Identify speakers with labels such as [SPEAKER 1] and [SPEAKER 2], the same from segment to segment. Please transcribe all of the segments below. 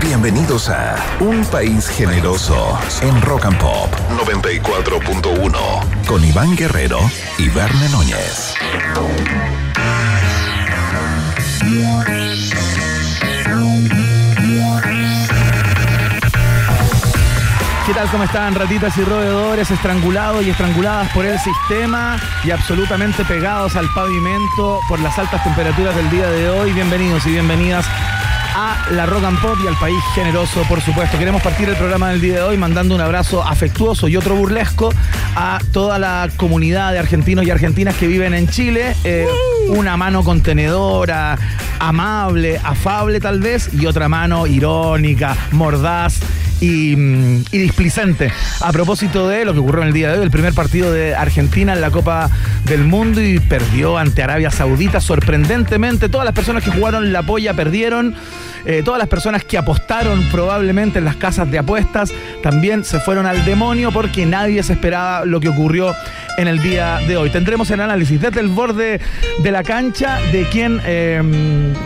[SPEAKER 1] Bienvenidos a Un País Generoso en Rock and Pop 94.1 con Iván Guerrero y Verne Núñez.
[SPEAKER 2] ¿Qué tal? ¿Cómo están? Ratitas y roedores estrangulados y estranguladas por el sistema y absolutamente pegados al pavimento por las altas temperaturas del día de hoy. Bienvenidos y bienvenidas a la Rock and Pop y al país generoso, por supuesto. Queremos partir el programa del día de hoy mandando un abrazo afectuoso y otro burlesco a toda la comunidad de argentinos y argentinas que viven en Chile. Eh, una mano contenedora, amable, afable tal vez, y otra mano irónica, mordaz. Y, mm, y displicente. A propósito de lo que ocurrió en el día de hoy, el primer partido de Argentina en la Copa del Mundo y perdió ante Arabia Saudita sorprendentemente. Todas las personas que jugaron la polla perdieron. Eh, todas las personas que apostaron probablemente en las casas de apuestas también se fueron al demonio porque nadie se esperaba lo que ocurrió en el día de hoy. Tendremos el análisis desde el borde de la cancha de quien eh,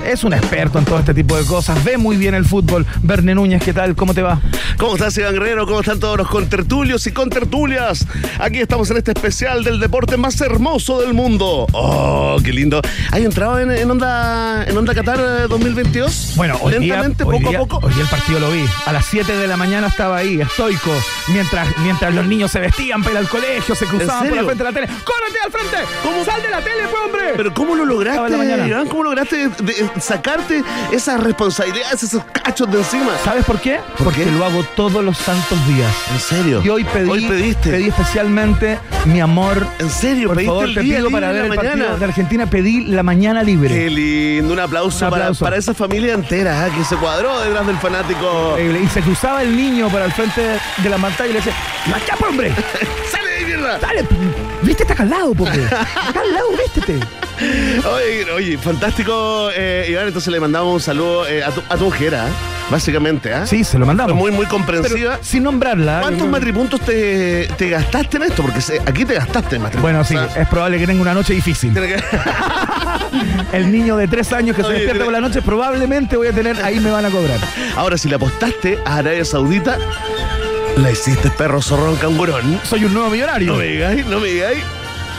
[SPEAKER 2] es un experto en todo este tipo de cosas, ve muy bien el fútbol. Verne Núñez, ¿qué tal? ¿Cómo te va?
[SPEAKER 3] ¿Cómo estás, Iván Guerrero? ¿Cómo están todos los contertulios y contertulias? Aquí estamos en este especial del deporte más hermoso del mundo. ¡Oh, qué lindo! ¿Hay entrado en, en onda, en onda Qatar eh, 2022?
[SPEAKER 2] Bueno, hoy día-
[SPEAKER 3] Lentamente,
[SPEAKER 2] hoy
[SPEAKER 3] poco
[SPEAKER 2] día-
[SPEAKER 3] a poco.
[SPEAKER 2] Hoy día el partido lo vi. A las 7 de la mañana estaba ahí, estoico. Mientras, mientras los niños se vestían para ir al colegio, se cruzaban por la
[SPEAKER 3] serio?
[SPEAKER 2] frente de la tele. ¡Córrete al frente! ¿Cómo? ¡Sal de la tele, pues, hombre!
[SPEAKER 3] Pero ¿cómo lo
[SPEAKER 2] Estaba en la
[SPEAKER 3] lograste,
[SPEAKER 2] mañana.
[SPEAKER 3] Iván? ¿Cómo lograste de- de- sacarte esas responsabilidades, esos cachos de encima?
[SPEAKER 2] ¿Sabes por qué?
[SPEAKER 3] ¿Por
[SPEAKER 2] Porque
[SPEAKER 3] qué?
[SPEAKER 2] lo hago todos los santos días.
[SPEAKER 3] ¿En serio?
[SPEAKER 2] Y hoy pedí,
[SPEAKER 3] Hoy pediste.
[SPEAKER 2] pedí especialmente mi amor.
[SPEAKER 3] ¿En serio?
[SPEAKER 2] Por
[SPEAKER 3] ¿Pediste
[SPEAKER 2] favor,
[SPEAKER 3] el
[SPEAKER 2] te
[SPEAKER 3] día
[SPEAKER 2] pido
[SPEAKER 3] libre
[SPEAKER 2] para
[SPEAKER 3] en
[SPEAKER 2] ver el
[SPEAKER 3] la
[SPEAKER 2] partido
[SPEAKER 3] mañana?
[SPEAKER 2] de Argentina, pedí la mañana libre.
[SPEAKER 3] Qué lindo, un aplauso,
[SPEAKER 2] Un
[SPEAKER 3] para-
[SPEAKER 2] aplauso.
[SPEAKER 3] Para, esa familia entera ah, que se cuadró detrás del fanático.
[SPEAKER 2] Increíble. Y se cruzaba el niño para el frente de la pantalla y le decía, ¡La chapa, hombre!
[SPEAKER 3] ¡Sale de ahí, mierda!
[SPEAKER 2] ¡Dale! p- ¡Vístete acá al lado, pobre! ¡Acá al lado, vístete!
[SPEAKER 3] Oye, oye, fantástico, eh, Iván. Entonces le mandamos un saludo eh, a, tu, a tu mujer, ¿ah? básicamente. ¿ah?
[SPEAKER 2] Sí, se lo mandamos.
[SPEAKER 3] Fue muy, muy comprensiva.
[SPEAKER 2] Pero sin nombrarla.
[SPEAKER 3] ¿Cuántos
[SPEAKER 2] yo-
[SPEAKER 3] matripuntos te, te gastaste en esto? Porque se- aquí te gastaste en matripuntos.
[SPEAKER 2] Bueno, sí,
[SPEAKER 3] ¿ah?
[SPEAKER 2] es probable que tenga una noche difícil.
[SPEAKER 3] Tiene que-
[SPEAKER 2] El niño de tres años que se
[SPEAKER 3] Oye,
[SPEAKER 2] despierta
[SPEAKER 3] tiene-
[SPEAKER 2] por la noche, probablemente voy a tener, ahí me van a cobrar.
[SPEAKER 3] Ahora, si le apostaste a Arabia Saudita, la hiciste perro zorrón cangurón.
[SPEAKER 2] Soy un nuevo millonario.
[SPEAKER 3] No me digáis, no me digáis.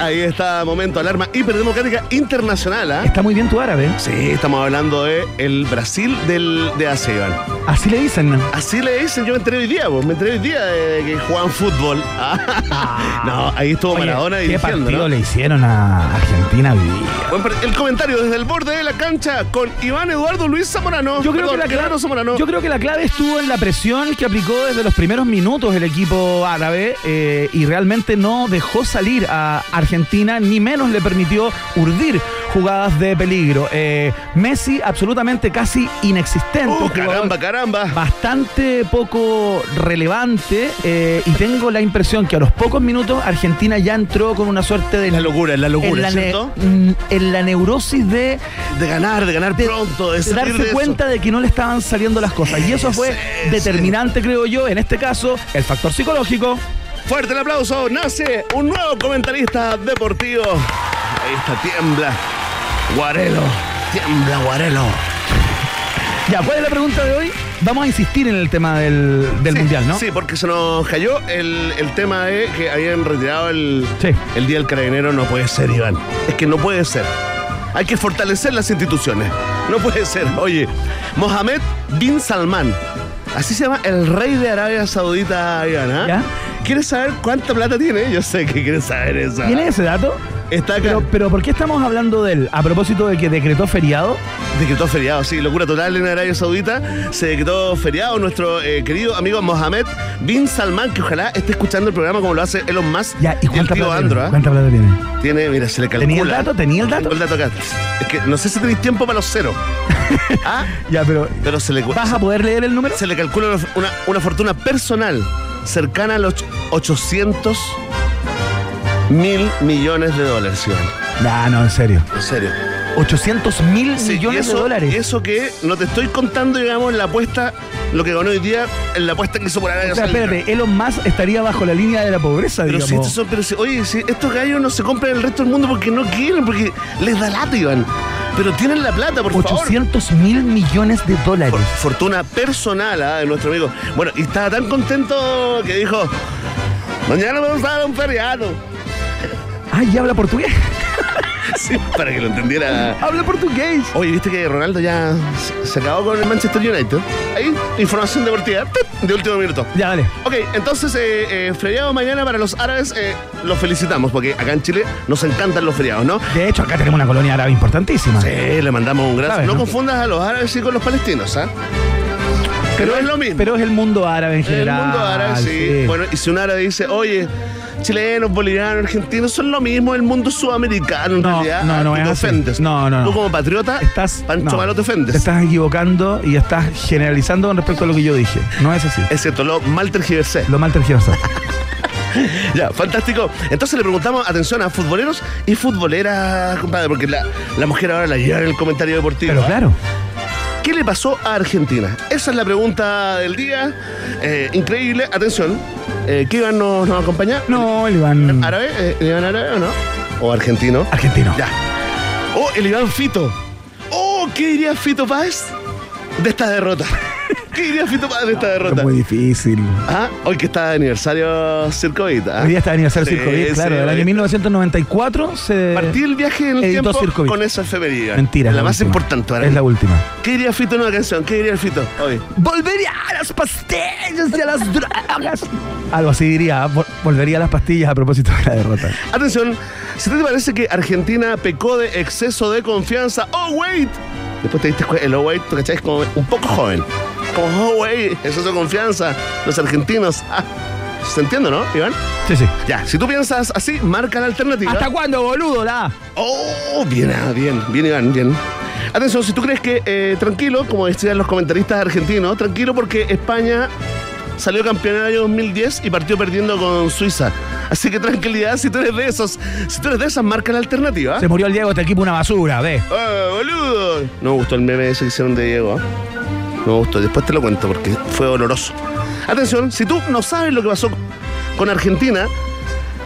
[SPEAKER 3] Ahí está, momento, alarma hiperdemocrática internacional, ¿ah?
[SPEAKER 2] Está muy bien tu árabe. ¿eh?
[SPEAKER 3] Sí, estamos hablando de el Brasil del, de Asia, Iván.
[SPEAKER 2] Así le dicen.
[SPEAKER 3] Así le dicen, yo me enteré hoy día, vos, me enteré hoy día de que jugaban fútbol. Ah, no, ahí estuvo
[SPEAKER 2] Oye,
[SPEAKER 3] Maradona
[SPEAKER 2] ¿Qué
[SPEAKER 3] dirigiendo,
[SPEAKER 2] partido
[SPEAKER 3] ¿no?
[SPEAKER 2] le hicieron a Argentina?
[SPEAKER 3] Buen par- El comentario desde el borde de la cancha con Iván Eduardo Luis Zamorano.
[SPEAKER 2] Yo creo,
[SPEAKER 3] Perdón,
[SPEAKER 2] que la
[SPEAKER 3] Genaro
[SPEAKER 2] clave,
[SPEAKER 3] Zamorano.
[SPEAKER 2] yo creo que la clave estuvo en la presión que aplicó desde los primeros minutos el equipo árabe eh, y realmente no dejó salir a Argentina, ni menos le permitió urdir jugadas de peligro. Eh, Messi, absolutamente casi inexistente.
[SPEAKER 3] Uh,
[SPEAKER 2] un jugador
[SPEAKER 3] caramba, caramba.
[SPEAKER 2] Bastante poco relevante. eh, y tengo la impresión que a los pocos minutos Argentina ya entró con una suerte de.
[SPEAKER 3] Es la locura, es la locura,
[SPEAKER 2] en la, ne-
[SPEAKER 3] ¿cierto?
[SPEAKER 2] mm, en la neurosis de
[SPEAKER 3] De ganar, de ganar pronto, de
[SPEAKER 2] de
[SPEAKER 3] salir
[SPEAKER 2] darse
[SPEAKER 3] de eso.
[SPEAKER 2] cuenta de que no le estaban saliendo las cosas. Y eso fue
[SPEAKER 3] Ese,
[SPEAKER 2] determinante, creo yo, en este caso, el factor psicológico.
[SPEAKER 3] Fuerte el aplauso. Nace un nuevo comentarista deportivo. Ahí está, tiembla. Guarelo. Tiembla, Guarelo.
[SPEAKER 2] Ya, ¿cuál es la pregunta de hoy? Vamos a insistir en el tema del, del
[SPEAKER 3] Sí,
[SPEAKER 2] mundial, ¿no?
[SPEAKER 3] Sí, porque se nos cayó el, el tema de que habían retirado el,
[SPEAKER 2] Sí.
[SPEAKER 3] el Día del Carabinero. No puede ser, Iván. Es que no puede ser. Hay que fortalecer las instituciones. No puede ser. Oye, Mohamed bin Salman. Así se llama el rey de Arabia Saudita, Iván. ¿ah?
[SPEAKER 2] ¿Ya?
[SPEAKER 3] ¿Quieres saber cuánta plata tiene? Yo sé que quieres saber eso.
[SPEAKER 2] ¿Tiene ese dato?
[SPEAKER 3] Está acá.
[SPEAKER 2] Pero, pero ¿por qué estamos hablando de él? A propósito de que decretó feriado.
[SPEAKER 3] Decretó feriado, sí, locura total en Arabia Saudita. Se decretó feriado nuestro eh, querido amigo Mohamed Bin Salman, que ojalá esté escuchando el programa como lo hace Elon Musk
[SPEAKER 2] Ya, ¿y
[SPEAKER 3] el
[SPEAKER 2] cuánta
[SPEAKER 3] tío
[SPEAKER 2] plata
[SPEAKER 3] Andro.
[SPEAKER 2] tiene?
[SPEAKER 3] ¿ah?
[SPEAKER 2] ¿Cuánta plata tiene?
[SPEAKER 3] Tiene, mira, se le calcula.
[SPEAKER 2] ¿Tenía el dato? ¿Tenía el dato?
[SPEAKER 3] Tengo el dato acá. Es que no sé si tenéis tiempo para los ceros. ¿Ah?
[SPEAKER 2] Ya, pero
[SPEAKER 3] Pero se le,
[SPEAKER 2] ¿vas a poder leer el número?
[SPEAKER 3] se le calcula una, una fortuna personal cercana a los 800 mil millones de dólares, Iván.
[SPEAKER 2] No, no, en serio.
[SPEAKER 3] En serio.
[SPEAKER 2] 800 mil
[SPEAKER 3] Sí,
[SPEAKER 2] millones
[SPEAKER 3] y eso-
[SPEAKER 2] de dólares.
[SPEAKER 3] y Eso que no te estoy contando, digamos, la apuesta, lo que ganó hoy día, en la apuesta que hizo por Arabia
[SPEAKER 2] o sea,
[SPEAKER 3] Saudita.
[SPEAKER 2] espérate, Elon Musk estaría bajo la línea de la pobreza,
[SPEAKER 3] Pero si, este
[SPEAKER 2] digamos.
[SPEAKER 3] estos son- pero si- oye, si estos gallos no se compran en el resto del mundo porque no quieren, porque les da lata, Iván. Pero tienen la plata, por favor.
[SPEAKER 2] 800 mil millones de dólares.
[SPEAKER 3] Por fortuna personal ah, de nuestro amigo. Bueno, y estaba tan contento que dijo, mañana vamos a dar un feriado.
[SPEAKER 2] Ay, ¿y habla portugués?
[SPEAKER 3] Sí, para que lo entendiera.
[SPEAKER 2] habla portugués.
[SPEAKER 3] Oye, viste que Ronaldo ya se- se acabó con el Manchester United. Ahí, información deportiva ¡tip! de último minuto.
[SPEAKER 2] Ya, dale.
[SPEAKER 3] Ok, entonces, eh, eh, feriado mañana para los árabes, eh, los felicitamos, porque acá en Chile nos encantan los feriados, ¿no?
[SPEAKER 2] De hecho, acá tenemos una colonia árabe importantísima.
[SPEAKER 3] Sí, le mandamos un gran...
[SPEAKER 2] Sabes,
[SPEAKER 3] No
[SPEAKER 2] ¿no?
[SPEAKER 3] confundas a los árabes y con los palestinos, ¿ah? Que no es lo mismo.
[SPEAKER 2] Pero es el mundo árabe en
[SPEAKER 3] el
[SPEAKER 2] general.
[SPEAKER 3] mundo árabe, sí. Bueno, y si un árabe dice, oye, chilenos, bolivianos, argentinos son lo mismo, el mundo sudamericano, en
[SPEAKER 2] No,
[SPEAKER 3] realidad,
[SPEAKER 2] no, no
[SPEAKER 3] tú
[SPEAKER 2] es
[SPEAKER 3] te
[SPEAKER 2] así.
[SPEAKER 3] ofendes.
[SPEAKER 2] No, no, no.
[SPEAKER 3] Tú como patriota,
[SPEAKER 2] Estás,
[SPEAKER 3] Pancho
[SPEAKER 2] no,
[SPEAKER 3] Malo te ofendes.
[SPEAKER 2] Te estás equivocando y estás generalizando con respecto a lo que yo dije. No es así.
[SPEAKER 3] Es cierto, lo mal tergiversé.
[SPEAKER 2] Lo mal tergiversas.
[SPEAKER 3] Ya, fantástico. Entonces le preguntamos, atención, a futboleros y futboleras, compadre, porque la, la mujer ahora la lleva en el comentario deportivo.
[SPEAKER 2] Pero
[SPEAKER 3] ¿ah?
[SPEAKER 2] claro.
[SPEAKER 3] ¿Qué le pasó a Argentina? Esa es la pregunta del día. Eh, increíble, atención. Eh, ¿Qué Iván nos, nos acompaña?
[SPEAKER 2] No, el Iván.
[SPEAKER 3] ¿Árabe? Eh, ¿Iván árabe o no? ¿O argentino?
[SPEAKER 2] Argentino.
[SPEAKER 3] Ya. Oh, el Iván Fito. Oh, ¿qué diría Fito Paz de esta derrota? ¿Qué diría Fito Paz de esta derrota?
[SPEAKER 2] Es muy difícil.
[SPEAKER 3] Ah, hoy que está de aniversario Circovita. ¿ah?
[SPEAKER 2] Hoy día está de aniversario
[SPEAKER 3] Sí,
[SPEAKER 2] Circo Beat, claro.
[SPEAKER 3] sí,
[SPEAKER 2] del
[SPEAKER 3] hoy
[SPEAKER 2] año 1994 se.
[SPEAKER 3] Partí el viaje en el
[SPEAKER 2] Editó
[SPEAKER 3] tiempo
[SPEAKER 2] Circo Beat.
[SPEAKER 3] con esa efemería.
[SPEAKER 2] Mentira. es
[SPEAKER 3] La, más
[SPEAKER 2] última.
[SPEAKER 3] importante para
[SPEAKER 2] Es
[SPEAKER 3] mí.
[SPEAKER 2] la última.
[SPEAKER 3] ¿Qué diría Fito en una canción? ¿Qué diría el Fito hoy?
[SPEAKER 2] Volvería a las pastillas y a las drogas. Algo así diría, ¿ah? Vol- volvería a las pastillas a propósito de la derrota.
[SPEAKER 3] Atención, si te parece que Argentina pecó de exceso de confianza, oh wait. Después te diste cuenta, el oh wait, tú cachai, es como un poco joven. Como oh wait, exceso de confianza, los argentinos. Ah, se entiende, ¿no, Iván?
[SPEAKER 2] Sí, sí.
[SPEAKER 3] Ya, si tú piensas así, marca la alternativa.
[SPEAKER 2] ¿Hasta cuándo, boludo? La.
[SPEAKER 3] Oh, bien, ah, bien, bien, Iván, bien. Atención, si tú crees que eh, tranquilo, como decían los comentaristas argentinos, tranquilo porque España salió campeón en el año 2010 y partió perdiendo con Suiza. Así que tranquilidad, si tú eres de esos, si tú eres de esas, marca la alternativa.
[SPEAKER 2] Se murió el Diego, este equipo una basura, ve.
[SPEAKER 3] ¡Eh, boludo! No me gustó el meme ese que hicieron de Diego. ¿ah? No me gustó. Después te lo cuento porque fue doloroso. Atención, si tú no sabes lo que pasó con Argentina,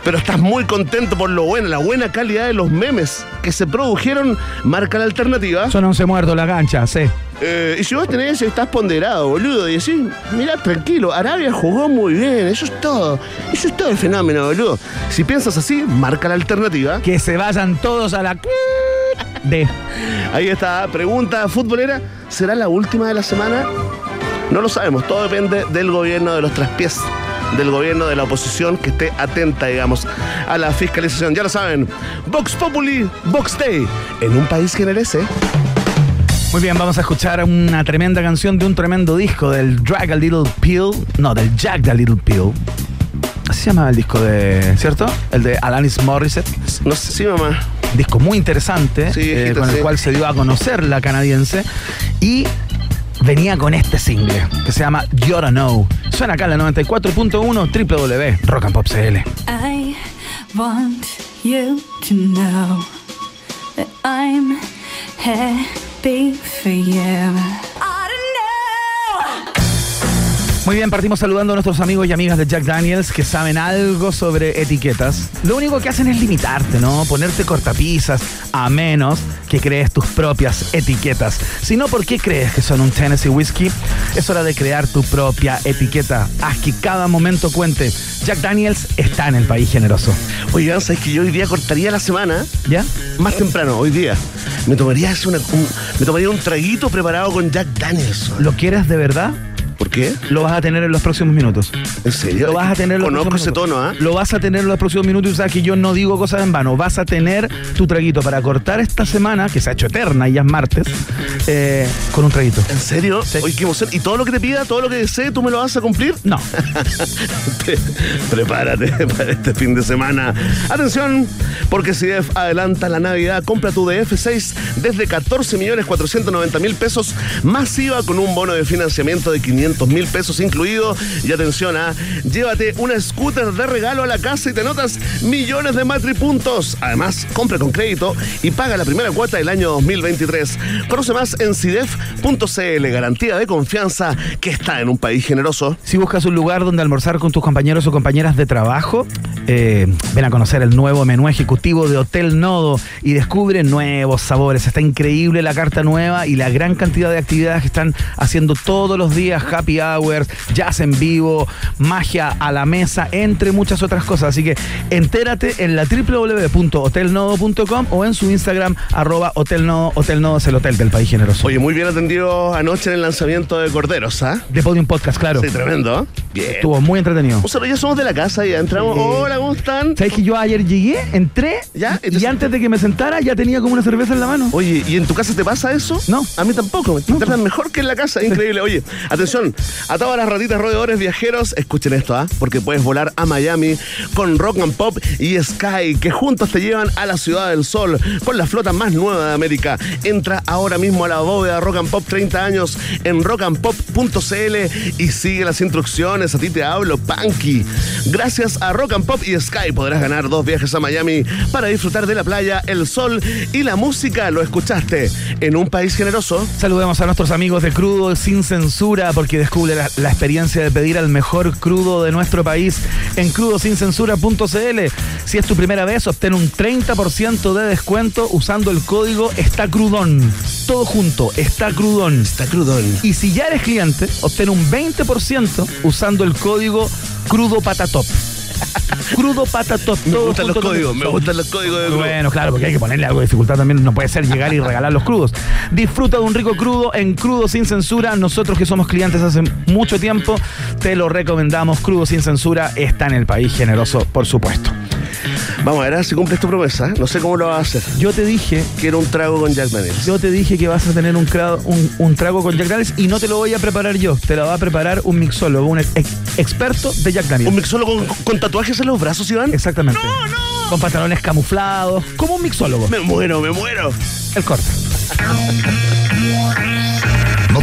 [SPEAKER 3] pero estás muy contento por lo bueno, la buena calidad de los memes que se produjeron, marca la alternativa.
[SPEAKER 2] Son 11 muertos en la cancha, sí.
[SPEAKER 3] Eh, y si vos tenés, estás ponderado, boludo, y decís, mirá, tranquilo, Arabia jugó muy bien, eso es todo. Eso es todo el fenómeno, boludo. Si piensas así, marca la alternativa.
[SPEAKER 2] Que se vayan todos a la... De...
[SPEAKER 3] Ahí está, pregunta futbolera. ¿Será la última de la semana? No lo sabemos, todo depende del gobierno de los traspiés, del gobierno de la oposición que esté atenta, digamos, a la fiscalización. Ya lo saben, Vox Populi, Vox Day, en un país que merece.
[SPEAKER 2] Muy bien, vamos a escuchar una tremenda canción de un tremendo disco del Drag a Little Pill. No, del Jack a Little Pill. Así se llamaba el disco de. ¿Cierto? El de Alanis Morissette.
[SPEAKER 3] No sé, sí, mamá.
[SPEAKER 2] disco muy interesante,
[SPEAKER 3] Sí,
[SPEAKER 2] eh,
[SPEAKER 3] viejito,
[SPEAKER 2] con el
[SPEAKER 3] sí.
[SPEAKER 2] cual se dio a conocer la canadiense. Y venía con este single, que se llama You Don't Know. Suena acá en la 94.1 www, Rock and Pop CL.
[SPEAKER 4] I want you to know that I'm happy for you. I don't know.
[SPEAKER 2] Muy bien, partimos saludando a nuestros amigos y amigas de Jack Daniels que saben algo sobre etiquetas. Lo único que hacen es limitarte, ¿no? Ponerte cortapisas, a menos que crees tus propias etiquetas. Si no, ¿por qué crees que son un Tennessee Whiskey? Es hora de crear tu propia etiqueta. Haz que cada momento cuente. Jack Daniels está en el país generoso.
[SPEAKER 3] Oigan, ¿sabes que yo hoy día cortaría la semana?
[SPEAKER 2] ¿Ya?
[SPEAKER 3] Más temprano, hoy día. Me tomaría, así una- un, me tomaría un traguito preparado con Jack Daniels.
[SPEAKER 2] ¿Lo quieres de verdad?
[SPEAKER 3] ¿Por qué?
[SPEAKER 2] Lo vas a tener en los próximos minutos.
[SPEAKER 3] ¿En serio?
[SPEAKER 2] Lo vas a tener en los
[SPEAKER 3] Conozco ese
[SPEAKER 2] próximos minutos.
[SPEAKER 3] tono, ¿ah?
[SPEAKER 2] Lo vas a tener en los próximos minutos y sabes que yo no digo cosas en vano. Vas a tener tu traguito para cortar esta semana, que se ha hecho eterna y ya es martes, eh, con un traguito.
[SPEAKER 3] ¿En serio?
[SPEAKER 2] Sí.
[SPEAKER 3] Oye, qué emoción. ¿Y todo lo que te pida, todo lo que desee, tú me lo vas a cumplir?
[SPEAKER 2] No.
[SPEAKER 3] Pre- Prepárate para este fin de semana. Atención, porque CIDEF adelanta la Navidad. Compra tu DF6 desde 14 millones 490 mil pesos masiva con un bono de financiamiento de 500 mil pesos incluido. Y atención, ah, llévate una scooter de regalo a la casa y te notas millones de matripuntos. Además, compra con crédito y paga la primera cuota del año 2023. Conoce más en CIDEF.cl, garantía de confianza que está en un país generoso.
[SPEAKER 2] Si buscas un lugar donde almorzar con tus compañeros o compañeras de trabajo, eh, ven a conocer el nuevo menú ejecutivo de Hotel Nodo y descubre nuevos sabores. Está increíble la carta nueva y la gran cantidad de actividades que están haciendo todos los días, happy hours, jazz en vivo, magia a la mesa, entre muchas otras cosas. Así que entérate en la www.hotelnodo.com o en su Instagram arroba hotelnodo. Hotelnodo es el hotel del país generoso.
[SPEAKER 3] Oye, muy bien atendido anoche en el lanzamiento de Corderos, ¿ah?
[SPEAKER 2] De Podium Podcast, claro.
[SPEAKER 3] Sí, tremendo. ¿eh? Bien.
[SPEAKER 2] Estuvo muy entretenido.
[SPEAKER 3] O sea, ya somos de la casa y ya entramos.
[SPEAKER 2] Sí.
[SPEAKER 3] Hola, ¿cómo están?
[SPEAKER 2] ¿Sabes que yo ayer llegué, entré
[SPEAKER 3] ¿Ya?
[SPEAKER 2] y
[SPEAKER 3] Entonces- eh,
[SPEAKER 2] antes de que me sentara ya tenía como una cerveza en la mano?
[SPEAKER 3] Oye, ¿y en tu casa te pasa eso?
[SPEAKER 2] No.
[SPEAKER 3] A mí tampoco. Me
[SPEAKER 2] No.
[SPEAKER 3] tratan mejor que en la casa. Increíble. Oye, atención. A todas las ratitas rodeadores viajeros, escuchen esto, ¿ah? Porque puedes volar a Miami con Rock and Pop y Sky, que juntos te llevan a la Ciudad del Sol con la flota más nueva de América. Entra ahora mismo a la bóveda Rock and Pop 30 años en rockandpop.cl y sigue las instrucciones. A ti te hablo, Punky. Gracias a Rock and Pop y Sky podrás ganar dos viajes a Miami para disfrutar de la playa, el sol y la música. Lo escuchaste en un país generoso.
[SPEAKER 2] Saludemos a nuestros amigos de Crudo Sin Censura porque descubre la, la experiencia de pedir al mejor crudo de nuestro país en crudosincensura.cl. Si es tu primera vez, obtén un 30% de descuento usando el código Está Crudón. Todo junto, Está Crudón.
[SPEAKER 3] Está crudón.
[SPEAKER 2] Y si ya eres cliente, obtén un 20% usando el código Crudo Patatop. Crudo Patatop.
[SPEAKER 3] Me
[SPEAKER 2] todo
[SPEAKER 3] gustan los
[SPEAKER 2] junto con-
[SPEAKER 3] códigos, me gustan los códigos de crudo.
[SPEAKER 2] Bueno, claro, porque hay que ponerle algo de dificultad también. No puede ser llegar y regalar los crudos. Disfruta de un rico crudo en Crudo Sin Censura. Nosotros que somos clientes hace mucho tiempo, te lo recomendamos. Crudo Sin Censura está en el país generoso, por supuesto.
[SPEAKER 3] Vamos a ver si cumples tu promesa. ¿eh? No sé cómo lo vas a hacer.
[SPEAKER 2] Yo te dije
[SPEAKER 3] Quiero un trago con Jack Daniels.
[SPEAKER 2] Yo te dije que vas a tener un, cra- un- un trago con Jack Daniels y no te lo voy a preparar yo, te lo va a preparar un mixólogo, un ex- ex- experto de Jack Daniels.
[SPEAKER 3] ¿Un mixólogo con, con tatuajes en los brazos, Iván?
[SPEAKER 2] Exactamente. Con pantalones camuflados, como un mixólogo.
[SPEAKER 3] Me muero, me muero.
[SPEAKER 2] El corte.
[SPEAKER 1] No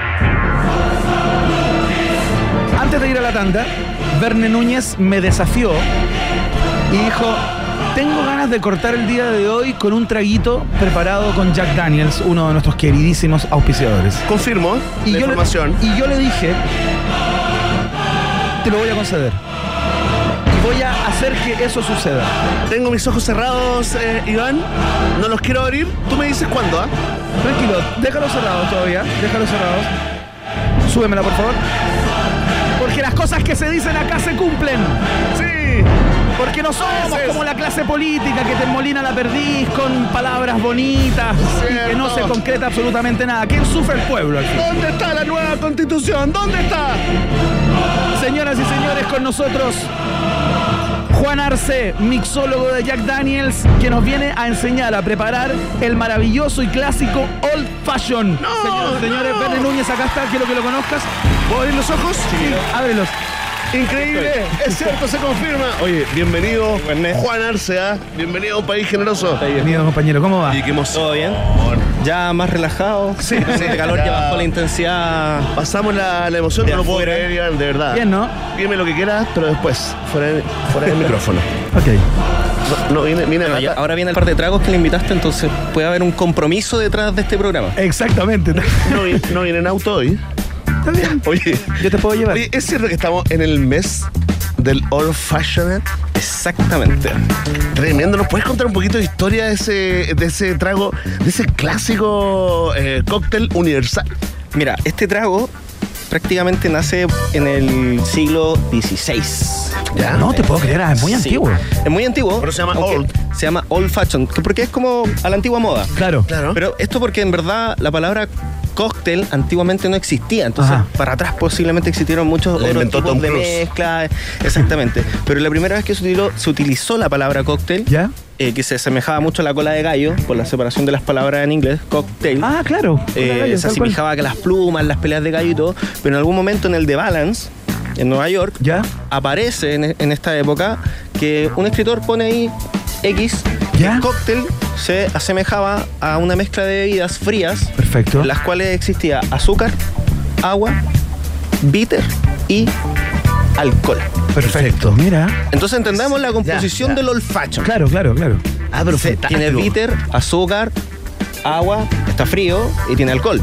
[SPEAKER 2] Antes de ir a la tanda, Verne Núñez me desafió y dijo, tengo ganas de cortar el día de hoy con un traguito preparado con Jack Daniels, uno de nuestros queridísimos auspiciadores.
[SPEAKER 3] Confirmo la
[SPEAKER 2] yo le-
[SPEAKER 3] información.
[SPEAKER 2] y yo le dije, te lo voy a conceder. Y voy a hacer que eso suceda.
[SPEAKER 3] Tengo mis ojos cerrados, eh, Iván. No los quiero abrir. Tú me dices cuándo, ¿ah?
[SPEAKER 2] Tranquilo, déjalo cerrado todavía, déjalo cerrado. Súbemela, por favor. Por Porque las cosas que se dicen acá se cumplen.
[SPEAKER 3] Sí.
[SPEAKER 2] Porque no somos
[SPEAKER 3] Ese es.
[SPEAKER 2] como la clase política que te molina la perdiz con palabras bonitas y que no se
[SPEAKER 3] Cierto.
[SPEAKER 2] concreta absolutamente nada. ¿Quién sufre el pueblo al fin?
[SPEAKER 3] ¿Dónde está la nueva constitución? ¿Dónde está?
[SPEAKER 2] Señoras y señores, con nosotros Juan Arce, mixólogo de Jack Daniels, que nos viene a enseñar a preparar el maravilloso y clásico Old Fashion.
[SPEAKER 3] No,
[SPEAKER 2] Señoras y señores,
[SPEAKER 3] no.
[SPEAKER 2] Verne Núñez, acá está, quiero que lo conozcas.
[SPEAKER 3] ¿Puedo abrir los ojos?
[SPEAKER 2] Ábrelos.
[SPEAKER 3] Increíble, es cierto, se confirma. Oye, bienvenido
[SPEAKER 5] Buenas.
[SPEAKER 3] Juan Arcea, bienvenido a un país generoso.
[SPEAKER 2] Bienvenido, compañero, ¿cómo va?
[SPEAKER 3] Y que emoción.
[SPEAKER 5] ¿Todo bien? Ya más relajado. Sí, el calor
[SPEAKER 3] ya.
[SPEAKER 5] ya bajó la intensidad.
[SPEAKER 3] Pasamos la, la emoción,
[SPEAKER 5] De
[SPEAKER 3] no lo puedo
[SPEAKER 5] afuera.
[SPEAKER 3] creer, Iván, de verdad.
[SPEAKER 2] Bien, ¿no?
[SPEAKER 3] Dime lo que quieras, pero después, fuera, de- fuera del micrófono.
[SPEAKER 2] Ok.
[SPEAKER 3] No, no, viene, viene
[SPEAKER 5] Bueno,
[SPEAKER 3] acá.
[SPEAKER 5] ya- ahora viene el par de tragos que le invitaste, entonces puede haber un compromiso detrás de este programa.
[SPEAKER 2] Exactamente.
[SPEAKER 3] No, vi- no viene en auto hoy.
[SPEAKER 2] Está bien.
[SPEAKER 3] Oye,
[SPEAKER 2] Yo te puedo llevar.
[SPEAKER 3] oye, ¿es cierto que estamos en el mes del Old Fashioned?
[SPEAKER 5] Exactamente.
[SPEAKER 3] Tremendo, ¿nos puedes contar un poquito de historia de ese, de ese trago, de ese clásico eh, cóctel universal?
[SPEAKER 5] Mira, este trago prácticamente nace en el siglo XVI.
[SPEAKER 3] ¿Ya?
[SPEAKER 2] No te puedo creer, ah, es muy
[SPEAKER 5] Sí.
[SPEAKER 2] antiguo.
[SPEAKER 5] Es muy antiguo.
[SPEAKER 3] Pero se llama
[SPEAKER 5] aunque
[SPEAKER 3] old.
[SPEAKER 5] Se llama old fashion, que- porque es como a la antigua moda.
[SPEAKER 2] Claro.
[SPEAKER 3] Claro.
[SPEAKER 5] Pero esto porque en verdad la palabra cóctel antiguamente no existía, entonces
[SPEAKER 2] Ajá.
[SPEAKER 5] para atrás posiblemente existieron muchos
[SPEAKER 3] La
[SPEAKER 5] otros
[SPEAKER 3] inventó
[SPEAKER 5] tipos
[SPEAKER 3] Tom
[SPEAKER 5] de
[SPEAKER 3] Cruise.
[SPEAKER 5] mezcla, exactamente. Pero la primera vez que se utilizó, se utilizó la palabra cóctel,
[SPEAKER 2] ¿Ya?
[SPEAKER 5] eh, que se asemejaba mucho a la cola de gallo por la separación de las palabras en inglés, cocktail.
[SPEAKER 2] Ah, claro.
[SPEAKER 5] Eh,
[SPEAKER 2] Una galla,
[SPEAKER 5] se
[SPEAKER 2] tal cual.
[SPEAKER 5] asemejaba a que las plumas, las peleas de gallo y todo, pero en algún momento en el The Balance, en Nueva York,
[SPEAKER 2] ¿Ya?
[SPEAKER 5] aparece en, en esta época que un escritor pone ahí X,
[SPEAKER 2] ¿Ya?
[SPEAKER 5] el cóctel se asemejaba a una mezcla de bebidas frías,
[SPEAKER 2] Perfecto.
[SPEAKER 5] en las cuales existía azúcar, agua, bitter y alcohol.
[SPEAKER 2] Perfecto. Mira.
[SPEAKER 5] Entonces entendamos la composición
[SPEAKER 3] ya.
[SPEAKER 5] del olfacho.
[SPEAKER 2] Claro, claro, claro.
[SPEAKER 3] Ah, pero
[SPEAKER 5] Se-
[SPEAKER 3] fantástico.
[SPEAKER 5] tiene bitter, azúcar, agua, está frío y tiene alcohol.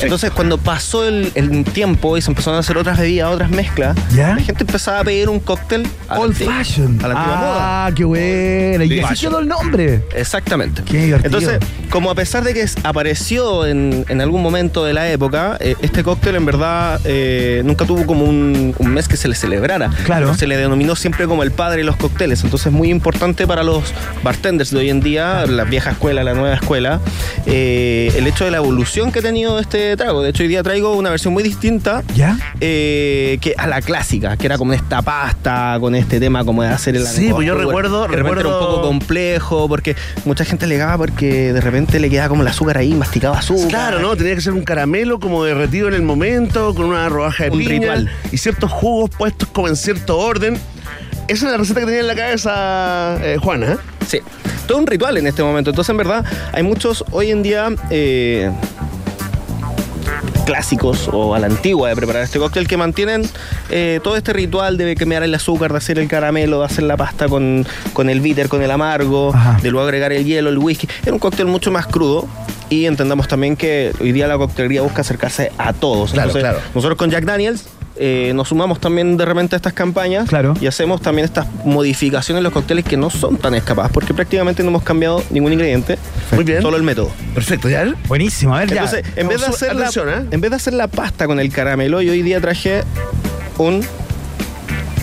[SPEAKER 5] Entonces, cuando pasó el, el tiempo y se empezaron a hacer otras bebidas, otras mezclas,
[SPEAKER 2] ¿Ya?
[SPEAKER 5] la gente empezaba a pedir un cóctel a la
[SPEAKER 2] Old
[SPEAKER 5] antigua-
[SPEAKER 2] Fashion.
[SPEAKER 5] A la antigua moda.
[SPEAKER 2] ah, qué buena. Y
[SPEAKER 3] Old
[SPEAKER 2] así
[SPEAKER 3] fashion.
[SPEAKER 2] quedó el nombre.
[SPEAKER 5] Exactamente.
[SPEAKER 2] Qué divertido.
[SPEAKER 5] Entonces, como a pesar de que es- apareció en, en algún momento de la época, eh, este cóctel en verdad eh, nunca tuvo como un, un mes que se le celebrara.
[SPEAKER 2] Claro.
[SPEAKER 5] Se le denominó siempre como el padre de los cócteles. Entonces, es muy importante para los bartenders de hoy en día, la vieja escuela, la nueva escuela, eh, el hecho de la evolución que ha tenido este trago. De hecho, hoy día traigo una versión muy distinta
[SPEAKER 2] ¿Ya?
[SPEAKER 5] eh, que a la clásica, que era como esta pasta, con este tema como de hacer el
[SPEAKER 3] Sí, pues yo recuerdo-
[SPEAKER 5] que de repente
[SPEAKER 3] recuerdo-
[SPEAKER 5] era un poco complejo, porque mucha gente alegaba porque de repente le quedaba como el azúcar ahí, masticaba azúcar.
[SPEAKER 3] Uh, Claro, ¿no? Tenía que ser un caramelo como derretido en el momento, con una rodaja de
[SPEAKER 5] Un
[SPEAKER 3] piña
[SPEAKER 5] ritual.
[SPEAKER 3] y ciertos jugos puestos como en cierto orden. Esa es la receta que tenía en la cabeza eh, Juana, ¿eh?
[SPEAKER 5] Sí, todo un ritual en este momento. Entonces, en verdad, hay muchos hoy en día eh, clásicos o a la antigua de preparar este cóctel que mantienen eh, todo este ritual de quemar el azúcar, de hacer el caramelo, de hacer la pasta con, con el bitter, con el amargo,
[SPEAKER 2] Ajá.
[SPEAKER 5] de luego agregar el hielo, el whisky. Era un cóctel mucho más crudo. Y entendamos también que hoy día la coctelería busca acercarse a todos.
[SPEAKER 3] Claro, claro.
[SPEAKER 5] Nosotros con Jack Daniels eh, nos sumamos también de repente a estas campañas
[SPEAKER 2] Claro.
[SPEAKER 5] y hacemos también estas modificaciones en los cócteles que no son tan escapadas porque prácticamente no hemos cambiado ningún ingrediente,
[SPEAKER 3] Muy bien.
[SPEAKER 5] solo el método.
[SPEAKER 3] Perfecto, ¿ya?
[SPEAKER 2] Buenísimo. A ver, ya.
[SPEAKER 5] Entonces, en vez, de
[SPEAKER 3] Su-
[SPEAKER 5] hacer la,
[SPEAKER 3] atención, ¿eh?
[SPEAKER 5] en vez de hacer la pasta con el caramelo, yo hoy día traje un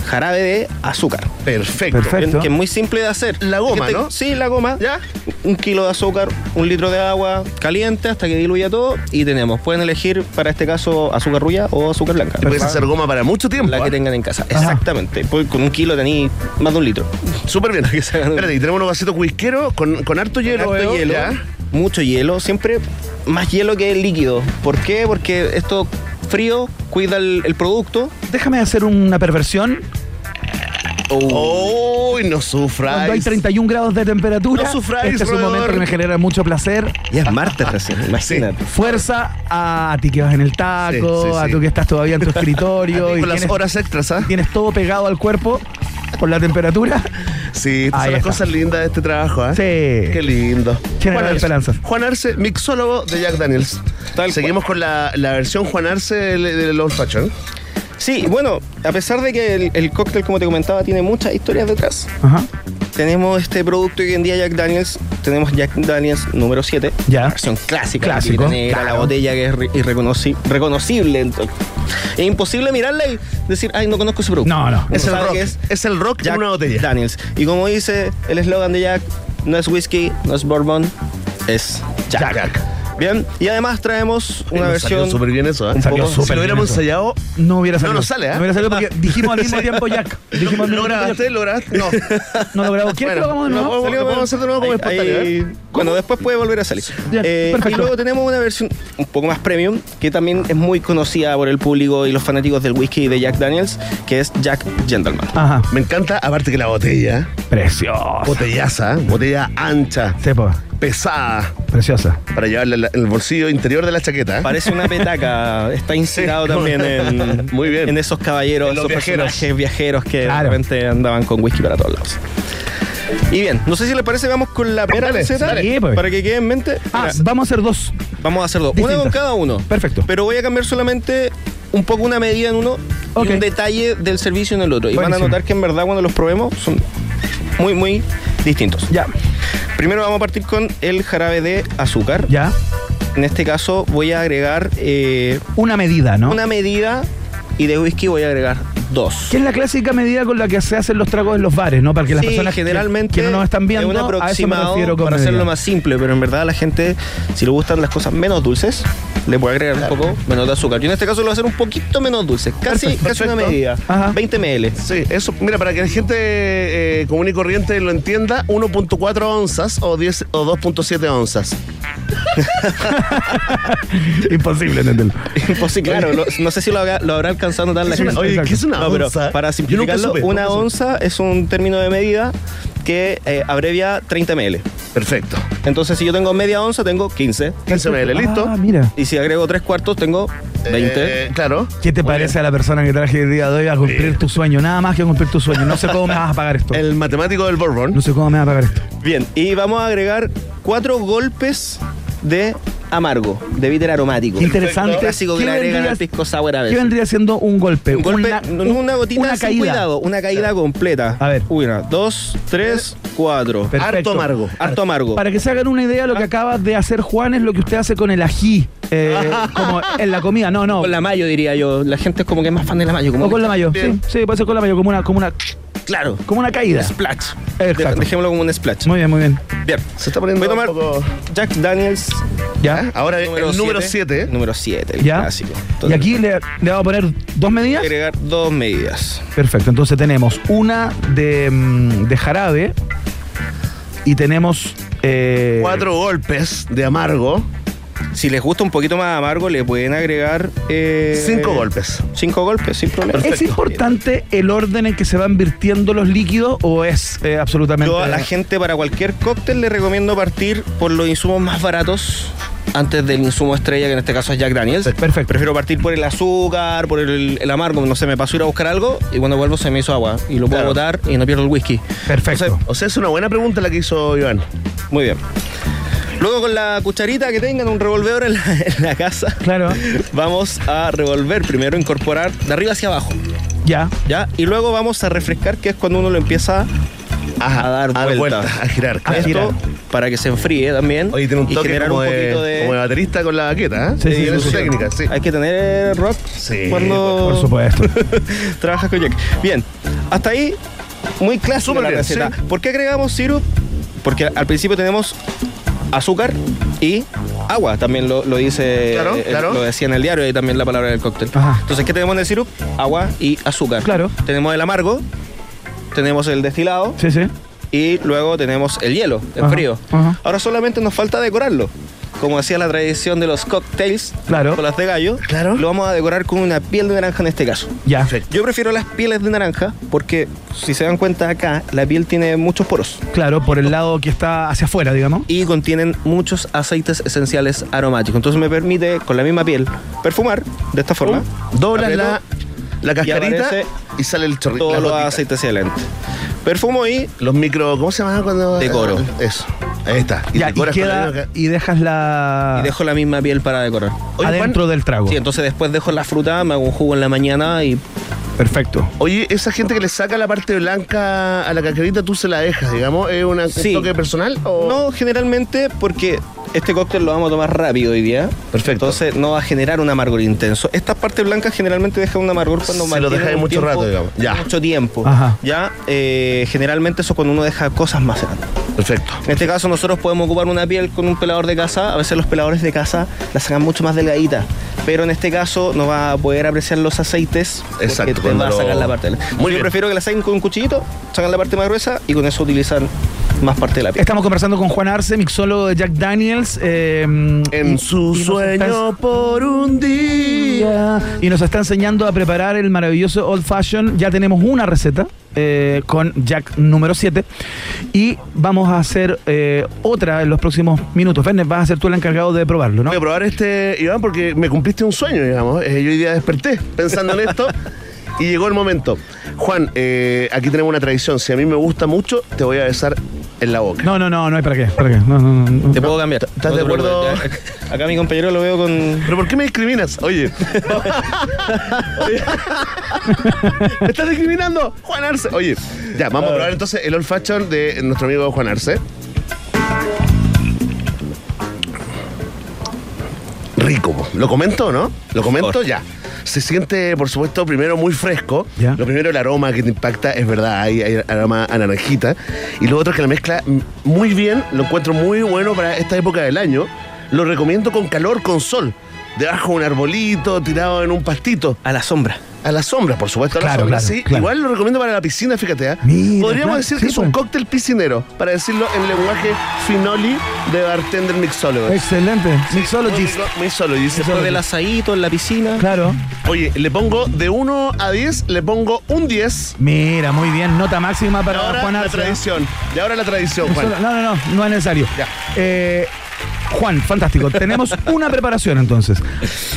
[SPEAKER 5] jarabe de azúcar.
[SPEAKER 3] Perfecto.
[SPEAKER 2] Perfecto.
[SPEAKER 5] Bien, Que es muy simple de hacer.
[SPEAKER 3] La goma,
[SPEAKER 5] Fíjate-
[SPEAKER 3] ¿no?
[SPEAKER 5] Sí, la goma.
[SPEAKER 3] ¿Ya?
[SPEAKER 5] Un kilo de azúcar, un litro de agua caliente hasta que diluya todo y tenemos. Pueden elegir para este caso azúcar rubia o azúcar blanca.
[SPEAKER 3] Puedes hacer goma para mucho tiempo.
[SPEAKER 5] La que
[SPEAKER 3] ¿eh?
[SPEAKER 5] tengan en casa.
[SPEAKER 2] Ajá.
[SPEAKER 5] Exactamente. Pues con un kilo tenéis más de un litro.
[SPEAKER 3] Súper bien. Espérate, y tenemos unos vasitos whiskeros con, con harto hielo.
[SPEAKER 5] Harto
[SPEAKER 3] veo,
[SPEAKER 5] hielo,
[SPEAKER 3] ¿ya?
[SPEAKER 5] mucho hielo, siempre más hielo que el líquido. ¿Por qué? Porque esto frío cuida el, el producto.
[SPEAKER 2] Déjame hacer una perversión.
[SPEAKER 3] ¡Uy, no sufras!
[SPEAKER 2] Cuando hay 31 grados de temperatura,
[SPEAKER 3] No sufráis,
[SPEAKER 2] este es un
[SPEAKER 3] roedor.
[SPEAKER 2] momento que me genera mucho placer.
[SPEAKER 5] Y es martes recién, imagínate.
[SPEAKER 2] Fuerza a ti que vas en el taco,
[SPEAKER 3] Sí, sí,
[SPEAKER 2] a
[SPEAKER 3] sí.
[SPEAKER 2] tú que estás todavía en tu escritorio y
[SPEAKER 3] Con las
[SPEAKER 2] tienes,
[SPEAKER 3] horas extras, ¿ah?
[SPEAKER 2] tienes todo pegado al cuerpo por la temperatura.
[SPEAKER 3] Sí,
[SPEAKER 2] Ahí
[SPEAKER 3] son las
[SPEAKER 2] está.
[SPEAKER 3] cosas lindas de este trabajo, ¿eh?
[SPEAKER 2] Sí.
[SPEAKER 3] Qué lindo.
[SPEAKER 2] Generar esperanzas.
[SPEAKER 3] Juan Arce, mixólogo de Jack Daniels.
[SPEAKER 5] Tal
[SPEAKER 3] Seguimos con la, la versión Juan Arce del, del Old Fashion.
[SPEAKER 5] Sí, bueno, a pesar de que el, el cóctel, como te comentaba, tiene muchas historias detrás,
[SPEAKER 2] Ajá.
[SPEAKER 5] tenemos este producto que hoy en día Jack Daniels tenemos Jack Daniels número 7.
[SPEAKER 2] Ya.
[SPEAKER 5] Versión clásica. la
[SPEAKER 2] Clásico,
[SPEAKER 5] etiqueta negra,
[SPEAKER 2] claro.
[SPEAKER 5] La botella que es re- irreconoci- reconocible. Entonces, Es imposible mirarla y decir, ay, no conozco ese producto.
[SPEAKER 2] No, no.
[SPEAKER 5] Uno
[SPEAKER 3] Es el
[SPEAKER 5] sabe
[SPEAKER 3] rock.
[SPEAKER 5] que
[SPEAKER 3] Es, el rock en
[SPEAKER 5] Jack
[SPEAKER 3] una botella.
[SPEAKER 5] Daniels. Y como dice el eslogan de Jack, no es whisky, no es bourbon, es Jack.
[SPEAKER 3] Jack.
[SPEAKER 5] Bien, y además traemos
[SPEAKER 3] Nos
[SPEAKER 5] una
[SPEAKER 3] salió
[SPEAKER 5] versión.
[SPEAKER 3] súper bien eso, ¿eh?
[SPEAKER 5] un
[SPEAKER 2] Salió
[SPEAKER 5] poco-
[SPEAKER 2] súper
[SPEAKER 3] si lo hubiéramos
[SPEAKER 2] bien eso.
[SPEAKER 3] ensayado,
[SPEAKER 2] No hubiera salido.
[SPEAKER 3] No nos sale, ¿eh?
[SPEAKER 2] No hubiera salido porque dijimos al mismo tiempo Jack. Dijimos al mismo
[SPEAKER 3] ¿Lo
[SPEAKER 2] tiempo
[SPEAKER 3] grabaste?
[SPEAKER 2] Jack.
[SPEAKER 3] ¿Lo grabaste? No.
[SPEAKER 2] No lo grabamos. ¿Quién
[SPEAKER 3] Bueno,
[SPEAKER 2] lo hagamos de
[SPEAKER 3] no
[SPEAKER 2] nuevo?
[SPEAKER 3] puedo- Lo podemos hacer de nuevo como
[SPEAKER 5] Ahí-
[SPEAKER 3] espontáneo,
[SPEAKER 5] ahí-
[SPEAKER 3] ¿eh?
[SPEAKER 5] Bueno, después puede volver a salir.
[SPEAKER 2] Ya,
[SPEAKER 5] Eh, y
[SPEAKER 2] perfecto.
[SPEAKER 5] luego tenemos una versión un poco más premium, que también es muy conocida por el público y los fanáticos del whisky y de Jack Daniels, que es Jack Gentleman.
[SPEAKER 2] Ajá.
[SPEAKER 3] Me encanta, aparte que la botella,
[SPEAKER 2] Preciosa.
[SPEAKER 3] botellaza, botella ancha,
[SPEAKER 2] Sepo.
[SPEAKER 3] pesada,
[SPEAKER 2] Preciosa.
[SPEAKER 3] para llevarla en la- en el bolsillo interior de la chaqueta. ¿eh?
[SPEAKER 5] Parece una petaca, está inspirado
[SPEAKER 3] Sí,
[SPEAKER 5] también en,
[SPEAKER 3] Muy bien.
[SPEAKER 5] en esos caballeros,
[SPEAKER 3] En los
[SPEAKER 5] esos
[SPEAKER 3] viajeros.
[SPEAKER 5] personajes viajeros que
[SPEAKER 2] Claro.
[SPEAKER 5] de repente andaban con whisky para todos lados. Y bien, no sé si les parece, vamos con la primera
[SPEAKER 3] Dale,
[SPEAKER 5] receta
[SPEAKER 3] dale.
[SPEAKER 2] Sí, pues.
[SPEAKER 5] para que quede en mente.
[SPEAKER 2] Ah,
[SPEAKER 5] Mira,
[SPEAKER 2] vamos a hacer dos.
[SPEAKER 5] Vamos a hacerlo. Una con
[SPEAKER 2] Distintas.
[SPEAKER 5] cada uno.
[SPEAKER 2] Perfecto.
[SPEAKER 5] Pero voy a cambiar solamente un poco una medida en uno
[SPEAKER 2] Ok.
[SPEAKER 5] y un detalle del servicio en el otro. Y van a
[SPEAKER 2] Buenísimo.
[SPEAKER 5] notar que en verdad cuando los probemos son muy, muy distintos.
[SPEAKER 2] Ya.
[SPEAKER 5] Primero vamos a partir con el jarabe de azúcar.
[SPEAKER 2] Ya.
[SPEAKER 5] En este caso voy a agregar eh,
[SPEAKER 2] Una medida, ¿no?
[SPEAKER 5] una medida y de whisky voy a agregar dos.
[SPEAKER 2] Que es la clásica medida con la que se hacen los tragos en los bares, ¿no? Para que las
[SPEAKER 5] Sí,
[SPEAKER 2] personas que-
[SPEAKER 5] generalmente
[SPEAKER 2] que, no nos están viendo,
[SPEAKER 5] es un
[SPEAKER 2] a eso me
[SPEAKER 5] aproximado
[SPEAKER 2] refiero con
[SPEAKER 5] para
[SPEAKER 2] medida.
[SPEAKER 5] hacerlo más simple, pero en verdad a la gente, si le gustan las cosas menos dulces, le puede agregar un poco menos de azúcar. Yo en este caso lo voy a hacer un poquito menos dulce, casi,
[SPEAKER 3] Perfecto,
[SPEAKER 5] casi una
[SPEAKER 3] perfecto.
[SPEAKER 5] medida,
[SPEAKER 2] Ajá.
[SPEAKER 5] 20 ml.
[SPEAKER 3] Sí, eso, mira, para que la gente eh, común y corriente lo entienda, 1.4 onzas o, 10 o 2.7 onzas.
[SPEAKER 2] Imposible entenderlo.
[SPEAKER 5] Imposible, claro, lo- no sé si lo, haga- lo habrá alcanzado a notar la
[SPEAKER 3] Es una-
[SPEAKER 5] gente.
[SPEAKER 3] oye, ¿qué es una
[SPEAKER 5] No, pero
[SPEAKER 3] onza? Yo
[SPEAKER 5] para
[SPEAKER 3] nunca
[SPEAKER 5] simplificarlo,
[SPEAKER 3] supe,
[SPEAKER 5] una
[SPEAKER 3] nunca supe.
[SPEAKER 5] onza es un término de medida que eh, abrevia 30 ml.
[SPEAKER 3] Perfecto.
[SPEAKER 5] Entonces, si yo tengo media onza, tengo 15.
[SPEAKER 3] 15 ml, listo.
[SPEAKER 2] Ah, mira.
[SPEAKER 5] Y si agrego tres cuartos, tengo 20.
[SPEAKER 3] Eh, claro.
[SPEAKER 2] ¿Qué te parece a la persona que traje el día de hoy a cumplir tu sueño? Nada más que a cumplir tu sueño. No sé cómo me vas a pagar esto.
[SPEAKER 3] El matemático del Bourbon.
[SPEAKER 2] No sé cómo me vas a pagar esto.
[SPEAKER 5] Bien, y vamos a agregar cuatro golpes de amargo, de bitter aromático.
[SPEAKER 2] Interesante.
[SPEAKER 5] El clásico que
[SPEAKER 2] ¿Qué
[SPEAKER 5] le agregan
[SPEAKER 2] vendría-
[SPEAKER 5] al pisco sour a
[SPEAKER 2] ¿Qué
[SPEAKER 5] veces.
[SPEAKER 2] vendría siendo un golpe?
[SPEAKER 5] Un golpe, no, no, una, gotita
[SPEAKER 2] una
[SPEAKER 5] sin
[SPEAKER 2] caída.
[SPEAKER 5] cuidado, una caída completa.
[SPEAKER 2] A ver.
[SPEAKER 5] Una, dos, tres, cuatro.
[SPEAKER 2] Perfecto.
[SPEAKER 3] Harto amargo.
[SPEAKER 5] Harto amargo.
[SPEAKER 2] Para que se hagan una idea,
[SPEAKER 5] Ah.
[SPEAKER 2] lo que acabas de hacer, Juan, es lo que usted hace con el ají. eh, como en la comida. No, no.
[SPEAKER 5] Con la mayo, diría yo. La gente es como que es más fan de la mayo. Como
[SPEAKER 2] O con la mayo. Sí,
[SPEAKER 3] Bien.
[SPEAKER 2] sí, puede ser con la mayo. Como una, como una,
[SPEAKER 5] Claro.
[SPEAKER 2] como una caída.
[SPEAKER 5] Splash.
[SPEAKER 2] Exacto.
[SPEAKER 5] Dejémoslo como un splash.
[SPEAKER 2] Muy bien, muy bien.
[SPEAKER 5] Bien.
[SPEAKER 3] Se está poniendo
[SPEAKER 5] Voy a tomar
[SPEAKER 3] un poco-
[SPEAKER 5] Jack Daniels
[SPEAKER 2] ¿Ya?
[SPEAKER 3] Ahora el número 7.
[SPEAKER 5] Número 7, el
[SPEAKER 2] ¿Ya?
[SPEAKER 5] Ah, clásico.
[SPEAKER 2] y
[SPEAKER 5] Entonces,
[SPEAKER 2] aquí le, le vamos a poner dos medidas.
[SPEAKER 5] voy a agregar dos medidas.
[SPEAKER 2] Perfecto, entonces tenemos una de, mm, de jarabe y tenemos... eh,
[SPEAKER 3] Cuatro golpes de amargo.
[SPEAKER 5] Si les gusta un poquito más amargo, le pueden agregar. eh,
[SPEAKER 3] Cinco golpes.
[SPEAKER 5] Cinco golpes, sin problema.
[SPEAKER 2] ¿Es importante el orden en que se van virtiendo los líquidos o es eh, absolutamente...
[SPEAKER 5] Yo a la gente, para cualquier cóctel, le recomiendo partir por los insumos más baratos antes del insumo estrella, que en este caso es Jack Daniels.
[SPEAKER 2] Perfecto.
[SPEAKER 5] Prefiero partir por el azúcar, por el, el amargo. No sé, me paso a ir a buscar algo y cuando vuelvo se me hizo agua. Y lo puedo
[SPEAKER 3] Claro.
[SPEAKER 5] botar y no pierdo el whisky.
[SPEAKER 2] Perfecto.
[SPEAKER 3] O sea, es una buena pregunta la que hizo Iván.
[SPEAKER 5] Muy bien. Luego con la cucharita que tengan, un revolvedor en la, en la casa.
[SPEAKER 2] Claro.
[SPEAKER 5] Vamos a revolver primero, incorporar de arriba hacia abajo,
[SPEAKER 2] Ya.
[SPEAKER 5] ¿ya? Y luego vamos a refrescar, que es cuando uno lo empieza
[SPEAKER 3] Ajá,
[SPEAKER 5] a dar vuelta.
[SPEAKER 3] a girar.
[SPEAKER 2] Ah,
[SPEAKER 3] claro.
[SPEAKER 5] Esto
[SPEAKER 2] girar.
[SPEAKER 5] para que se enfríe también.
[SPEAKER 3] Oye, tiene un
[SPEAKER 5] y
[SPEAKER 3] toque
[SPEAKER 5] generar
[SPEAKER 3] como,
[SPEAKER 5] un poquito
[SPEAKER 3] de,
[SPEAKER 5] de...
[SPEAKER 3] como de baterista con la baqueta, ¿eh?
[SPEAKER 2] Sí, sí,
[SPEAKER 3] Tiene
[SPEAKER 2] sí,
[SPEAKER 3] su
[SPEAKER 2] sí.
[SPEAKER 3] técnica, sí.
[SPEAKER 5] Hay que tener rock
[SPEAKER 3] Sí,
[SPEAKER 5] cuando
[SPEAKER 2] Por supuesto.
[SPEAKER 5] trabajas con Jack. Bien, hasta ahí muy clásico
[SPEAKER 3] Súper
[SPEAKER 5] la
[SPEAKER 3] bien,
[SPEAKER 5] receta.
[SPEAKER 3] sí.
[SPEAKER 5] ¿Por qué agregamos syrup? Porque al principio tenemos azúcar y agua, también lo, lo dice,
[SPEAKER 3] Claro,
[SPEAKER 5] eh,
[SPEAKER 3] claro.
[SPEAKER 5] lo decía en el diario y también la palabra del cóctel.
[SPEAKER 2] Ajá.
[SPEAKER 5] Entonces, ¿qué tenemos en el syrup? Agua y azúcar.
[SPEAKER 2] Claro.
[SPEAKER 5] Tenemos el amargo, tenemos el destilado
[SPEAKER 2] Sí, sí.
[SPEAKER 5] y luego tenemos el hielo, el
[SPEAKER 2] Ajá,
[SPEAKER 5] frío.
[SPEAKER 2] ajá.
[SPEAKER 5] Ahora solamente nos falta decorarlo. Como hacía la tradición de los cocktails
[SPEAKER 2] Claro.
[SPEAKER 5] con las de gallo,
[SPEAKER 3] Claro.
[SPEAKER 5] lo vamos a decorar con una piel de naranja en este caso.
[SPEAKER 2] Ya.
[SPEAKER 5] Yo prefiero las pieles de naranja porque, si se dan cuenta acá, la piel tiene muchos poros
[SPEAKER 2] Claro, por el lado que está hacia afuera, digamos.
[SPEAKER 5] y contienen muchos aceites esenciales aromáticos. Entonces me permite, con la misma piel, perfumar de esta forma.
[SPEAKER 3] Doblas
[SPEAKER 5] Aprieto
[SPEAKER 3] la, la cascarita
[SPEAKER 5] aparece
[SPEAKER 3] y, sale el chorrito.
[SPEAKER 5] todos
[SPEAKER 3] las
[SPEAKER 5] los
[SPEAKER 3] gotitas.
[SPEAKER 5] aceites excelentes. Perfumo y
[SPEAKER 3] Los micro. ¿Cómo se llama cuando.?
[SPEAKER 5] Decoro.
[SPEAKER 3] Eso. Ahí está.
[SPEAKER 2] ya, y
[SPEAKER 3] decoras con la
[SPEAKER 2] queda...
[SPEAKER 3] misma ca-
[SPEAKER 2] Y dejas la...
[SPEAKER 5] y dejo la misma piel para decorar.
[SPEAKER 3] Oye,
[SPEAKER 2] adentro
[SPEAKER 3] Juan,
[SPEAKER 2] del trago.
[SPEAKER 5] Sí, entonces después dejo la fruta, me hago un jugo en la mañana y
[SPEAKER 2] Perfecto.
[SPEAKER 3] Oye, esa gente que le saca la parte blanca a la cacarita, tú se la dejas, digamos, ¿es una,
[SPEAKER 5] Sí.
[SPEAKER 3] un toque personal? O...
[SPEAKER 5] No, generalmente porque este cóctel lo vamos a tomar rápido hoy día.
[SPEAKER 3] Perfecto.
[SPEAKER 5] Entonces no va a generar un amargor intenso. Estas partes blancas generalmente dejan un amargor cuando
[SPEAKER 3] Se
[SPEAKER 5] mantienen
[SPEAKER 3] lo deja de
[SPEAKER 5] un
[SPEAKER 3] mucho
[SPEAKER 5] tiempo-
[SPEAKER 3] rato, digamos. Ya.
[SPEAKER 5] Mucho tiempo.
[SPEAKER 2] Ajá.
[SPEAKER 5] Ya, eh, generalmente eso cuando uno deja cosas macerando.
[SPEAKER 3] Perfecto.
[SPEAKER 5] En este caso nosotros podemos ocupar una piel con un pelador de casa. A veces los peladores de casa la sacan mucho más delgadita. Pero en este caso no va a poder apreciar los aceites. porque
[SPEAKER 3] Exacto,
[SPEAKER 5] Te
[SPEAKER 3] cuando
[SPEAKER 5] va a sacar
[SPEAKER 3] lo-
[SPEAKER 5] la parte.
[SPEAKER 3] Muy
[SPEAKER 5] Muy Yo
[SPEAKER 3] bien.
[SPEAKER 5] prefiero que la saquen con un cuchillito, sacan la parte más gruesa y con eso utilizan más parte de la piel.
[SPEAKER 2] Estamos conversando con Juan Arce, mixólogo de Jack Daniels. eh,
[SPEAKER 3] En
[SPEAKER 2] y-
[SPEAKER 3] su
[SPEAKER 2] y nos
[SPEAKER 3] sueño por un día.
[SPEAKER 2] está- y nos está enseñando a preparar el maravilloso Old Fashion. Ya tenemos una receta eh, con Jack número 7. Y vamos a hacer eh, otra en los próximos minutos. Fernes, vas a ser tú el encargado de probarlo, ¿no?
[SPEAKER 3] Voy a probar este, Iván, porque me cumpliste un sueño, digamos. Eh, yo hoy día desperté pensando en esto y llegó el momento. Juan, eh, aquí tenemos una tradición. Si a mí me gusta mucho, te voy a besar en la boca.
[SPEAKER 2] No, no, no, no hay para qué. Para qué. No, no, no, no.
[SPEAKER 5] Te puedo cambiar.
[SPEAKER 3] ¿Estás de
[SPEAKER 5] te
[SPEAKER 3] acuerdo?
[SPEAKER 5] preocupes, ya. Acá mi compañero lo veo con.
[SPEAKER 3] ¿Pero por qué me discriminas? Oye. ¿Me estás discriminando? Juan Arce. Oye, ya, vamos a probar entonces el old fashion de nuestro amigo Juan Arce. Rico. ¿Lo comento o no? ¿Lo comento?
[SPEAKER 5] Por.
[SPEAKER 3] Ya. Se siente, por supuesto, primero muy fresco.
[SPEAKER 2] Ya.
[SPEAKER 3] Lo primero, el aroma que te impacta, es verdad, hay, hay aroma a naranjita. Y lo otro es que la mezcla mm, muy bien, lo encuentro muy bueno para esta época del año. Lo recomiendo con calor, con sol. Debajo de un arbolito, tirado en un pastito.
[SPEAKER 5] A la sombra.
[SPEAKER 3] A la sombra, por supuesto, a la
[SPEAKER 2] Claro,
[SPEAKER 3] sombra,
[SPEAKER 2] claro,
[SPEAKER 3] sí.
[SPEAKER 2] claro.
[SPEAKER 3] Igual lo recomiendo para la piscina, fíjate. ¿ah?
[SPEAKER 2] Mira,
[SPEAKER 3] Podríamos
[SPEAKER 2] claro,
[SPEAKER 3] decir
[SPEAKER 2] sí,
[SPEAKER 3] que es un
[SPEAKER 2] pues.
[SPEAKER 3] cóctel piscinero, para decirlo en lenguaje finoli de bartender mixólogo.
[SPEAKER 2] Excelente. Mixologist.
[SPEAKER 3] Muy rico, Mixologist.
[SPEAKER 5] Después del asadito en la piscina.
[SPEAKER 2] Claro.
[SPEAKER 3] Oye, le pongo de 1 a 10, le pongo un 10.
[SPEAKER 2] Mira, muy bien. Nota máxima
[SPEAKER 3] Y
[SPEAKER 2] para
[SPEAKER 3] ahora
[SPEAKER 2] Juan
[SPEAKER 3] la
[SPEAKER 2] Arce. ¿no?
[SPEAKER 3] tradición. Y ahora la tradición, Juan.
[SPEAKER 2] Solo- No, no, no, no es necesario.
[SPEAKER 3] Ya.
[SPEAKER 2] Eh, Juan, fantástico. Tenemos una preparación entonces.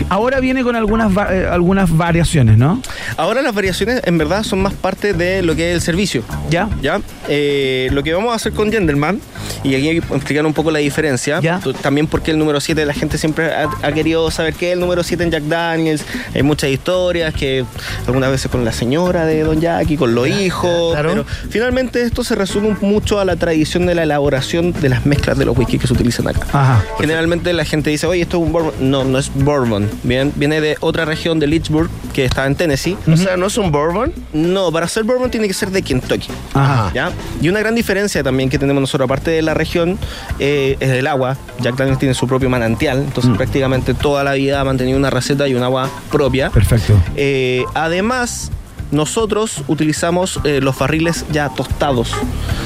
[SPEAKER 2] Ahora viene con algunas, va- eh, algunas variaciones, ¿no?
[SPEAKER 5] Ahora las variaciones en verdad son más parte de lo que es el servicio.
[SPEAKER 2] ¿Ya?
[SPEAKER 5] ¿Ya? Eh, lo que vamos a hacer con Gentleman, y aquí hay que explicar un poco la diferencia,
[SPEAKER 2] Ya.
[SPEAKER 5] tú- también porque el número 7, la gente siempre ha, ha querido saber qué es el número 7 en Jack Daniels, hay muchas historias, que algunas veces con la señora de Don Jackie, con los hijos,
[SPEAKER 3] claro.
[SPEAKER 5] pero finalmente esto se resume mucho a la tradición de la elaboración de las mezclas de los whisky que se utilizan acá.
[SPEAKER 2] Ajá.
[SPEAKER 5] Generalmente la gente dice, oye, esto es un bourbon. No, no es bourbon. Bien, viene de otra región de Lynchburg, que está en Tennessee.
[SPEAKER 3] O sea, ¿no es un bourbon?
[SPEAKER 5] No, para ser bourbon tiene que ser de Kentucky.
[SPEAKER 2] Ajá.
[SPEAKER 5] ¿ya? Y una gran diferencia también que tenemos nosotros, aparte de la región, eh, es el agua. Jack Daniels tiene su propio manantial, entonces prácticamente toda la vida ha mantenido una receta y un agua propia.
[SPEAKER 2] Perfecto.
[SPEAKER 5] Eh, además, nosotros utilizamos eh, los barriles ya tostados.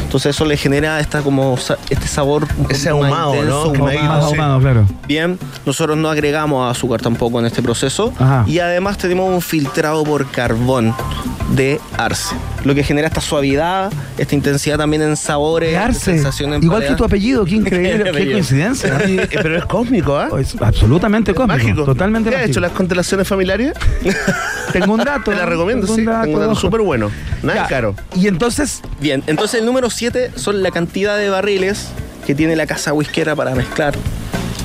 [SPEAKER 5] Entonces eso le genera esta, como, sa- este sabor un
[SPEAKER 3] Ese
[SPEAKER 5] poquito más
[SPEAKER 3] ahumado,
[SPEAKER 5] intenso,
[SPEAKER 3] ¿no? Que me ha
[SPEAKER 5] ahumado.
[SPEAKER 3] ido,
[SPEAKER 2] Más
[SPEAKER 3] sí.
[SPEAKER 2] ahumado, claro.
[SPEAKER 5] Bien, nosotros no agregamos azúcar tampoco en este proceso
[SPEAKER 2] Ajá.
[SPEAKER 5] y además tenemos un filtrado por carbón de arce, lo que genera esta suavidad, esta intensidad también en sabores,
[SPEAKER 2] Arce,
[SPEAKER 5] sensación en
[SPEAKER 2] Igual
[SPEAKER 5] paladar.
[SPEAKER 2] que tu apellido, qué
[SPEAKER 5] Mi
[SPEAKER 2] increíble, qué
[SPEAKER 5] apellido.
[SPEAKER 2] coincidencia.
[SPEAKER 3] Eh, Pero es cósmico, ¿ah?
[SPEAKER 2] Es absolutamente cósmico.
[SPEAKER 3] Mágico.
[SPEAKER 2] Totalmente
[SPEAKER 3] ¿Qué has
[SPEAKER 2] mágico.
[SPEAKER 3] hecho las constelaciones familiares?
[SPEAKER 2] Tengo un dato.
[SPEAKER 3] Te la recomiendo, sí. Tengo un dato
[SPEAKER 2] ojo.
[SPEAKER 3] súper bueno. Nada
[SPEAKER 2] Ya,
[SPEAKER 3] es caro.
[SPEAKER 2] Y entonces,
[SPEAKER 5] Bien, entonces el número 7 son la cantidad de barriles que tiene la casa whiskera para mezclar.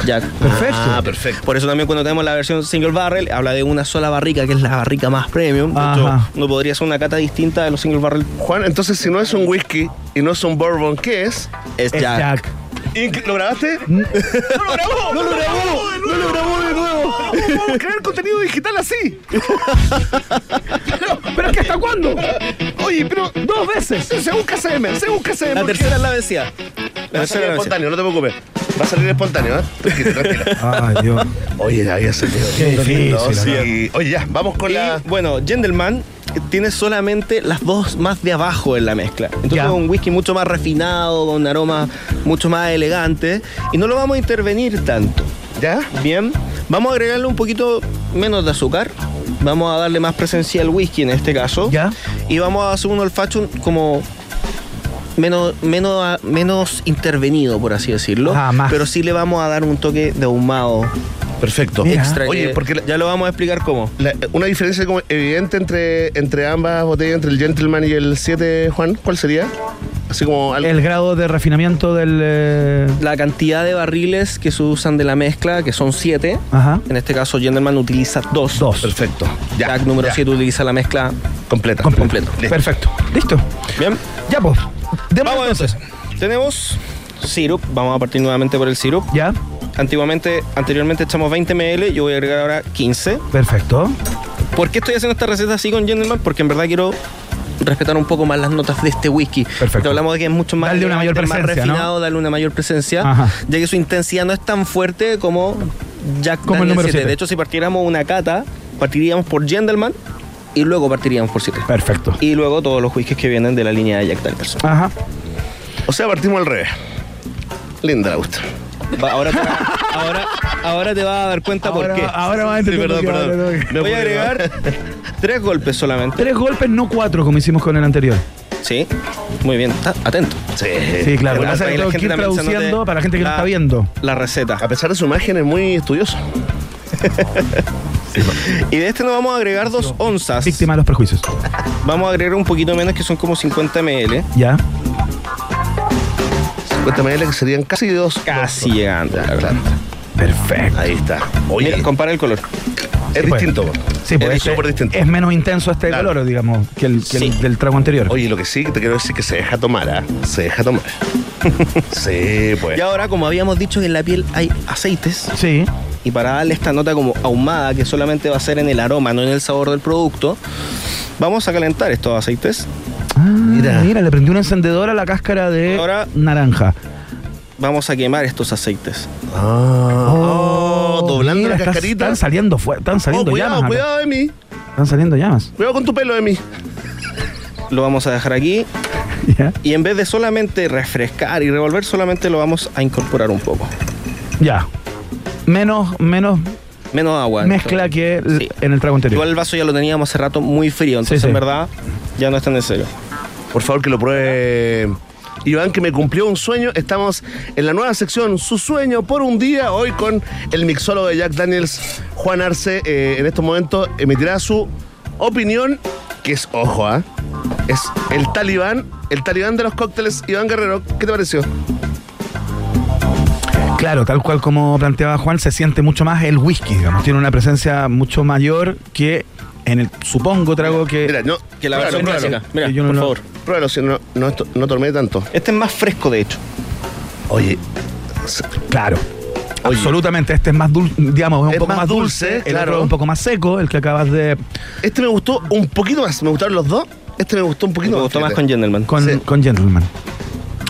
[SPEAKER 5] Jack.
[SPEAKER 2] perfecto.
[SPEAKER 3] Ah, perfecto.
[SPEAKER 5] Por eso también cuando tenemos la versión single barrel habla de una sola barrica que es la barrica más premium. De
[SPEAKER 2] Ajá.
[SPEAKER 5] hecho, no podría ser una cata distinta de los single barrel.
[SPEAKER 3] Juan, entonces si no es un whisky y no es un bourbon, ¿qué es?
[SPEAKER 5] Es
[SPEAKER 2] Es
[SPEAKER 5] Jack.
[SPEAKER 2] Jack.
[SPEAKER 3] Inc- ¿Lo grabaste? ¡No lo grabó! ¡No lo grabó! ¡No lo grabó de nuevo! ¿Cómo vamos a crear contenido digital así?
[SPEAKER 2] ¿Pero es que hasta cuándo?
[SPEAKER 3] Oye, pero
[SPEAKER 2] Dos veces.
[SPEAKER 3] según KCM, según KCM. ¿por
[SPEAKER 5] La
[SPEAKER 3] qué?
[SPEAKER 5] tercera es la vencida. La
[SPEAKER 3] Va a
[SPEAKER 5] tercera
[SPEAKER 3] salir
[SPEAKER 5] es la vencida.
[SPEAKER 3] espontáneo, no te preocupes. Va a salir espontáneo, ¿eh? Tranquilo, tranquilo.
[SPEAKER 2] Ay, Dios.
[SPEAKER 3] Oye, ya había salido.
[SPEAKER 2] Qué difícil,
[SPEAKER 3] No, sí.
[SPEAKER 2] ¿no?
[SPEAKER 3] Oye, ya, vamos con la...
[SPEAKER 5] Y bueno, Gentleman eh, tiene solamente las dos más de abajo en la mezcla. Entonces
[SPEAKER 2] Ya.
[SPEAKER 5] es un whisky mucho más refinado, con un aroma mucho más elegante. Y no lo vamos a intervenir tanto.
[SPEAKER 3] ¿Ya?
[SPEAKER 5] Bien, vamos a agregarle un poquito menos de azúcar. Vamos a darle más presencia al whisky en este caso.
[SPEAKER 2] Ya.
[SPEAKER 5] Y vamos a hacer un olfaction como menos, menos, a- menos intervenido, por así decirlo.
[SPEAKER 2] Ah, más.
[SPEAKER 5] Pero sí le vamos a dar un toque de ahumado
[SPEAKER 3] Perfecto.
[SPEAKER 2] Mira.
[SPEAKER 5] extra.
[SPEAKER 3] Oye,
[SPEAKER 5] que
[SPEAKER 3] porque la-
[SPEAKER 5] ya lo vamos a explicar cómo.
[SPEAKER 3] La- una diferencia como evidente entre, entre ambas botellas, entre el Gentleman y el 7, Juan, ¿cuál sería? Así como algo...
[SPEAKER 2] El grado de refinamiento del. eh,
[SPEAKER 5] la cantidad de barriles que se usan de la mezcla, que son 7.
[SPEAKER 2] Ajá.
[SPEAKER 5] En este caso, Gentleman utiliza 2.
[SPEAKER 2] Ah. Dos.
[SPEAKER 3] Perfecto.
[SPEAKER 5] Jack número 7 utiliza la mezcla
[SPEAKER 3] Completa.
[SPEAKER 2] Completo.
[SPEAKER 3] Listo.
[SPEAKER 2] Perfecto. Listo.
[SPEAKER 5] Bien.
[SPEAKER 2] Ya, pues. De más,
[SPEAKER 5] Vamos entonces. Tenemos sirup. Vamos a partir nuevamente por el sirup.
[SPEAKER 2] Ya.
[SPEAKER 5] Antiguamente, anteriormente echamos 20 ml. Yo voy a agregar ahora 15.
[SPEAKER 2] Perfecto.
[SPEAKER 5] ¿Por qué estoy haciendo esta receta así con Gentleman? Porque en verdad quiero respetar un poco más las notas de este whisky.
[SPEAKER 2] Perfecto.
[SPEAKER 5] Te hablamos de que es mucho más,
[SPEAKER 2] Darle una mayor
[SPEAKER 5] elegante, más
[SPEAKER 2] presencia, ¿no?
[SPEAKER 5] refinado, darle una mayor presencia,
[SPEAKER 2] Ajá.
[SPEAKER 5] ya que su intensidad no es tan fuerte como Jack
[SPEAKER 2] Como el
[SPEAKER 5] Daniel
[SPEAKER 2] número
[SPEAKER 5] siete.
[SPEAKER 2] siete.
[SPEAKER 5] De hecho, si partiéramos una cata, partiríamos por Gentleman y luego partiríamos por 7.
[SPEAKER 2] Perfecto. Ah.
[SPEAKER 5] Y luego todos los whiskies que vienen de la línea de Jack Danielson.
[SPEAKER 2] Ajá.
[SPEAKER 3] O sea, partimos al revés. Linda la gusta.
[SPEAKER 5] Va, ahora, te va- ahora, ahora te vas a dar cuenta
[SPEAKER 2] Ahora,
[SPEAKER 5] por qué.
[SPEAKER 2] ahora va a
[SPEAKER 3] Sí,
[SPEAKER 2] entender.
[SPEAKER 3] perdón,
[SPEAKER 2] que ahora
[SPEAKER 3] perdón.
[SPEAKER 2] no-
[SPEAKER 3] Me
[SPEAKER 5] Voy a
[SPEAKER 3] puse mal.
[SPEAKER 5] agregar tres golpes solamente.
[SPEAKER 2] Tres golpes, no cuatro, como hicimos con el anterior.
[SPEAKER 5] Sí, muy bien, está atento.
[SPEAKER 3] Sí.
[SPEAKER 2] Sí, claro. Lo que
[SPEAKER 5] Para
[SPEAKER 2] pasa es que
[SPEAKER 5] que la
[SPEAKER 2] tengo que
[SPEAKER 5] gente
[SPEAKER 2] ir
[SPEAKER 5] también se note
[SPEAKER 2] traduciendo para la gente que no
[SPEAKER 5] la-
[SPEAKER 2] está viendo.
[SPEAKER 5] La receta.
[SPEAKER 3] A pesar de su imagen, es muy estudioso.
[SPEAKER 5] Y de este nos vamos a agregar dos onzas.
[SPEAKER 2] Víctima de los prejuicios.
[SPEAKER 5] Vamos a agregar un poquito menos, que son como 50 ml.
[SPEAKER 2] Ya.
[SPEAKER 3] 50 ml que serían casi dos.
[SPEAKER 5] Casi llegando.
[SPEAKER 3] Ya,
[SPEAKER 5] la verdad.
[SPEAKER 3] claro.
[SPEAKER 2] Perfecto.
[SPEAKER 3] Ahí está. Oye,
[SPEAKER 5] Mira, compara el color.
[SPEAKER 3] es
[SPEAKER 2] pues.
[SPEAKER 3] distinto. po.
[SPEAKER 2] Sí, pues
[SPEAKER 3] es
[SPEAKER 2] este
[SPEAKER 3] súper distinto.
[SPEAKER 2] es menos intenso este
[SPEAKER 3] Claro.
[SPEAKER 2] color, digamos, que el, que el
[SPEAKER 5] Sí.
[SPEAKER 2] del trago anterior.
[SPEAKER 3] Oye, lo que sí que te quiero decir que se deja tomar, ¿ah? Se deja tomar. sí, pues.
[SPEAKER 5] Y ahora, como habíamos dicho, en la piel hay aceites.
[SPEAKER 2] Sí.
[SPEAKER 5] Y para darle esta nota como ahumada, que solamente va a ser en el aroma, no en el sabor del producto, vamos a calentar estos aceites.
[SPEAKER 2] Ah, mira.
[SPEAKER 3] Mira.
[SPEAKER 2] le prendí un encendedor a la cáscara de
[SPEAKER 5] Ahora-
[SPEAKER 2] naranja.
[SPEAKER 5] Vamos a quemar estos aceites.
[SPEAKER 3] Ah, oh, doblando
[SPEAKER 2] mira,
[SPEAKER 3] la
[SPEAKER 2] estás-
[SPEAKER 3] cascarita.
[SPEAKER 2] Están saliendo, fuer- están
[SPEAKER 3] Oh,
[SPEAKER 2] saliendo llamas.
[SPEAKER 3] cuidado,
[SPEAKER 2] acá.
[SPEAKER 3] cuidado, Emi.
[SPEAKER 2] Están saliendo llamas.
[SPEAKER 3] Cuidado con tu pelo, Emi.
[SPEAKER 5] Lo vamos a dejar aquí
[SPEAKER 2] Ya.
[SPEAKER 5] y en vez de solamente refrescar y revolver, solamente lo vamos a incorporar un poco.
[SPEAKER 2] Ya. Menos, menos
[SPEAKER 5] Menos agua.
[SPEAKER 2] mezcla
[SPEAKER 5] entonces.
[SPEAKER 2] que el-
[SPEAKER 5] Sí.
[SPEAKER 2] en el trago anterior.
[SPEAKER 5] Igual el vaso ya lo teníamos hace rato muy frío, entonces
[SPEAKER 2] Sí, sí.
[SPEAKER 5] en verdad ya no es tan necesario.
[SPEAKER 3] Por favor, que lo pruebe. Iván, que me cumplió un sueño. Estamos en la nueva sección Su sueño por un día. Hoy con el mixólogo de Jack Daniels, Juan Arce. eh, en estos momentos emitirá su opinión, que es, ojo, ¿ah? es el talibán, el talibán de los cócteles. Iván Guerrero, ¿qué te pareció?
[SPEAKER 2] Claro, tal cual como planteaba Juan, se siente mucho más el whisky, digamos. Tiene una presencia mucho mayor que en el supongo trago que.
[SPEAKER 3] Mira, no,
[SPEAKER 5] Que la
[SPEAKER 3] pruébalo,
[SPEAKER 5] versión
[SPEAKER 3] pruébalo.
[SPEAKER 5] clásica. Mira,
[SPEAKER 2] Que yo no
[SPEAKER 5] por
[SPEAKER 2] lo-
[SPEAKER 5] favor.
[SPEAKER 3] Pruébalo, si no, no, esto- no tomé tanto.
[SPEAKER 5] Este es más fresco, de hecho.
[SPEAKER 3] Oye,
[SPEAKER 2] claro.
[SPEAKER 3] Oye.
[SPEAKER 2] Absolutamente, este es más dulce, digamos, es un
[SPEAKER 3] Es
[SPEAKER 2] poco
[SPEAKER 3] más
[SPEAKER 2] más dulce,
[SPEAKER 3] dulce,
[SPEAKER 2] el
[SPEAKER 3] claro.
[SPEAKER 2] otro es un poco más seco, el que acabas de
[SPEAKER 3] este me gustó un poquito más. Me gustaron los dos. Este me gustó un poquito
[SPEAKER 5] Me
[SPEAKER 3] más.
[SPEAKER 5] gustó más con
[SPEAKER 3] fíjate.
[SPEAKER 5] Gentleman.
[SPEAKER 2] con,
[SPEAKER 3] Sí.
[SPEAKER 2] con Gentleman.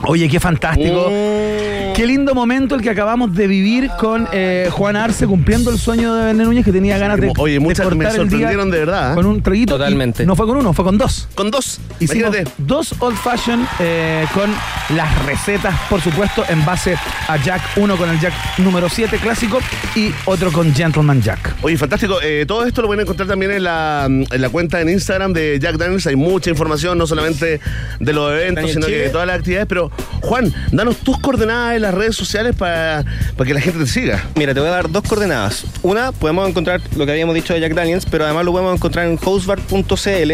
[SPEAKER 2] Oye, qué fantástico.
[SPEAKER 3] Mm.
[SPEAKER 2] Qué lindo momento el que acabamos de vivir con eh, Juan Arce cumpliendo el sueño de Bené Núñez que tenía ganas de,
[SPEAKER 3] Oye,
[SPEAKER 2] de
[SPEAKER 3] muchas me
[SPEAKER 2] cortar el día
[SPEAKER 3] sorprendieron de verdad. ¿eh?
[SPEAKER 2] con un traguito. y
[SPEAKER 5] Totalmente.
[SPEAKER 2] No fue con uno, fue con dos.
[SPEAKER 3] Con dos.
[SPEAKER 2] Hicimos
[SPEAKER 3] Imagínate.
[SPEAKER 2] dos old fashion eh, con las recetas, por supuesto, en base a Jack. Uno con el Jack número 7 clásico y otro con Gentleman Jack.
[SPEAKER 3] Oye, fantástico. Eh, todo esto lo pueden encontrar también en la, en la cuenta en Instagram de Jack Daniels. Hay mucha información, no solamente de los eventos,
[SPEAKER 5] Daniel
[SPEAKER 3] sino que
[SPEAKER 5] Chile.
[SPEAKER 3] de todas las actividades. Pero, Juan, danos tus coordenadas en las redes sociales para, para que la gente te siga.
[SPEAKER 5] Mira, te voy a dar dos coordenadas. Una, podemos encontrar lo que habíamos dicho de Jack Daniels, pero además lo podemos encontrar en hostbar.cl,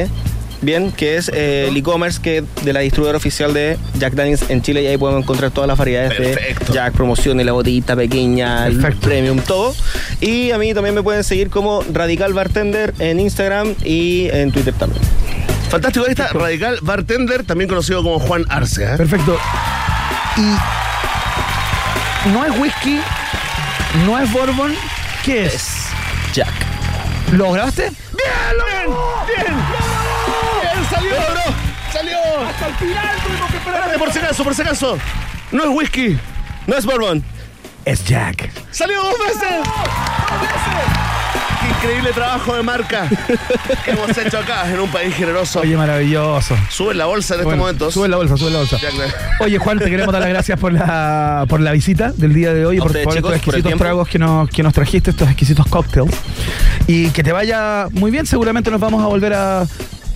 [SPEAKER 5] bien, que es eh, el e-commerce que de la distribuidora oficial de Jack Daniels en Chile y ahí podemos encontrar todas las variedades
[SPEAKER 3] Perfecto.
[SPEAKER 5] de Jack, promociones, la botellita pequeña, el
[SPEAKER 2] Perfecto.
[SPEAKER 5] premium, todo. Y a mí también me pueden seguir como Radical Bartender en Instagram y en Twitter también.
[SPEAKER 3] Fantástico, ahí está Radical Bartender, también conocido como Juan Arce. ¿eh?
[SPEAKER 2] Perfecto. Y no es whisky, no es bourbon. ¿Qué es?
[SPEAKER 5] Jack.
[SPEAKER 2] ¿Lo grabaste?
[SPEAKER 3] ¡Bien, lo bien! ¡Bien! ¡Bien, ¡Eh, salió! ¡Salió! ¡Hasta el final tuvimos que esperar! Espérate, por si acaso, por si acaso. No es whisky,
[SPEAKER 5] No es Bourbon.
[SPEAKER 2] Es Jack.
[SPEAKER 3] ¡Salió dos veces! ¡Qué increíble trabajo de marca que hemos hecho acá en un país generoso!
[SPEAKER 2] Oye, maravilloso.
[SPEAKER 3] Sube la bolsa en estos
[SPEAKER 2] Bueno,
[SPEAKER 3] momentos.
[SPEAKER 2] Sube la bolsa, sube la bolsa.
[SPEAKER 3] Jack Daniels.
[SPEAKER 2] Oye, Juan, te queremos dar las gracias por la, por la visita del día de hoy y
[SPEAKER 5] A
[SPEAKER 2] por,
[SPEAKER 5] ustedes,
[SPEAKER 2] por estos
[SPEAKER 5] chicos, por el
[SPEAKER 2] exquisitos
[SPEAKER 5] tiempo.
[SPEAKER 2] tragos que nos, que nos trajiste, estos exquisitos cócteles. Y que te vaya muy bien, seguramente nos vamos a volver a,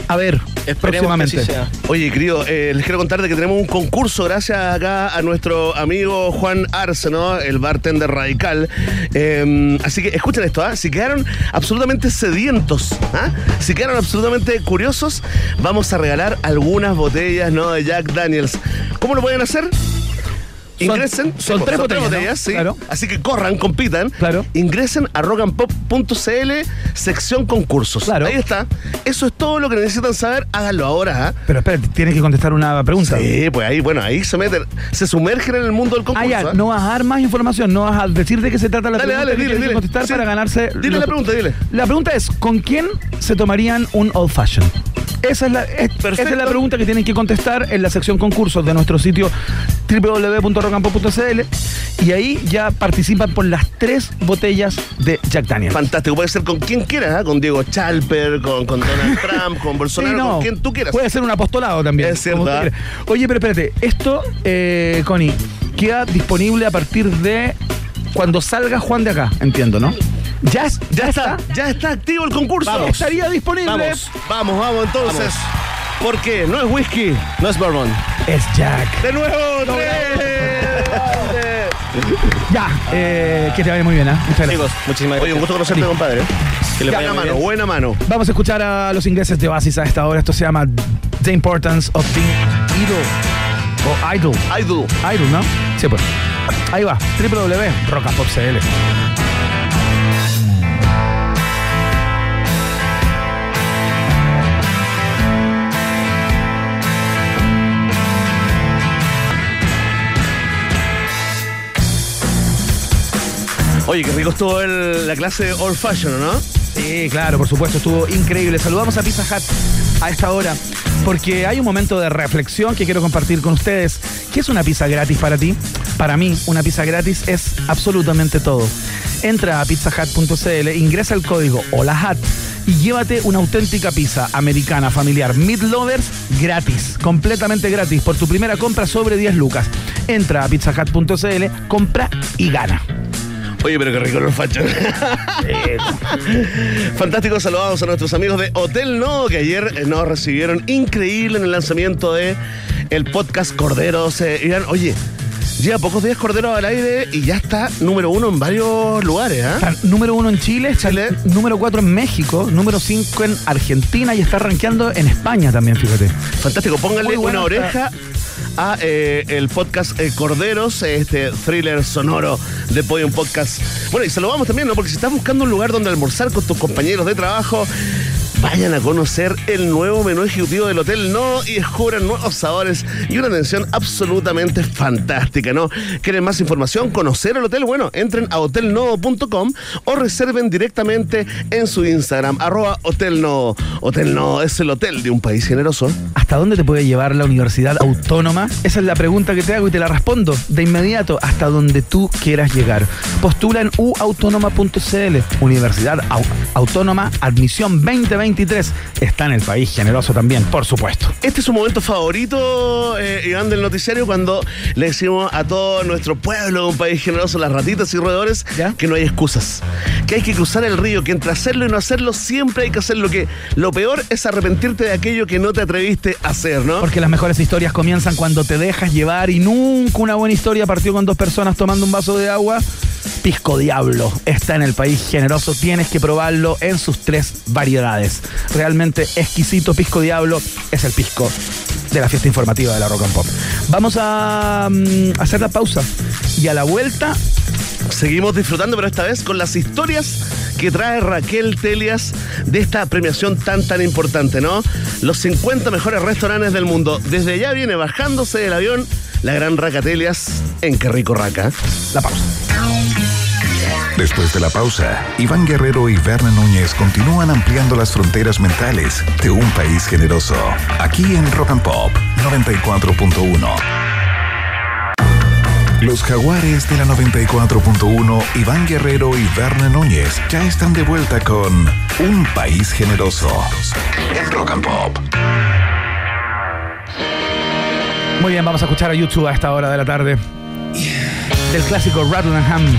[SPEAKER 2] a ver
[SPEAKER 5] Esperemos que
[SPEAKER 2] próximamente.
[SPEAKER 5] así sea.
[SPEAKER 3] Oye, querido, eh, les quiero contar de que tenemos un concurso gracias acá a nuestro amigo Juan Arce, ¿no? El bartender radical. Eh, así que escuchen esto, ¿ah? Si quedaron absolutamente sedientos, ¿ah? Si quedaron absolutamente curiosos, vamos a regalar algunas botellas, ¿no? De Jack Daniels. ¿Cómo lo pueden hacer? Ingresen, sí, pues,
[SPEAKER 2] son
[SPEAKER 3] po,
[SPEAKER 2] tres botellas,
[SPEAKER 3] sí.
[SPEAKER 2] ¿no? Claro.
[SPEAKER 3] Así que corran, compitan.
[SPEAKER 2] Claro.
[SPEAKER 3] Ingresen a rockandpop.cl, sección concursos.
[SPEAKER 2] Claro.
[SPEAKER 3] Ahí está. Eso es todo lo que necesitan saber. Háganlo ahora. ¿ah?
[SPEAKER 2] Pero espérate, tienes que contestar una pregunta.
[SPEAKER 3] Sí, pues ahí, bueno, ahí se meten, se sumergen en el mundo del concurso.
[SPEAKER 2] Ah, ya,
[SPEAKER 3] ¿ah?
[SPEAKER 2] no vas a dar más información, no vas a decir de qué se trata la
[SPEAKER 3] Dale,
[SPEAKER 2] pregunta
[SPEAKER 3] dale,
[SPEAKER 2] que
[SPEAKER 3] dile,
[SPEAKER 2] tienes que
[SPEAKER 3] dile.
[SPEAKER 2] contestar
[SPEAKER 3] Sí.
[SPEAKER 2] para ganarse.
[SPEAKER 3] Dile la pregunta, dile.
[SPEAKER 2] La pregunta es, ¿con quién se tomarían un old fashion? Esa es, la, es-
[SPEAKER 3] Perfecto.
[SPEAKER 2] esa es la pregunta que tienen que contestar en la sección concursos de nuestro sitio www.rocampo.cl y ahí ya participan por las tres botellas de Jack Daniel.
[SPEAKER 3] Fantástico, puede ser con quien quieras, ¿ah? con Diego Chalper, con, con Donald Trump, con Bolsonaro, con quien tú quieras.
[SPEAKER 2] Puede ser un apostolado también.
[SPEAKER 3] Es cierto,
[SPEAKER 2] como tú
[SPEAKER 3] ¿ah?
[SPEAKER 2] quieras. Oye, pero espérate, esto, eh, Connie, queda disponible a partir de cuando salga Juan de acá, entiendo, ¿no? Ya, es-
[SPEAKER 3] ya, está, ya está activo el concurso.
[SPEAKER 2] Vamos. Estaría disponible.
[SPEAKER 3] Vamos, vamos, vamos entonces. Porque no es whisky, no es bourbon.
[SPEAKER 2] Es Jack.
[SPEAKER 3] De nuevo, tres.
[SPEAKER 2] Ya, eh, que te vaya muy bien, ¿ah? Muchas gracias.
[SPEAKER 5] Chicos, muchísimas
[SPEAKER 3] Oye, un
[SPEAKER 5] gracias.
[SPEAKER 3] gusto conocerte, compadre.
[SPEAKER 5] Que les
[SPEAKER 3] buena
[SPEAKER 5] vaya muy
[SPEAKER 3] mano,
[SPEAKER 5] bien.
[SPEAKER 3] buena mano.
[SPEAKER 2] Vamos a escuchar a los ingleses de Oasis a esta hora. Esto se llama The Importance of Being Idol. O Idol.
[SPEAKER 3] Idol.
[SPEAKER 2] Idol, ¿no? Sí, pues. Ahí va. www.rockapopcl.
[SPEAKER 3] Oye, qué rico estuvo el- la clase de Old Fashion, ¿no?
[SPEAKER 2] Sí, claro, por supuesto, estuvo increíble. Saludamos a Pizza Hut a esta hora porque hay un momento de reflexión que quiero compartir con ustedes. ¿Qué es una pizza gratis para ti? Para mí, una pizza gratis es absolutamente todo. Entra a pizzahut.cl, ingresa el código HOLAHAT y llévate una auténtica pizza americana familiar Meat Lovers gratis, completamente gratis por tu primera compra sobre 10 lucas. Entra a pizzahut.cl, compra y gana.
[SPEAKER 3] Oye, pero qué rico los fachos. Fantásticos saludados a nuestros amigos de Hotel Nodo que ayer eh, nos recibieron increíble en el lanzamiento de el podcast Corderos. Eh, Irán, oye, lleva pocos días Corderos al aire y ya está número uno en varios lugares, ¿ah?
[SPEAKER 2] Está número uno en Chile, está
[SPEAKER 3] Chile.
[SPEAKER 2] número cuatro en México, número cinco en Argentina y está rankeando en España también, fíjate.
[SPEAKER 3] Fantástico,
[SPEAKER 2] Muy
[SPEAKER 3] pónganle
[SPEAKER 2] bueno
[SPEAKER 3] una
[SPEAKER 2] está.
[SPEAKER 3] oreja a eh, el podcast eh, Corderos, eh, este thriller sonoro de Podium Podcast. Bueno, y saludamos también, ¿no? Porque si estás buscando un lugar donde almorzar con tus compañeros de trabajo, vayan a conocer el nuevo menú ejecutivo del Hotel No y descubran nuevos sabores y una atención absolutamente fantástica, ¿no? ¿Quieren más información? ¿Conocer el hotel? Bueno, entren a hotelnodo.com o reserven directamente en su Instagram, arroba hotelnodo. Hotel Nodo es el hotel de un país generoso.
[SPEAKER 2] ¿Hasta dónde te puede llevar la universidad autónoma? Esa es la pregunta que te hago y te la respondo de inmediato, hasta donde tú quieras llegar. Postula en uautónoma.cl, Universidad Au- Autónoma, admisión 2023. Está en el país generoso también, por supuesto.
[SPEAKER 3] Este es su momento favorito, eh, Iván, del noticiario, cuando le decimos a todo nuestro pueblo, un país generoso, las ratitas y roedores,
[SPEAKER 2] ¿Ya?
[SPEAKER 3] que no hay excusas. Que hay que cruzar el río, que entre hacerlo y no hacerlo siempre hay que hacer lo que. Lo peor es arrepentirte de aquello que no te atreviste a hacer, ¿no?
[SPEAKER 2] Porque las mejores historias comienzan cuando te dejas llevar y nunca una buena historia partió con dos personas tomando un vaso de agua. Pisco Diablo está en el país generoso, tienes que probarlo en sus tres variedades. Realmente exquisito Pisco Diablo es el pisco de la fiesta informativa de la Rock and Pop. Vamos a mm, hacer la pausa y a la vuelta
[SPEAKER 3] Seguimos disfrutando, pero esta vez con las historias que trae Raquel Telias de esta premiación tan tan importante, ¿no? Los 50 mejores restaurantes del mundo. Desde allá viene bajándose del avión la gran Raca Telias en Qué Rico Raca.
[SPEAKER 2] la pausa.
[SPEAKER 1] Después de la pausa, Iván Guerrero y Berna Núñez continúan ampliando las fronteras mentales de un país generoso. Aquí en Rock and Pop 94.1. Los jaguares de la 94.1, Iván Guerrero y Berna Núñez, ya están de vuelta con Un País Generoso. En Rock and Pop.
[SPEAKER 2] Muy bien, vamos a escuchar a YouTube a esta hora de la tarde. Del clásico Rattle and Ham.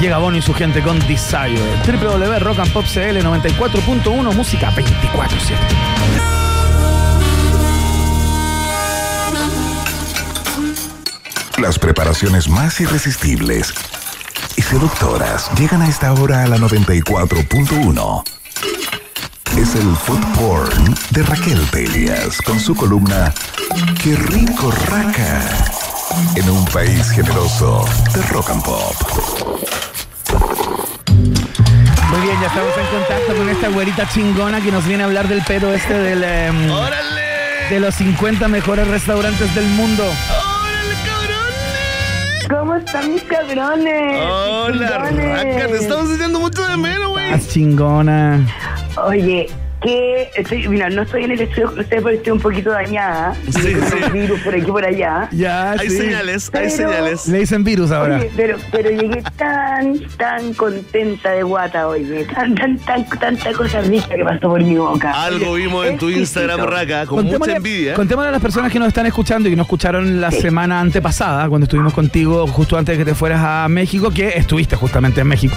[SPEAKER 2] Llega Bono y su gente con Desire. www.rockandpopcl 94.1 música 24/7.
[SPEAKER 1] Las preparaciones más irresistibles y seductoras llegan a esta hora a la 94.1. Es el food porn de Raquel Telias con su columna Qué rico raca. En un país generoso de rock and pop.
[SPEAKER 2] Muy bien, ya estamos en contacto con esta güerita chingona que nos viene a hablar del pedo este del, em,
[SPEAKER 3] ¡Órale!
[SPEAKER 2] de los 50 mejores restaurantes del mundo.
[SPEAKER 3] ¡Órale, cabrones!
[SPEAKER 6] ¿Cómo están mis cabrones?
[SPEAKER 3] ¡Hola,
[SPEAKER 6] Cabrones.
[SPEAKER 3] raca! Te estamos echando mucho de menos, güey.
[SPEAKER 2] Más chingona.
[SPEAKER 6] Oye, que estoy, mira, no estoy en el estudio con ustedes porque estoy un poquito dañada.
[SPEAKER 3] Sí, sí.
[SPEAKER 6] Con virus por aquí por allá.
[SPEAKER 2] Ya,
[SPEAKER 3] Hay
[SPEAKER 2] sí.
[SPEAKER 3] señales, hay
[SPEAKER 6] Pero-
[SPEAKER 3] señales.
[SPEAKER 2] Le dicen virus ahora.
[SPEAKER 6] Oye, pero, pero llegué tan, tan contenta de guata hoy, ve. tan, tan, tan, tanta cosa rica que pasó por mi boca.
[SPEAKER 3] Algo
[SPEAKER 6] Oye,
[SPEAKER 3] vimos en tu
[SPEAKER 6] exquisito.
[SPEAKER 3] Instagram, raca, con mucha envidia.
[SPEAKER 2] contémosle a las personas que nos están escuchando y que nos escucharon la semana antepasada, cuando estuvimos contigo justo antes de que te fueras a México, que estuviste justamente en México.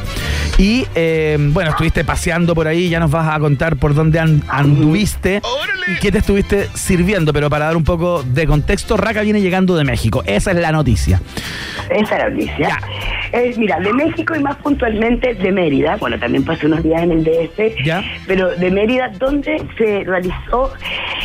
[SPEAKER 2] Y eh, bueno, estuviste paseando por ahí, ya nos vas a contar por dónde an- anduviste
[SPEAKER 3] ¡Órale!
[SPEAKER 2] y qué te estuviste sirviendo. Pero para dar un poco de contexto, Raka viene llegando de México. Esa es la noticia.
[SPEAKER 6] Esa es la noticia. Eh, mira, de México y más puntualmente de Mérida. Bueno, también pasé unos días en el DF.
[SPEAKER 2] Ya.
[SPEAKER 6] Pero de Mérida, donde se realizó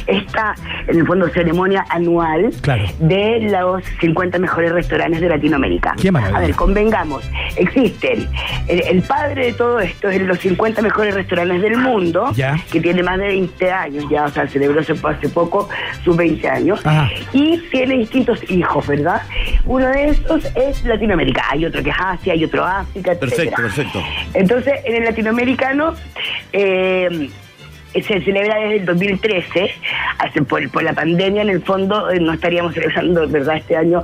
[SPEAKER 6] esta, en el fondo, ceremonia anual
[SPEAKER 2] Claro.
[SPEAKER 6] de los 50 mejores restaurantes de Latinoamérica.
[SPEAKER 2] Qué maravilla.
[SPEAKER 6] A ver, convengamos. Existen. El, el padre de todo esto es los 50 mejores restaurantes del mundo,
[SPEAKER 2] Ya.
[SPEAKER 6] que tiene más de 20 años ya, o sea, celebró hace, hace poco sus 20 años
[SPEAKER 2] Ajá.
[SPEAKER 6] y tiene distintos hijos, ¿verdad? Uno de esos es Latinoamérica, hay otro que es Asia, hay otro África, etc.
[SPEAKER 3] Perfecto, perfecto.
[SPEAKER 6] Entonces, en el latinoamericano eh, se celebra desde el 2013, hace- por, por la pandemia en el fondo eh, no estaríamos celebrando, ¿verdad?, este año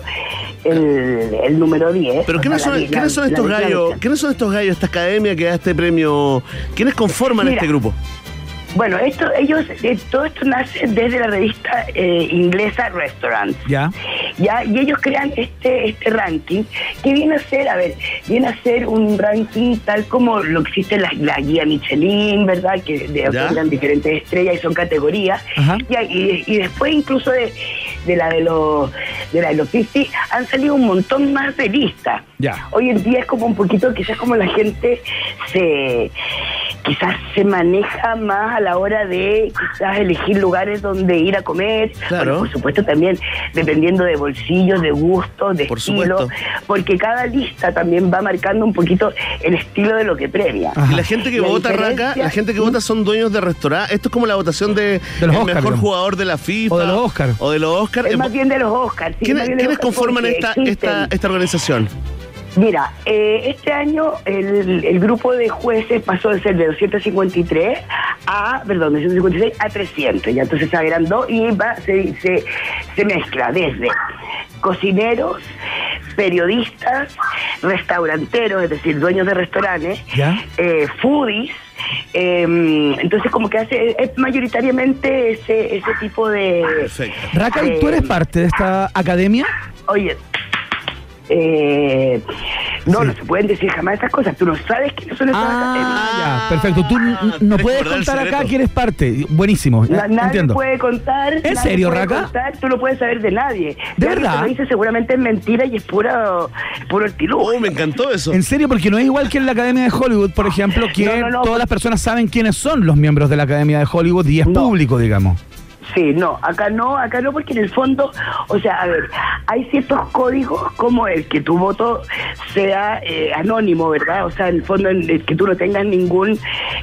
[SPEAKER 6] el, el número 10.
[SPEAKER 3] Pero
[SPEAKER 6] o
[SPEAKER 3] ¿quiénes
[SPEAKER 6] sea, la
[SPEAKER 3] son,
[SPEAKER 6] di- la-
[SPEAKER 3] ¿quiénes son
[SPEAKER 6] la
[SPEAKER 3] estos
[SPEAKER 6] décima
[SPEAKER 3] gallos?
[SPEAKER 6] fecha.
[SPEAKER 3] ¿Quiénes son estos gallos, esta academia que da este premio? ¿Quiénes conforman
[SPEAKER 6] Mira.
[SPEAKER 3] este grupo?
[SPEAKER 6] Bueno, esto, ellos, eh, todo esto nace desde la revista eh, inglesa Restaurant.
[SPEAKER 2] ¿Ya?
[SPEAKER 6] ¿ya? Y ellos crean este, este ranking que viene a ser, a ver, viene a ser un ranking tal como lo que existe la, la guía Michelin, ¿verdad? Que de,
[SPEAKER 3] Ya.
[SPEAKER 6] otorgan diferentes estrellas y son categorías.
[SPEAKER 2] Ajá.
[SPEAKER 6] Y, hay- y- y después incluso de, de la de los de la de los 50 han salido un montón más de listas.
[SPEAKER 2] Ya.
[SPEAKER 6] Hoy en día es como un poquito, quizás como la gente se quizás se maneja más a la hora de quizás elegir lugares donde ir a comer,
[SPEAKER 3] Claro.
[SPEAKER 6] Bueno, por supuesto también dependiendo de bolsillos, de gustos, de
[SPEAKER 3] Por
[SPEAKER 6] estilo,
[SPEAKER 3] supuesto.
[SPEAKER 6] porque cada lista también va marcando un poquito el estilo de lo que premia.
[SPEAKER 2] Ajá.
[SPEAKER 3] Y la gente que
[SPEAKER 6] La
[SPEAKER 3] vota,
[SPEAKER 6] diferencia-
[SPEAKER 3] Raca, la gente que vota son dueños de restaurantes. Esto es como la votación de,
[SPEAKER 2] De los
[SPEAKER 3] el
[SPEAKER 2] Oscar,
[SPEAKER 3] mejor
[SPEAKER 2] digamos.
[SPEAKER 3] jugador de la FIFA.
[SPEAKER 2] O de los Oscar.
[SPEAKER 3] O de los Oscar.
[SPEAKER 6] Es
[SPEAKER 3] Eh,
[SPEAKER 6] más bien de los Oscars. sí,
[SPEAKER 3] ¿Quiénes,
[SPEAKER 6] más bien de los
[SPEAKER 3] quiénes
[SPEAKER 6] Oscars
[SPEAKER 3] conforman
[SPEAKER 6] porque
[SPEAKER 3] esta,
[SPEAKER 6] existen.
[SPEAKER 3] esta, esta organización?
[SPEAKER 6] Mira, eh, este año el, el grupo de jueces pasó de ser de 253 a, perdón, de 256 a 300, ya entonces se agrandó y va, se, se, se mezcla desde cocineros, periodistas, restauranteros, es decir, dueños de restaurantes,
[SPEAKER 2] Ya.
[SPEAKER 6] eh, foodies, eh, entonces como que hace, es mayoritariamente ese, ese tipo de...
[SPEAKER 3] Perfecto.
[SPEAKER 2] Raka, ¿y tú eres
[SPEAKER 6] Eh,
[SPEAKER 2] parte de esta academia?
[SPEAKER 6] Oye, eh, no,
[SPEAKER 2] Sí.
[SPEAKER 6] no se pueden decir jamás esas cosas. Tú no sabes quiénes son esas academias.
[SPEAKER 2] Ah, ya, perfecto. Tú n-
[SPEAKER 3] Ah,
[SPEAKER 2] no
[SPEAKER 3] tienes que
[SPEAKER 2] puedes
[SPEAKER 3] guardar el
[SPEAKER 2] contar acá
[SPEAKER 3] secreto.
[SPEAKER 2] que eres parte. Buenísimo.
[SPEAKER 6] Na- nadie
[SPEAKER 2] eh, Entiendo.
[SPEAKER 6] puede contar.
[SPEAKER 2] ¿En
[SPEAKER 6] nadie
[SPEAKER 2] serio,
[SPEAKER 6] puede
[SPEAKER 2] Raca?
[SPEAKER 6] contar, tú no puedes saber de nadie.
[SPEAKER 2] ¿De
[SPEAKER 6] Si alguien
[SPEAKER 2] verdad?
[SPEAKER 6] te Lo dice seguramente es mentira y es puro, puro el tilú.
[SPEAKER 3] Oh, me encantó eso.
[SPEAKER 2] En serio, porque no es igual que en la Academia de Hollywood, por ejemplo, que
[SPEAKER 6] No, no, no.
[SPEAKER 2] todas las personas saben quiénes son los miembros de la Academia de Hollywood y es
[SPEAKER 6] No.
[SPEAKER 2] público, digamos.
[SPEAKER 6] Sí, no, acá no, acá no, porque en el fondo, o sea, a ver, hay ciertos códigos como el que tu voto sea eh, anónimo, ¿verdad? O sea, en el fondo, en el que tú no tengas ningún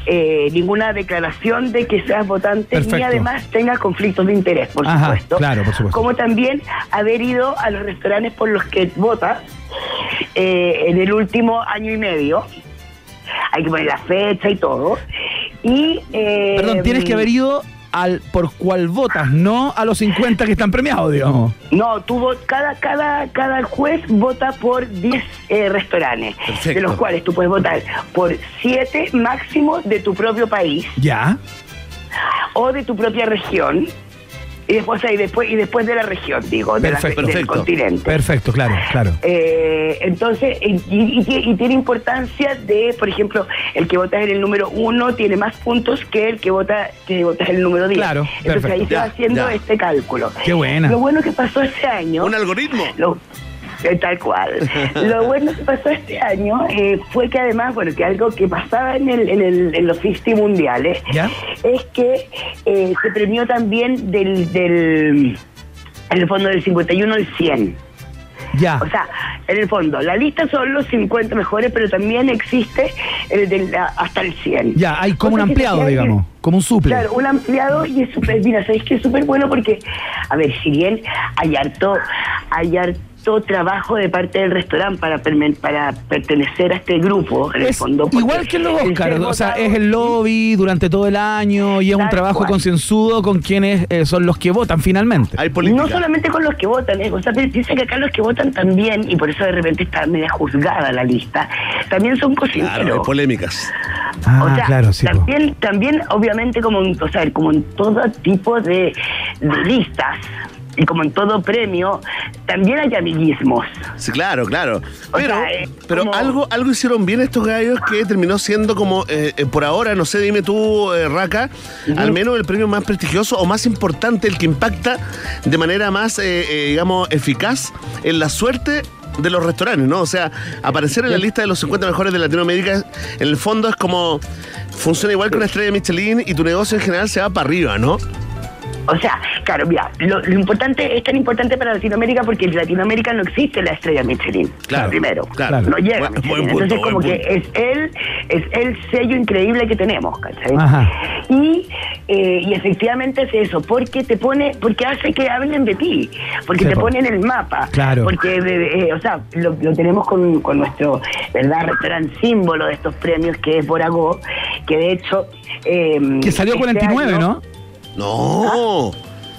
[SPEAKER 6] eh, ninguna declaración de que seas votante, ni
[SPEAKER 2] Perfecto.
[SPEAKER 6] además tengas conflictos de interés, por
[SPEAKER 2] Ajá,
[SPEAKER 6] supuesto.
[SPEAKER 2] claro, por supuesto.
[SPEAKER 6] Como también haber ido a los restaurantes por los que votas eh, en el último año y medio. Hay que poner la fecha y todo. Y, eh,
[SPEAKER 2] Perdón, tienes que haber ido al por cual votas, no a los 50 que están premiados, digamos.
[SPEAKER 6] No, tú vo- cada, cada, cada juez vota por 10 eh, restaurantes,
[SPEAKER 3] Perfecto.
[SPEAKER 6] de los cuales tú puedes votar por 7 máximo de tu propio país
[SPEAKER 2] Ya.
[SPEAKER 6] o de tu propia región. Y después, ahí después, y después de la región, digo, de la-
[SPEAKER 2] Perfecto.
[SPEAKER 6] del
[SPEAKER 3] Perfecto.
[SPEAKER 6] continente.
[SPEAKER 2] Perfecto, claro, claro.
[SPEAKER 6] Eh, entonces, y, y- y- y tiene importancia de, por ejemplo, el que vota en el número uno tiene más puntos que el que vota que vota en el número 10.
[SPEAKER 2] Claro,
[SPEAKER 6] Entonces ahí
[SPEAKER 3] perfecto.
[SPEAKER 6] se va
[SPEAKER 3] Ya,
[SPEAKER 6] haciendo
[SPEAKER 3] ya.
[SPEAKER 6] este cálculo.
[SPEAKER 2] Qué buena.
[SPEAKER 6] Lo bueno que pasó este año.
[SPEAKER 3] Un algoritmo.
[SPEAKER 6] Lo- eh, tal cual. Lo bueno que pasó este año eh, fue que además, bueno, que algo que pasaba en, el, en, el- en los 50 mundiales
[SPEAKER 2] ¿Ya?
[SPEAKER 6] es que eh, se premió también del, del, en el fondo del 51 al 100.
[SPEAKER 2] Ya.
[SPEAKER 6] O sea, en el fondo, la lista son los 50 mejores, pero también existe el de la- hasta el 100.
[SPEAKER 2] Ya, hay como un
[SPEAKER 6] Cosa que
[SPEAKER 2] ampliado,
[SPEAKER 6] tendría que-
[SPEAKER 2] digamos, como un suple.
[SPEAKER 6] Claro, un ampliado y es súper, mira, ¿sabéis que es súper bueno? Porque, a ver, si bien hay harto, hay harto trabajo de parte del restaurante para, permen- para pertenecer a este grupo, en el
[SPEAKER 2] Es
[SPEAKER 6] fondo. porque
[SPEAKER 2] igual que en los
[SPEAKER 6] el
[SPEAKER 2] Oscar,
[SPEAKER 6] ser
[SPEAKER 2] o sea,
[SPEAKER 6] votado-
[SPEAKER 2] es el lobby durante todo el año y es un
[SPEAKER 6] Tal
[SPEAKER 2] trabajo
[SPEAKER 6] cual.
[SPEAKER 2] concienzudo con quienes eh, son los que votan finalmente.
[SPEAKER 3] Hay política.
[SPEAKER 6] No solamente con los que votan, eh, o sea, pi- piensa que acá los que votan también, y por eso de repente está media juzgada la lista, también son cocineros.
[SPEAKER 3] Claro, hay polémicas.
[SPEAKER 2] Ah,
[SPEAKER 6] o sea,
[SPEAKER 2] claro, sí. po.
[SPEAKER 6] también, también, obviamente, como en, o sea, como en todo tipo de, de listas y como en todo premio, también hay amiguismos.
[SPEAKER 3] Sí, claro, claro.
[SPEAKER 6] O
[SPEAKER 3] Pero,
[SPEAKER 6] sea, es
[SPEAKER 3] pero
[SPEAKER 6] como-
[SPEAKER 3] algo, algo hicieron bien estos gallos que terminó siendo como, eh, eh, por ahora, no sé, dime tú, eh, Raka, al menos el premio más prestigioso o más importante, el que impacta de manera más, eh, eh, digamos, eficaz en la suerte de los restaurantes, ¿no? O sea, aparecer en la lista de los 50 mejores de Latinoamérica, en el fondo es como, funciona igual que una estrella de Michelin y tu negocio en general se va para arriba, ¿no?
[SPEAKER 6] O sea, claro, mira, lo, lo importante es tan importante para Latinoamérica porque en Latinoamérica no existe la estrella Michelin.
[SPEAKER 3] Claro,
[SPEAKER 6] Primero.
[SPEAKER 3] claro.
[SPEAKER 6] No llega.
[SPEAKER 3] Buen-
[SPEAKER 6] Michelin.
[SPEAKER 3] buen punto,
[SPEAKER 6] Entonces, como
[SPEAKER 3] buen
[SPEAKER 6] que es el, es el sello increíble que tenemos, ¿cachai?
[SPEAKER 2] Ajá.
[SPEAKER 6] Y, eh, y efectivamente es eso, porque te pone, porque hace que hablen de ti, porque
[SPEAKER 2] Sí,
[SPEAKER 6] te
[SPEAKER 2] po.
[SPEAKER 6] pone en el mapa.
[SPEAKER 2] Claro.
[SPEAKER 6] Porque, eh, eh, o sea, lo, lo tenemos con, con nuestro, ¿verdad?, restaurante símbolo de estos premios que es Boragó, que de hecho. eh,
[SPEAKER 2] que salió
[SPEAKER 6] este
[SPEAKER 2] 49,
[SPEAKER 6] año-
[SPEAKER 2] ¿no?
[SPEAKER 6] Ah,
[SPEAKER 3] No.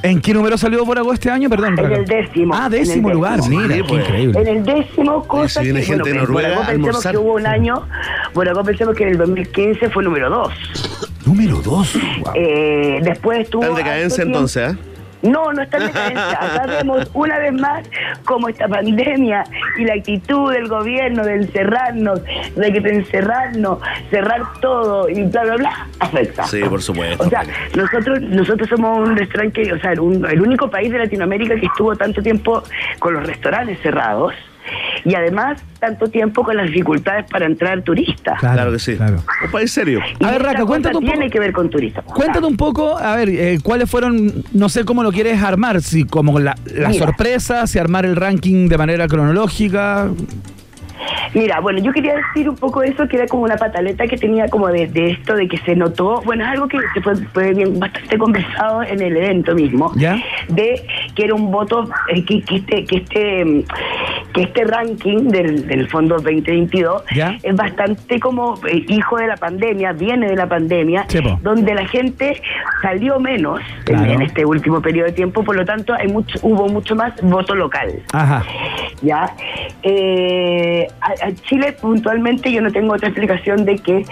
[SPEAKER 2] ¿En qué número salió Borago este año? Perdón.
[SPEAKER 6] En
[SPEAKER 2] Raga.
[SPEAKER 6] el décimo.
[SPEAKER 2] Ah,
[SPEAKER 6] En el
[SPEAKER 2] décimo
[SPEAKER 6] décimo.
[SPEAKER 2] lugar,
[SPEAKER 3] Sí,
[SPEAKER 2] mira, qué
[SPEAKER 3] pues.
[SPEAKER 2] increíble.
[SPEAKER 6] En el décimo, cosa
[SPEAKER 3] si viene
[SPEAKER 6] que,
[SPEAKER 3] gente de
[SPEAKER 6] que
[SPEAKER 3] Noruega
[SPEAKER 6] Boragó
[SPEAKER 3] a
[SPEAKER 6] pensemos
[SPEAKER 3] almorzar.
[SPEAKER 6] que hubo un año, Boragó pensemos que en el 2015 fue número 2.
[SPEAKER 2] Número 2.
[SPEAKER 6] Eh, después estuvo...
[SPEAKER 3] Está en decadencia
[SPEAKER 6] harto tiempo-
[SPEAKER 3] entonces, ¿eh?
[SPEAKER 6] No, no está en decadencia. Acá vemos una vez más cómo esta pandemia y la actitud del gobierno de encerrarnos, de que te encerrarnos, cerrar todo y bla, bla, bla, afecta.
[SPEAKER 3] Sí, por supuesto.
[SPEAKER 6] ah, O sea, nosotros, nosotros somos un restaurante, que- o sea, un- el único país de Latinoamérica que estuvo tanto tiempo con los restaurantes cerrados y además tanto tiempo con las dificultades para entrar turistas.
[SPEAKER 2] Claro,
[SPEAKER 3] Claro que sí.
[SPEAKER 2] claro.
[SPEAKER 3] Un país serio.
[SPEAKER 6] Y
[SPEAKER 2] A ver,
[SPEAKER 6] esta
[SPEAKER 2] Raca,
[SPEAKER 6] cosa
[SPEAKER 2] cuéntate un poco-
[SPEAKER 6] Tiene que ver con turistas.
[SPEAKER 2] Cuéntate un poco, a ver, eh, cuáles fueron, no sé cómo lo quieres armar, si como la, la
[SPEAKER 6] Mira.
[SPEAKER 2] sorpresa, si armar el ranking de manera cronológica.
[SPEAKER 6] Mira, bueno, yo quería decir un poco eso, que era como una pataleta que tenía como de, de esto, de que se notó, bueno, es algo que se fue, fue bien, bastante conversado en el evento mismo,
[SPEAKER 2] ¿Ya?
[SPEAKER 6] de que era un voto, eh, que, que este, que este mm, que este ranking del, del Fondo 2022
[SPEAKER 2] ¿Ya?
[SPEAKER 6] es bastante como eh, hijo de la pandemia, viene de la pandemia,
[SPEAKER 2] Sí, po.
[SPEAKER 6] donde la gente salió menos en-
[SPEAKER 2] Claro.
[SPEAKER 6] en, este último periodo de tiempo, por lo tanto hay mucho, hubo mucho más voto local.
[SPEAKER 2] Ajá.
[SPEAKER 6] ¿ya? Eh, a, a Chile puntualmente yo no tengo otra explicación de que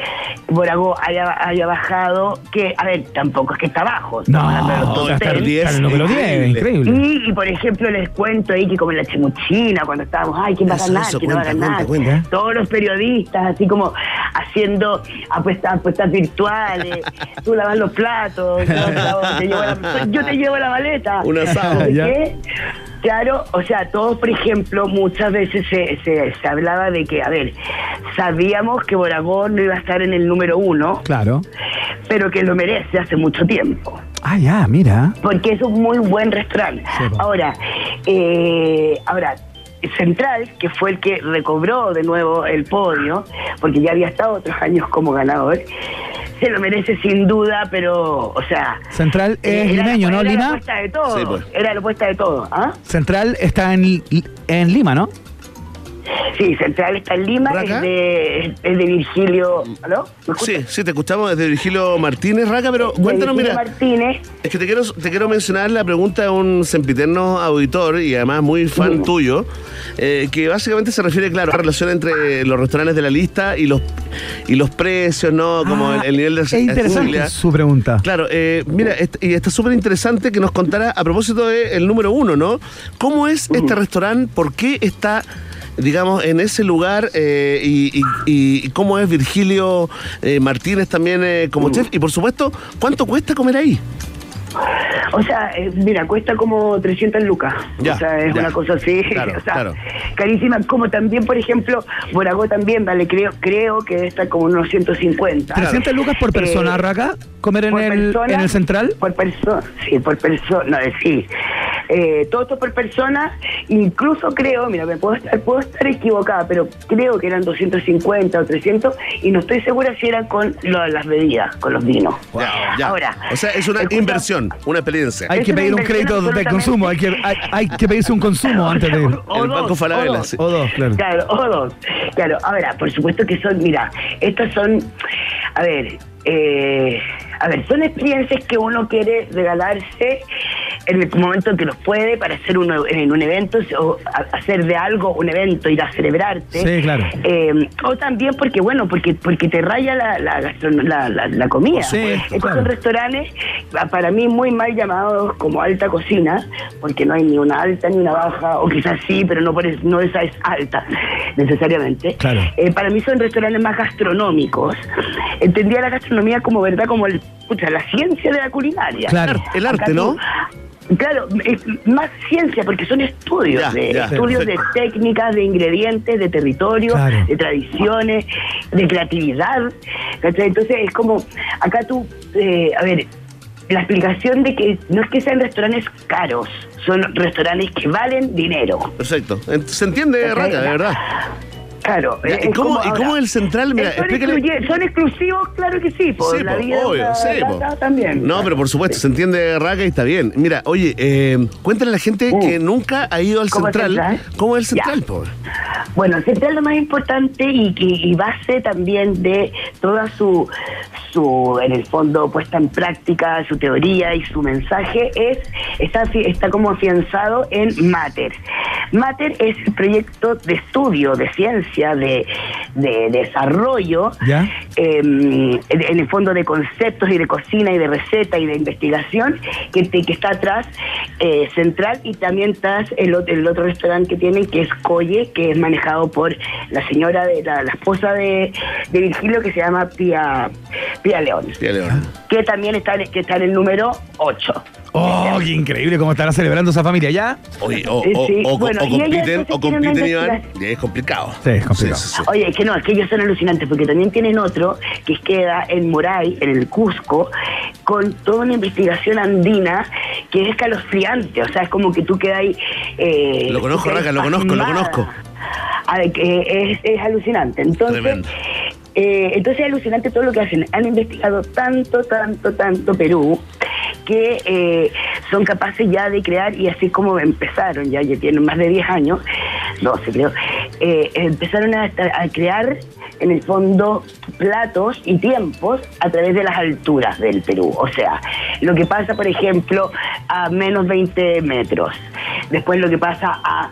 [SPEAKER 6] Borago haya, haya bajado, que, a ver, tampoco es que está bajo. estamos
[SPEAKER 2] No,
[SPEAKER 6] hablando de los
[SPEAKER 2] no,
[SPEAKER 6] top
[SPEAKER 2] está, está,
[SPEAKER 6] ten.
[SPEAKER 2] está en lo que lo tiene,
[SPEAKER 3] Increíble.
[SPEAKER 2] increíble.
[SPEAKER 6] Y, y, por ejemplo les cuento ahí que como en la chimuchina cuando estábamos, ay, ¿quién va a
[SPEAKER 3] Eso,
[SPEAKER 6] ganar?
[SPEAKER 3] eso,
[SPEAKER 6] ¿Quién va a
[SPEAKER 3] cuenta,
[SPEAKER 6] ganar?
[SPEAKER 3] cuenta, cuenta.
[SPEAKER 6] Todos los periodistas así como haciendo apuestas, apuestas virtuales, tú lavas los platos, yo, te llevo la, yo te llevo la maleta.
[SPEAKER 3] Un asado.
[SPEAKER 6] ¿Por
[SPEAKER 2] Ya.
[SPEAKER 6] qué? Claro, o sea, todos, por ejemplo, muchas veces se, se- se hablaba de que, a ver, sabíamos que Boragón no iba a estar en el número uno,
[SPEAKER 2] Claro.
[SPEAKER 6] pero que lo merece hace mucho tiempo
[SPEAKER 2] Ah, ya, mira.
[SPEAKER 6] porque es un muy buen restaurante.
[SPEAKER 2] Sí, po.
[SPEAKER 6] ahora, eh, ahora Central, que fue el que recobró de nuevo el podio, porque ya había estado otros años como ganador, se lo merece sin duda, pero, o sea,
[SPEAKER 2] Central
[SPEAKER 6] eh,
[SPEAKER 2] es
[SPEAKER 6] era la-
[SPEAKER 2] limeño, ¿no,
[SPEAKER 6] era La
[SPEAKER 2] Lima?
[SPEAKER 6] opuesta de todo,
[SPEAKER 3] Sí, pues.
[SPEAKER 6] Era la opuesta de todo, ¿ah?
[SPEAKER 2] Central está en, en Lima, ¿no?
[SPEAKER 6] Sí, Central está en Lima,
[SPEAKER 3] ¿Raca?
[SPEAKER 6] es de, es de Virgilio, ¿no?
[SPEAKER 3] Sí, sí, te escuchamos desde Virgilio Martínez, Raca, pero cuéntanos, mira,
[SPEAKER 6] Martínez.
[SPEAKER 3] es que te quiero, te quiero mencionar la pregunta de un sempiterno auditor y además muy fan tuyo, eh, que básicamente se refiere, claro, a la relación entre los restaurantes de la lista y los, y los precios, ¿no? Como
[SPEAKER 2] Ah,
[SPEAKER 3] el, el nivel de
[SPEAKER 2] Es interesante
[SPEAKER 3] accesibilidad.
[SPEAKER 2] su pregunta.
[SPEAKER 3] Claro, eh, mira, est- y está súper interesante que nos contara a propósito del número uno, ¿no? ¿Cómo es este restaurante? ¿Por qué está, digamos, en ese lugar? Eh, y, y- y cómo es Virgilio eh, Martínez también eh, como chef? Y por supuesto, ¿cuánto cuesta comer ahí?
[SPEAKER 6] O sea, eh, mira, cuesta como 300 lucas.
[SPEAKER 3] Ya,
[SPEAKER 6] o sea, es
[SPEAKER 3] ya.
[SPEAKER 6] una cosa así.
[SPEAKER 3] Claro,
[SPEAKER 6] o sea,
[SPEAKER 3] claro.
[SPEAKER 6] carísima. Como también, por ejemplo, Boragó también, vale, creo, creo que está como unos 150.
[SPEAKER 2] 300 lucas por persona,
[SPEAKER 6] Eh,
[SPEAKER 2] Raca, comer en
[SPEAKER 6] por
[SPEAKER 2] el,
[SPEAKER 6] persona,
[SPEAKER 2] en el central.
[SPEAKER 6] Por persona, sí, por persona, no, eh, sí. eh, todo esto por persona, incluso creo, mira, me puedo estar, puedo estar equivocada, pero creo que eran 250 o 300 y no estoy segura si eran con lo- las bebidas, con los vinos.
[SPEAKER 3] Ya, ya.
[SPEAKER 6] Ahora,
[SPEAKER 3] o sea, es una
[SPEAKER 6] escucha-
[SPEAKER 3] inversión, una experiencia.
[SPEAKER 2] Hay
[SPEAKER 6] Es
[SPEAKER 2] que
[SPEAKER 6] una
[SPEAKER 2] pedir un
[SPEAKER 6] inversión
[SPEAKER 2] crédito de
[SPEAKER 6] absolutamente-
[SPEAKER 2] consumo, hay que, hay, hay que pedirse un consumo antes de ir.
[SPEAKER 6] O
[SPEAKER 3] el
[SPEAKER 6] dos,
[SPEAKER 3] Banco
[SPEAKER 6] o
[SPEAKER 3] Falabella.
[SPEAKER 6] dos.
[SPEAKER 3] sí.
[SPEAKER 2] O dos, claro.
[SPEAKER 6] Claro, o dos. Claro, ahora, por supuesto que son, mira, estas son, a ver, eh, a ver, son experiencias que uno quiere regalarse en el momento que los puede para hacer uno en un evento o a- hacer de algo un evento, ir a celebrarte.
[SPEAKER 2] Sí, claro.
[SPEAKER 6] Eh, o también porque, bueno, porque porque te raya la, la, gastron- la, la- la comida.
[SPEAKER 2] Sí,
[SPEAKER 6] Estos
[SPEAKER 2] claro.
[SPEAKER 6] son restaurantes, pa- para mí, muy mal llamados como alta cocina, porque no hay ni una alta ni una baja, o quizás sí, pero no, por es- no esa es alta necesariamente.
[SPEAKER 2] Claro.
[SPEAKER 6] Eh, para mí son restaurantes más gastronómicos. Entendía la gastronomía como, ¿verdad? Como el- pucha, la ciencia de la culinaria.
[SPEAKER 2] Claro.
[SPEAKER 3] El
[SPEAKER 6] Acá
[SPEAKER 3] arte, ¿no?
[SPEAKER 6] tú- Claro, es más ciencia porque son estudios,
[SPEAKER 3] Ya,
[SPEAKER 6] de,
[SPEAKER 3] ya,
[SPEAKER 6] estudios de
[SPEAKER 3] perfecto.
[SPEAKER 6] técnicas, de ingredientes, de territorio,
[SPEAKER 2] Claro.
[SPEAKER 6] de tradiciones, de creatividad. ¿cachai? Entonces es como, acá tú, eh, a ver, la explicación de que no es que sean restaurantes caros, son restaurantes que valen dinero.
[SPEAKER 3] Perfecto. Ent- Se entiende,
[SPEAKER 6] Ok,
[SPEAKER 3] Rata, de
[SPEAKER 6] ya.
[SPEAKER 3] verdad.
[SPEAKER 6] Claro.
[SPEAKER 3] Ya,
[SPEAKER 6] es-
[SPEAKER 3] ¿y
[SPEAKER 6] es
[SPEAKER 3] cómo-
[SPEAKER 6] como
[SPEAKER 3] y
[SPEAKER 6] ahora.
[SPEAKER 3] cómo el central? Mira,
[SPEAKER 6] son,
[SPEAKER 3] explícale-
[SPEAKER 6] excluye- son exclusivos, claro que sí, por
[SPEAKER 3] Sí,
[SPEAKER 6] la
[SPEAKER 3] po,
[SPEAKER 6] vida
[SPEAKER 3] obvio,
[SPEAKER 6] la-
[SPEAKER 3] sí,
[SPEAKER 6] la-
[SPEAKER 3] po.
[SPEAKER 6] la- también.
[SPEAKER 3] No, pero por supuesto, se entiende Raka y está bien. Mira, oye, eh, cuéntale a la gente
[SPEAKER 6] Mm.
[SPEAKER 3] que nunca ha ido al
[SPEAKER 6] ¿Cómo es
[SPEAKER 3] central.
[SPEAKER 6] Central?
[SPEAKER 3] ¿Cómo es el
[SPEAKER 6] Ya.
[SPEAKER 3] central, pobre?
[SPEAKER 6] Bueno, Central lo más importante y, y- y base también de toda su, su, en el fondo, puesta en práctica, su teoría y su mensaje es, está, afi- está como afianzado en Mater. Mater es el proyecto de estudio, de ciencia, de, de desarrollo,
[SPEAKER 2] Ya.
[SPEAKER 6] eh, en en el fondo de conceptos y de cocina y de receta y de investigación que, te- que está atrás eh, Central y también atrás el, ot- el otro restaurante que tienen que es Colle que es manejado por la señora de la, la esposa de, de Virgilio que se llama Pía, Pía León
[SPEAKER 3] Ya, León.
[SPEAKER 6] que también está, en- que está en el número 8
[SPEAKER 2] ¡Oh, qué increíble cómo estará celebrando esa familia! ¿Ya?
[SPEAKER 3] Oye, o,
[SPEAKER 6] Sí,
[SPEAKER 3] o-
[SPEAKER 6] sí.
[SPEAKER 3] o- o
[SPEAKER 6] Bueno, y ella
[SPEAKER 3] compiten,
[SPEAKER 6] entonces
[SPEAKER 3] o
[SPEAKER 6] tiene una
[SPEAKER 3] compiten, Iván.
[SPEAKER 6] investigación.
[SPEAKER 3] y Es complicado.
[SPEAKER 2] Sí, es complicado.
[SPEAKER 6] Oye, que no, es que ellos son alucinantes porque también tienen otro que queda en Moray, en el Cusco, con toda una investigación andina que es escalofriante. O sea, es como que tú quedas ahí. eh,
[SPEAKER 3] Lo conozco,
[SPEAKER 6] quedas
[SPEAKER 3] Raca, lo conozco, lo
[SPEAKER 6] pasmada.
[SPEAKER 3] conozco.
[SPEAKER 6] A ver, que es, es alucinante. Entonces.
[SPEAKER 3] Tremendo.
[SPEAKER 6] eh, entonces es alucinante todo lo que hacen. Han investigado tanto, tanto, tanto Perú que eh, son capaces ya de crear, y así como empezaron, ya, ya tienen más de 10 años, 12 creo, eh, empezaron a, a crear en el fondo platos y tiempos a través de las alturas del Perú. O sea, lo que pasa, por ejemplo, a menos 20 metros, después lo que pasa a,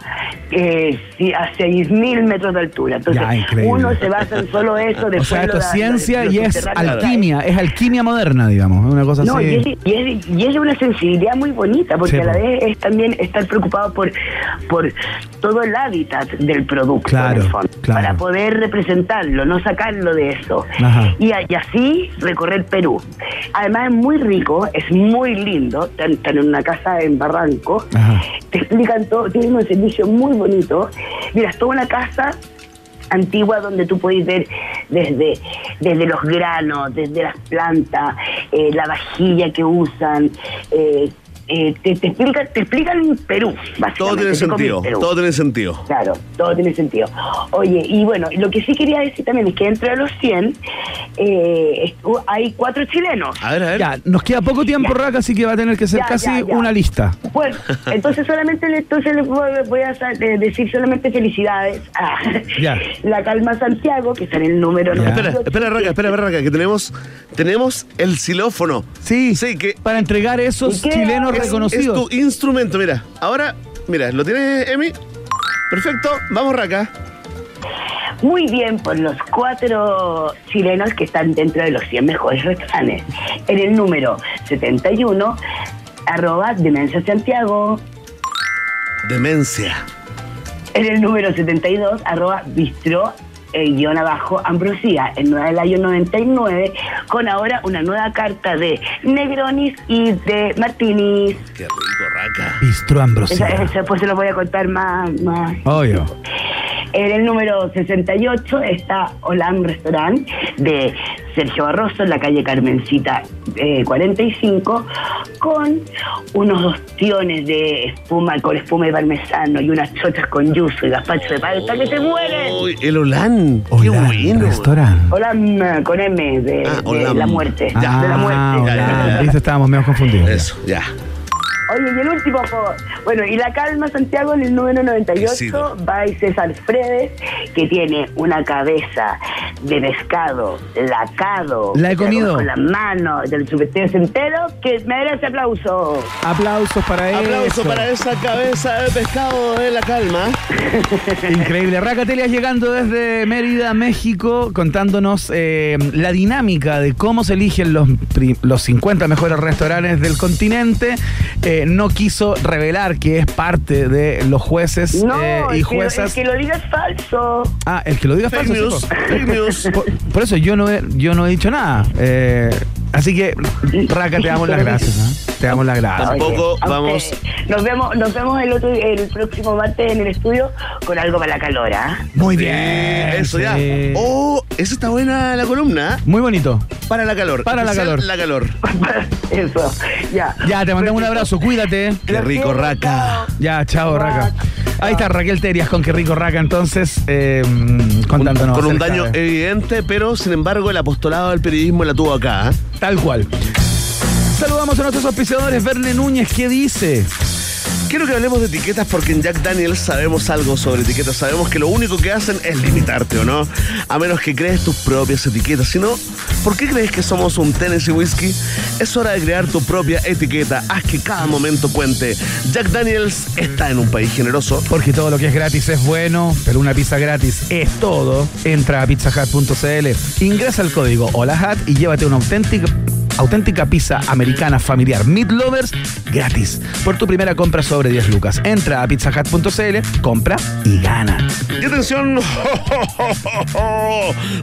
[SPEAKER 6] eh, si- a 6.000 metros de altura. Entonces,
[SPEAKER 2] Ya, increíble.
[SPEAKER 6] uno se basa en solo eso.
[SPEAKER 2] O
[SPEAKER 6] Después
[SPEAKER 2] sea, esto
[SPEAKER 6] lo
[SPEAKER 2] es
[SPEAKER 6] da-
[SPEAKER 2] ciencia
[SPEAKER 6] lo-
[SPEAKER 2] y
[SPEAKER 6] lo
[SPEAKER 2] es
[SPEAKER 6] subterráneo.
[SPEAKER 2] alquimia, es alquimia moderna, digamos, una cosa
[SPEAKER 6] No, y es,
[SPEAKER 2] así.
[SPEAKER 6] de- y es de- y es de una sensibilidad muy bonita, porque
[SPEAKER 2] Sí,
[SPEAKER 6] a la
[SPEAKER 2] po.
[SPEAKER 6] vez es también estar preocupado por, por todo el hábitat del producto,
[SPEAKER 2] Claro,
[SPEAKER 6] en el fondo,
[SPEAKER 2] claro.
[SPEAKER 6] para poder representarlo, no sacarlo de eso.
[SPEAKER 2] Ajá.
[SPEAKER 6] Y, a- y así recorrer Perú. Además es muy rico, es muy lindo, están, están en una casa en Barranco,
[SPEAKER 2] Ajá.
[SPEAKER 6] te explican todo, tienen un servicio muy bonito. Mira, es toda una casa antigua donde tú podés ver desde, desde los granos, desde las plantas, eh, la vajilla que usan. eh, eh, te, te explican, te explican Perú, básicamente.
[SPEAKER 3] Todo tiene
[SPEAKER 6] te comen
[SPEAKER 3] sentido,
[SPEAKER 6] Perú.
[SPEAKER 3] todo tiene sentido.
[SPEAKER 6] Claro, todo tiene sentido. Oye, y bueno, lo que sí quería decir también es que dentro de los 100 eh, estu- hay cuatro chilenos.
[SPEAKER 3] A ver, a ver.
[SPEAKER 2] Ya, nos queda poco tiempo, Raca, así que va a tener que ser
[SPEAKER 6] Ya,
[SPEAKER 2] casi
[SPEAKER 6] ya, ya.
[SPEAKER 2] una lista.
[SPEAKER 3] Ah.
[SPEAKER 6] Bueno, pues. entonces solamente le- entonces les voy, voy a sa- de- decir solamente felicidades a
[SPEAKER 2] Ya.
[SPEAKER 6] La Calma Santiago, que está en el número
[SPEAKER 2] Ya.
[SPEAKER 3] Espera,
[SPEAKER 6] 98.
[SPEAKER 3] espera, Raca, espera, Raca, que tenemos, tenemos el xilófono.
[SPEAKER 2] Sí,
[SPEAKER 3] Sí, que
[SPEAKER 2] para entregar esos
[SPEAKER 6] ¿Y qué?
[SPEAKER 2] chilenos
[SPEAKER 3] es, es
[SPEAKER 2] reconocidos.
[SPEAKER 3] tu instrumento, mira. Ahora, mira, ¿lo tienes, Emi? Perfecto, vamos, Raca.
[SPEAKER 6] Muy bien por los cuatro chilenos que están dentro de los 100 mejores restaurantes. En el número 71, arroba Demencia Santiago.
[SPEAKER 3] Demencia.
[SPEAKER 6] En el número 72, arroba bistro eh, guión abajo Ambrosía, en Nueva del año 99, con ahora una nueva carta de Negronis y de Martinis.
[SPEAKER 3] Qué rico, Raca.
[SPEAKER 2] Bistro
[SPEAKER 6] Esa,
[SPEAKER 2] Ambrosía.
[SPEAKER 6] esa, pues se lo voy a contar más. más.
[SPEAKER 2] Obvio.
[SPEAKER 6] En el número 68 está Olam Restaurant de Sergio Barroso en la calle Carmencita eh, 45 con unos ostiones de espuma, con espuma de parmesano y unas chochas con yuzu y gazpacho de palta que se mueren.
[SPEAKER 3] Uy, el Holán. Qué
[SPEAKER 2] Hola,
[SPEAKER 3] bueno.
[SPEAKER 2] restaurante.
[SPEAKER 6] Hola, mm, con M, de,
[SPEAKER 3] Ah,
[SPEAKER 6] de
[SPEAKER 3] hola.
[SPEAKER 6] la muerte.
[SPEAKER 3] Ya.
[SPEAKER 6] de la
[SPEAKER 2] Ah,
[SPEAKER 6] muerte.
[SPEAKER 3] ya, ya,
[SPEAKER 2] hola.
[SPEAKER 3] ya.
[SPEAKER 2] Listo, estábamos medio confundidos.
[SPEAKER 3] Eso, ya.
[SPEAKER 6] Oye, y el último, po- bueno, y la calma Santiago en el número 98
[SPEAKER 3] Éxito.
[SPEAKER 6] va y César Fredes, que tiene una cabeza de pescado lacado.
[SPEAKER 2] La he
[SPEAKER 6] que se
[SPEAKER 2] comido.
[SPEAKER 6] Con las manos del chupeteo entero, que merece aplauso.
[SPEAKER 2] Aplausos para él.
[SPEAKER 3] Aplauso para esa cabeza de pescado de la calma.
[SPEAKER 2] Increíble. Racatelias llegando desde Mérida, México, contándonos eh, la dinámica de cómo se eligen los, pri- los 50 mejores restaurantes del continente. Eh, no quiso revelar que es parte de los jueces
[SPEAKER 6] No,
[SPEAKER 2] eh, y
[SPEAKER 6] el, que, el
[SPEAKER 2] juezas.
[SPEAKER 6] que lo diga es falso.
[SPEAKER 2] Ah, el que lo diga es
[SPEAKER 3] Fake
[SPEAKER 2] falso,
[SPEAKER 3] news,
[SPEAKER 2] chicos.
[SPEAKER 3] fake news.
[SPEAKER 2] Por, por eso yo no he, yo no he dicho nada. Eh, así que, Raca, te damos las gracias. ¿ah? Te damos las gracias.
[SPEAKER 3] Tampoco
[SPEAKER 6] Oye, aunque
[SPEAKER 3] vamos-
[SPEAKER 6] Nos vemos, nos vemos el, otro, el próximo martes en el estudio con algo para la calora. ¿eh?
[SPEAKER 2] Muy
[SPEAKER 3] Sí,
[SPEAKER 2] bien.
[SPEAKER 3] Eso ya.
[SPEAKER 2] sí.
[SPEAKER 3] Oh, esa está buena la columna. ¿eh?
[SPEAKER 2] Muy bonito.
[SPEAKER 3] Para la calor.
[SPEAKER 2] Para la
[SPEAKER 3] Especial
[SPEAKER 2] calor.
[SPEAKER 3] La calor.
[SPEAKER 6] Eso, ya.
[SPEAKER 2] Ya, te mandamos un abrazo. Cuídate.
[SPEAKER 3] Qué rico, Raca.
[SPEAKER 2] Ya, chao, Raca. Ahí está Raquel Terias con Qué Rico Raca, entonces, eh, contándonos.
[SPEAKER 3] Con un
[SPEAKER 2] acerca
[SPEAKER 3] daño
[SPEAKER 2] de-
[SPEAKER 3] evidente, pero sin embargo el apostolado del periodismo la tuvo acá. ¿eh?
[SPEAKER 2] Tal cual. Saludamos a nuestros auspiciadores. Verne Núñez, ¿qué dice?
[SPEAKER 3] Quiero que hablemos de etiquetas porque en Jack Daniels sabemos algo sobre etiquetas. Sabemos que lo único que hacen es limitarte, ¿o no? A menos que crees tus propias etiquetas. Si no, ¿por qué crees que somos un Tennessee Whiskey? Es hora de crear tu propia etiqueta. Haz que cada momento cuente. Jack Daniels está en un país generoso.
[SPEAKER 2] Porque todo lo que es gratis es bueno, pero una pizza gratis es todo. Entra a pizzahut.cl, ingresa el código HOLAHAT y llévate una auténtica auténtica pizza americana familiar Meat Lovers gratis por tu primera compra sobre 10 lucas. Entra a pizzahut.cl, compra y gana.
[SPEAKER 3] Y atención,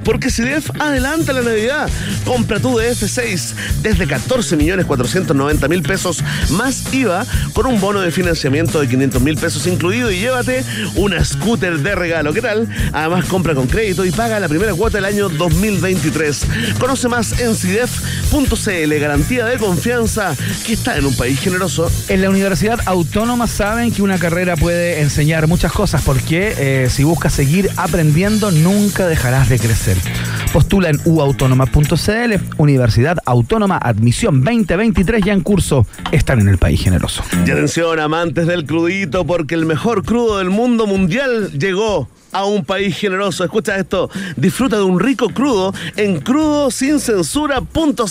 [SPEAKER 3] porque CDF adelanta la Navidad. Compra tu DF6 desde 14 millones 490 mil pesos más IVA con un bono de financiamiento de 500 mil pesos incluido y llévate una scooter de regalo. ¿Qué tal? Además, compra con crédito y paga la primera cuota del año 2023. Conoce más en CIDEF.cl, garantía de confianza que está en un país generoso.
[SPEAKER 2] En la Universidad Autónoma saben que una carrera puede enseñar muchas cosas porque eh, si buscas seguir aprendiendo nunca dejarás de crecer. Postula en uautónoma.cl, Universidad Autónoma, admisión 2023 ya en curso, están en el país generoso.
[SPEAKER 3] Y atención, amantes del crudito, porque el mejor crudo del mundo mundial llegó a un país generoso. Escucha esto, disfruta de un rico crudo en crudosincensura.cl.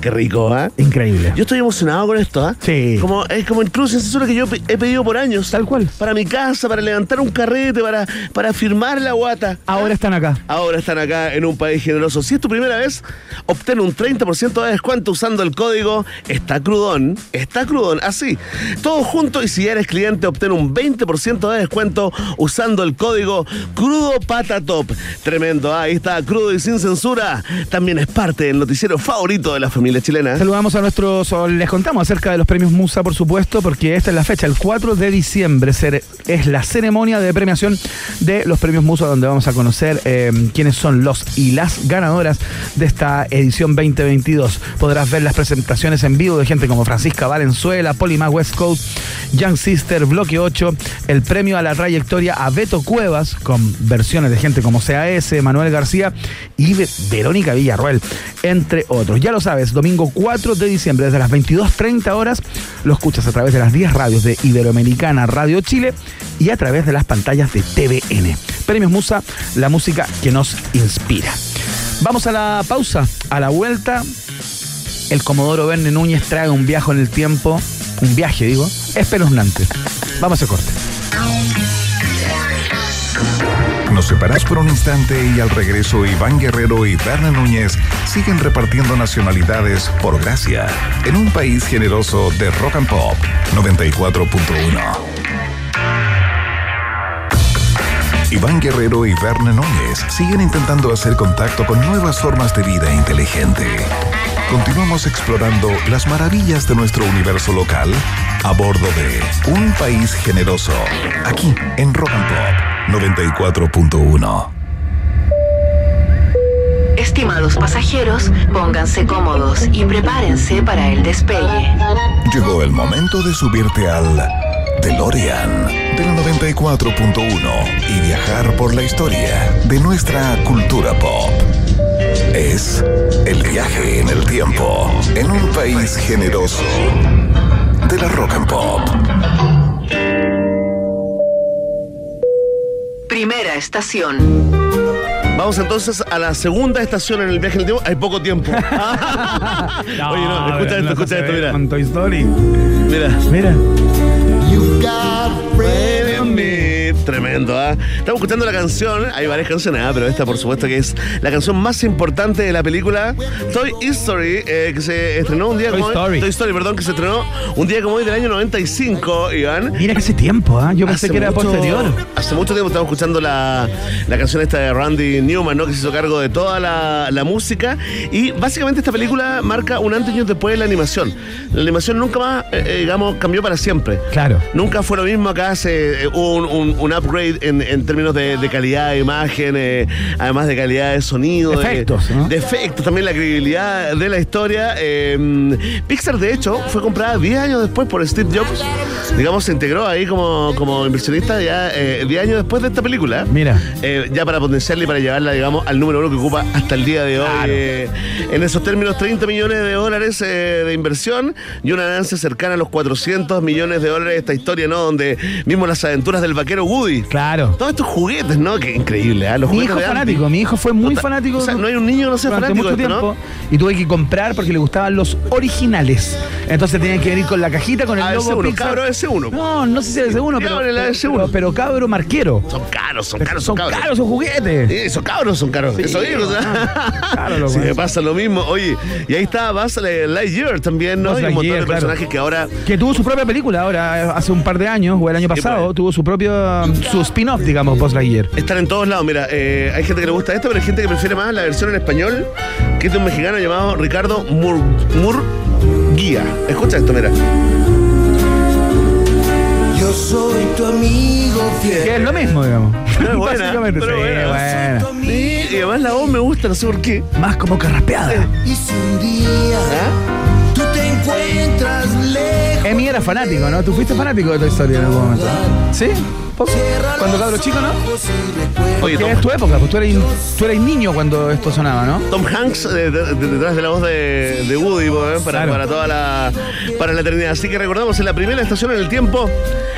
[SPEAKER 3] Qué rico, ¿ah?
[SPEAKER 2] Increíble.
[SPEAKER 3] Yo estoy emocionado con esto, ¿ah?
[SPEAKER 2] Sí.
[SPEAKER 3] Como, es como el crudo sin censura que yo pe- he pedido por años.
[SPEAKER 2] Tal cual.
[SPEAKER 3] Para mi casa, para levantar un carrete, para, para firmar la guata.
[SPEAKER 2] Ahora están acá.
[SPEAKER 3] Ahora están acá en un país generoso. Si es tu primera vez, obtén un 30% de descuento usando el código Está Crudón. Está Crudón, así. Todo junto y si eres cliente, obtén un 20% de descuento usando el código Crudo Pata Top. Tremendo, ah, ahí está, crudo y sin censura. También es parte del noticiero favorito de la familia chilena.
[SPEAKER 2] Saludamos a nuestros, o les contamos acerca de los premios Musa, por supuesto, porque esta es la fecha, el 4 de diciembre cere- es la ceremonia de premiación de los premios Musa, donde vamos a conocer eh, quiénes son los y las ganadoras de esta edición 2022. Podrás ver las presentaciones en vivo de gente como Francisca Valenzuela, Polima West Coast, Young Sister, Bloque 8, el premio a la trayectoria a Beto Cuevas, con versiones de gente como CAS, Manuel García y Ve- Verónica Villarroel, entre otros. Ya lo sabes, domingo 4 de diciembre, desde las 22.30 horas, lo escuchas a través de las 10 radios de Iberoamericana Radio Chile y a través de las pantallas de TVN. Premios Musa, la música que nos inspira. Vamos a la pausa, a la vuelta. El Comodoro Verne Núñez trae un viaje en el tiempo, un viaje, digo, espeluznante. Vamos a corte.
[SPEAKER 1] Nos separás por un instante y al regreso Iván Guerrero y Berna Núñez siguen repartiendo nacionalidades por gracia en un país generoso de rock and pop 94.1. Iván Guerrero y Berna Núñez siguen intentando hacer contacto con nuevas formas de vida inteligente. Continuamos explorando las maravillas de nuestro universo local a bordo de Un País Generoso, aquí en Rock and Pop 94.1.
[SPEAKER 7] Estimados pasajeros, pónganse cómodos y prepárense para el despegue.
[SPEAKER 1] Llegó el momento de subirte al DeLorean del 94.1 y viajar por la historia de nuestra cultura pop. Es el viaje en el tiempo en un país generoso de la rock and pop.
[SPEAKER 7] Primera estación.
[SPEAKER 3] Vamos entonces a la segunda estación en el viaje del tiempo. Hay poco tiempo. Oye,
[SPEAKER 2] Ah,
[SPEAKER 3] no, escucha esto, escucha
[SPEAKER 2] se
[SPEAKER 3] esto,
[SPEAKER 2] ve
[SPEAKER 3] mira.
[SPEAKER 2] Con Toy Story.
[SPEAKER 3] Mira.
[SPEAKER 2] Mira.
[SPEAKER 3] Tremendo, ¿ah? Estamos escuchando la canción, hay varias canciones, ah, pero esta por supuesto que es la canción más importante de la película Toy Story, eh, que se estrenó un día
[SPEAKER 2] Toy
[SPEAKER 3] como hoy-
[SPEAKER 2] Story.
[SPEAKER 3] Toy Story, perdón, que se estrenó un día como hoy del año 95, Iván.
[SPEAKER 2] Mira que hace tiempo, ¿ah? Yo
[SPEAKER 3] Hace
[SPEAKER 2] pensé que era
[SPEAKER 3] mucho-
[SPEAKER 2] posterior.
[SPEAKER 3] Hace mucho tiempo estamos escuchando la, la canción esta de Randy Newman, ¿no? Que se hizo cargo de toda la, la música. Y básicamente esta película marca un antes y un después de la animación. La animación nunca más, eh, eh, digamos, cambió para siempre.
[SPEAKER 2] Claro.
[SPEAKER 3] Nunca fue lo mismo acá, se, eh, hubo un, un- un upgrade en, en términos de, de calidad de imagen, eh, además de calidad de sonido. de-
[SPEAKER 2] Efectos, ¿no?
[SPEAKER 3] de efectos, también la credibilidad de la historia. Eh, Pixar, de hecho, fue comprada 10 años después por Steve Jobs. Digamos, se integró ahí como, como inversionista ya eh, 10 años después de esta película.
[SPEAKER 2] Mira.
[SPEAKER 3] Eh, ya para potenciarla y para llevarla, digamos, al número uno que ocupa hasta el día de hoy.
[SPEAKER 2] Claro.
[SPEAKER 3] eh, en esos términos, 30 millones de dólares eh, de inversión y una ganancia cercana a los 400 millones de dólares de esta historia, ¿no? Donde vimos las aventuras del vaquero Woody.
[SPEAKER 2] Claro.
[SPEAKER 3] Todos estos juguetes, ¿no? Qué increíble, ¿ah? Los
[SPEAKER 2] Mi
[SPEAKER 3] juguetes
[SPEAKER 2] hijo
[SPEAKER 3] de
[SPEAKER 2] es
[SPEAKER 3] Andy.
[SPEAKER 2] fanático, mi hijo fue muy
[SPEAKER 3] Total-
[SPEAKER 2] fanático.
[SPEAKER 3] o sea, no hay un niño que no sea
[SPEAKER 2] durante
[SPEAKER 3] fanático
[SPEAKER 2] mucho
[SPEAKER 3] de esto,
[SPEAKER 2] tiempo y tuve que comprar porque le gustaban los originales. Entonces tenía que venir con la cajita con el
[SPEAKER 3] Ah,
[SPEAKER 2] logo
[SPEAKER 3] ese uno,
[SPEAKER 2] Pixar.
[SPEAKER 3] cabro, ese uno.
[SPEAKER 2] No, no sé si era ese uno, pero,
[SPEAKER 3] Cabro, era ese
[SPEAKER 2] pero,
[SPEAKER 3] uno.
[SPEAKER 2] pero cabro marquero.
[SPEAKER 3] Son caros, son
[SPEAKER 2] Pero
[SPEAKER 3] caros,
[SPEAKER 2] son
[SPEAKER 3] cabros.
[SPEAKER 2] caros esos juguetes.
[SPEAKER 3] Sí, son cabros, son caros.
[SPEAKER 2] Sí,
[SPEAKER 3] Eso digo, o sea.
[SPEAKER 2] Claro, loco.
[SPEAKER 3] Sí, me pasa lo mismo. Oye, y ahí está Buzz Lightyear también, ¿no?
[SPEAKER 2] Buzz
[SPEAKER 3] Y un montón
[SPEAKER 2] Lightyear,
[SPEAKER 3] de
[SPEAKER 2] claro.
[SPEAKER 3] personajes que ahora...
[SPEAKER 2] Que tuvo su propia película ahora, hace un par de años, o el año pasado,
[SPEAKER 3] pues.
[SPEAKER 2] tuvo su propio, um, su spin-off, digamos, Buzz Lightyear.
[SPEAKER 3] Están en todos lados, mira, eh, hay gente que le gusta esta, pero hay gente que prefiere más la versión en español, que es de un mexicano llamado Ricardo Mur, Murguía. Escucha esto, mira.
[SPEAKER 8] Yo soy tu amigo
[SPEAKER 2] Que
[SPEAKER 8] fiel.
[SPEAKER 2] es lo mismo, digamos.
[SPEAKER 3] Pero es buena,
[SPEAKER 2] Básicamente,
[SPEAKER 3] pero
[SPEAKER 2] sí,
[SPEAKER 3] buena.
[SPEAKER 2] buena.
[SPEAKER 3] Sí, y además la voz me gusta, no sé por qué.
[SPEAKER 2] Más como que raspeada.
[SPEAKER 8] Eh, Y si un día
[SPEAKER 3] ¿Ah?
[SPEAKER 8] tú te encuentras lejos,
[SPEAKER 2] Emi era fanático, ¿no? Tú fuiste fanático de Toy Story en algún momento. ¿no? ¿Sí? ¿Poco? Cuando cabro chico, ¿no?
[SPEAKER 3] Oye,
[SPEAKER 2] Que
[SPEAKER 3] Tom,
[SPEAKER 2] es tu época, pues tú eres, tú eres niño cuando esto sonaba, ¿no?
[SPEAKER 3] Tom Hanks eh, de- de- detrás de la voz de, de Woody po, eh, para,
[SPEAKER 2] Claro.
[SPEAKER 3] para toda la para la eternidad. Así que recordamos en la primera estación en el tiempo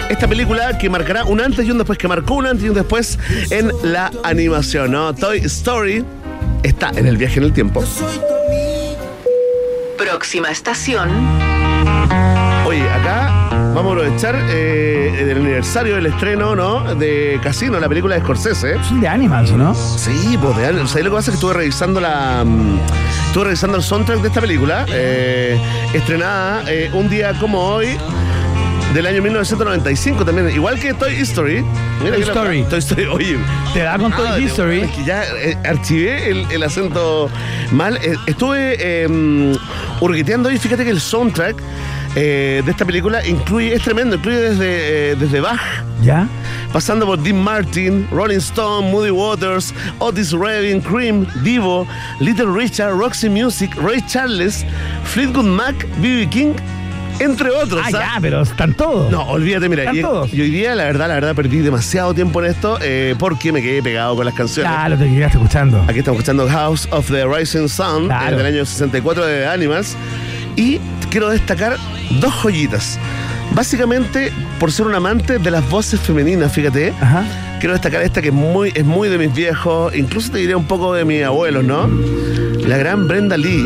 [SPEAKER 3] esta película que marcará un antes y un después, que marcó un antes y un después en la animación, ¿no? Toy Story está en el viaje en el tiempo.
[SPEAKER 7] Próxima estación.
[SPEAKER 3] Oye, acá vamos a aprovechar eh, el aniversario del estreno, ¿no? De Casino, la película de Scorsese.
[SPEAKER 2] Son de Animals, ¿no?
[SPEAKER 3] Sí, pues de o sea, ahí lo que pasa es que estuve revisando la. mm, Estuve revisando el soundtrack de esta película, eh, estrenada eh, un día como hoy. Del año 1995 también, igual que Toy Story. Mira
[SPEAKER 2] Toy
[SPEAKER 3] que la-
[SPEAKER 2] Story.
[SPEAKER 3] Toy Story, oye.
[SPEAKER 2] Te da con Toy
[SPEAKER 3] Ah, de-
[SPEAKER 2] History.
[SPEAKER 3] es que ya eh, archivé el, el acento mal. Eh, estuve eh, hurgueteando y fíjate que el soundtrack eh, de esta película incluye, es tremendo, incluye desde, eh, desde Bach
[SPEAKER 2] ¿Ya?
[SPEAKER 3] pasando por Dean Martin, Rolling Stone, Moody Waters, Otis Redding, Cream, Divo, Little Richard, Roxy Music, Ray Charles, Fleetwood Mac, B.B. King, entre otros.
[SPEAKER 2] Ah,
[SPEAKER 3] ¿ah?
[SPEAKER 2] ya, pero están todos.
[SPEAKER 3] No, olvídate, mira,
[SPEAKER 2] Están
[SPEAKER 3] y,
[SPEAKER 2] todos.
[SPEAKER 3] y hoy día, la verdad, la verdad, perdí demasiado tiempo en esto eh, porque me quedé pegado con las canciones.
[SPEAKER 2] Claro, te quedaste escuchando.
[SPEAKER 3] Aquí estamos escuchando House of the Rising Sun,
[SPEAKER 2] Claro.
[SPEAKER 3] eh, del año 64 de Animals. Y quiero destacar dos joyitas. Básicamente, por ser un amante de las voces femeninas, fíjate.
[SPEAKER 2] Ajá.
[SPEAKER 3] Quiero destacar esta que es muy, es muy de mis viejos, incluso te diré un poco de mis abuelos, ¿no? La gran Brenda Lee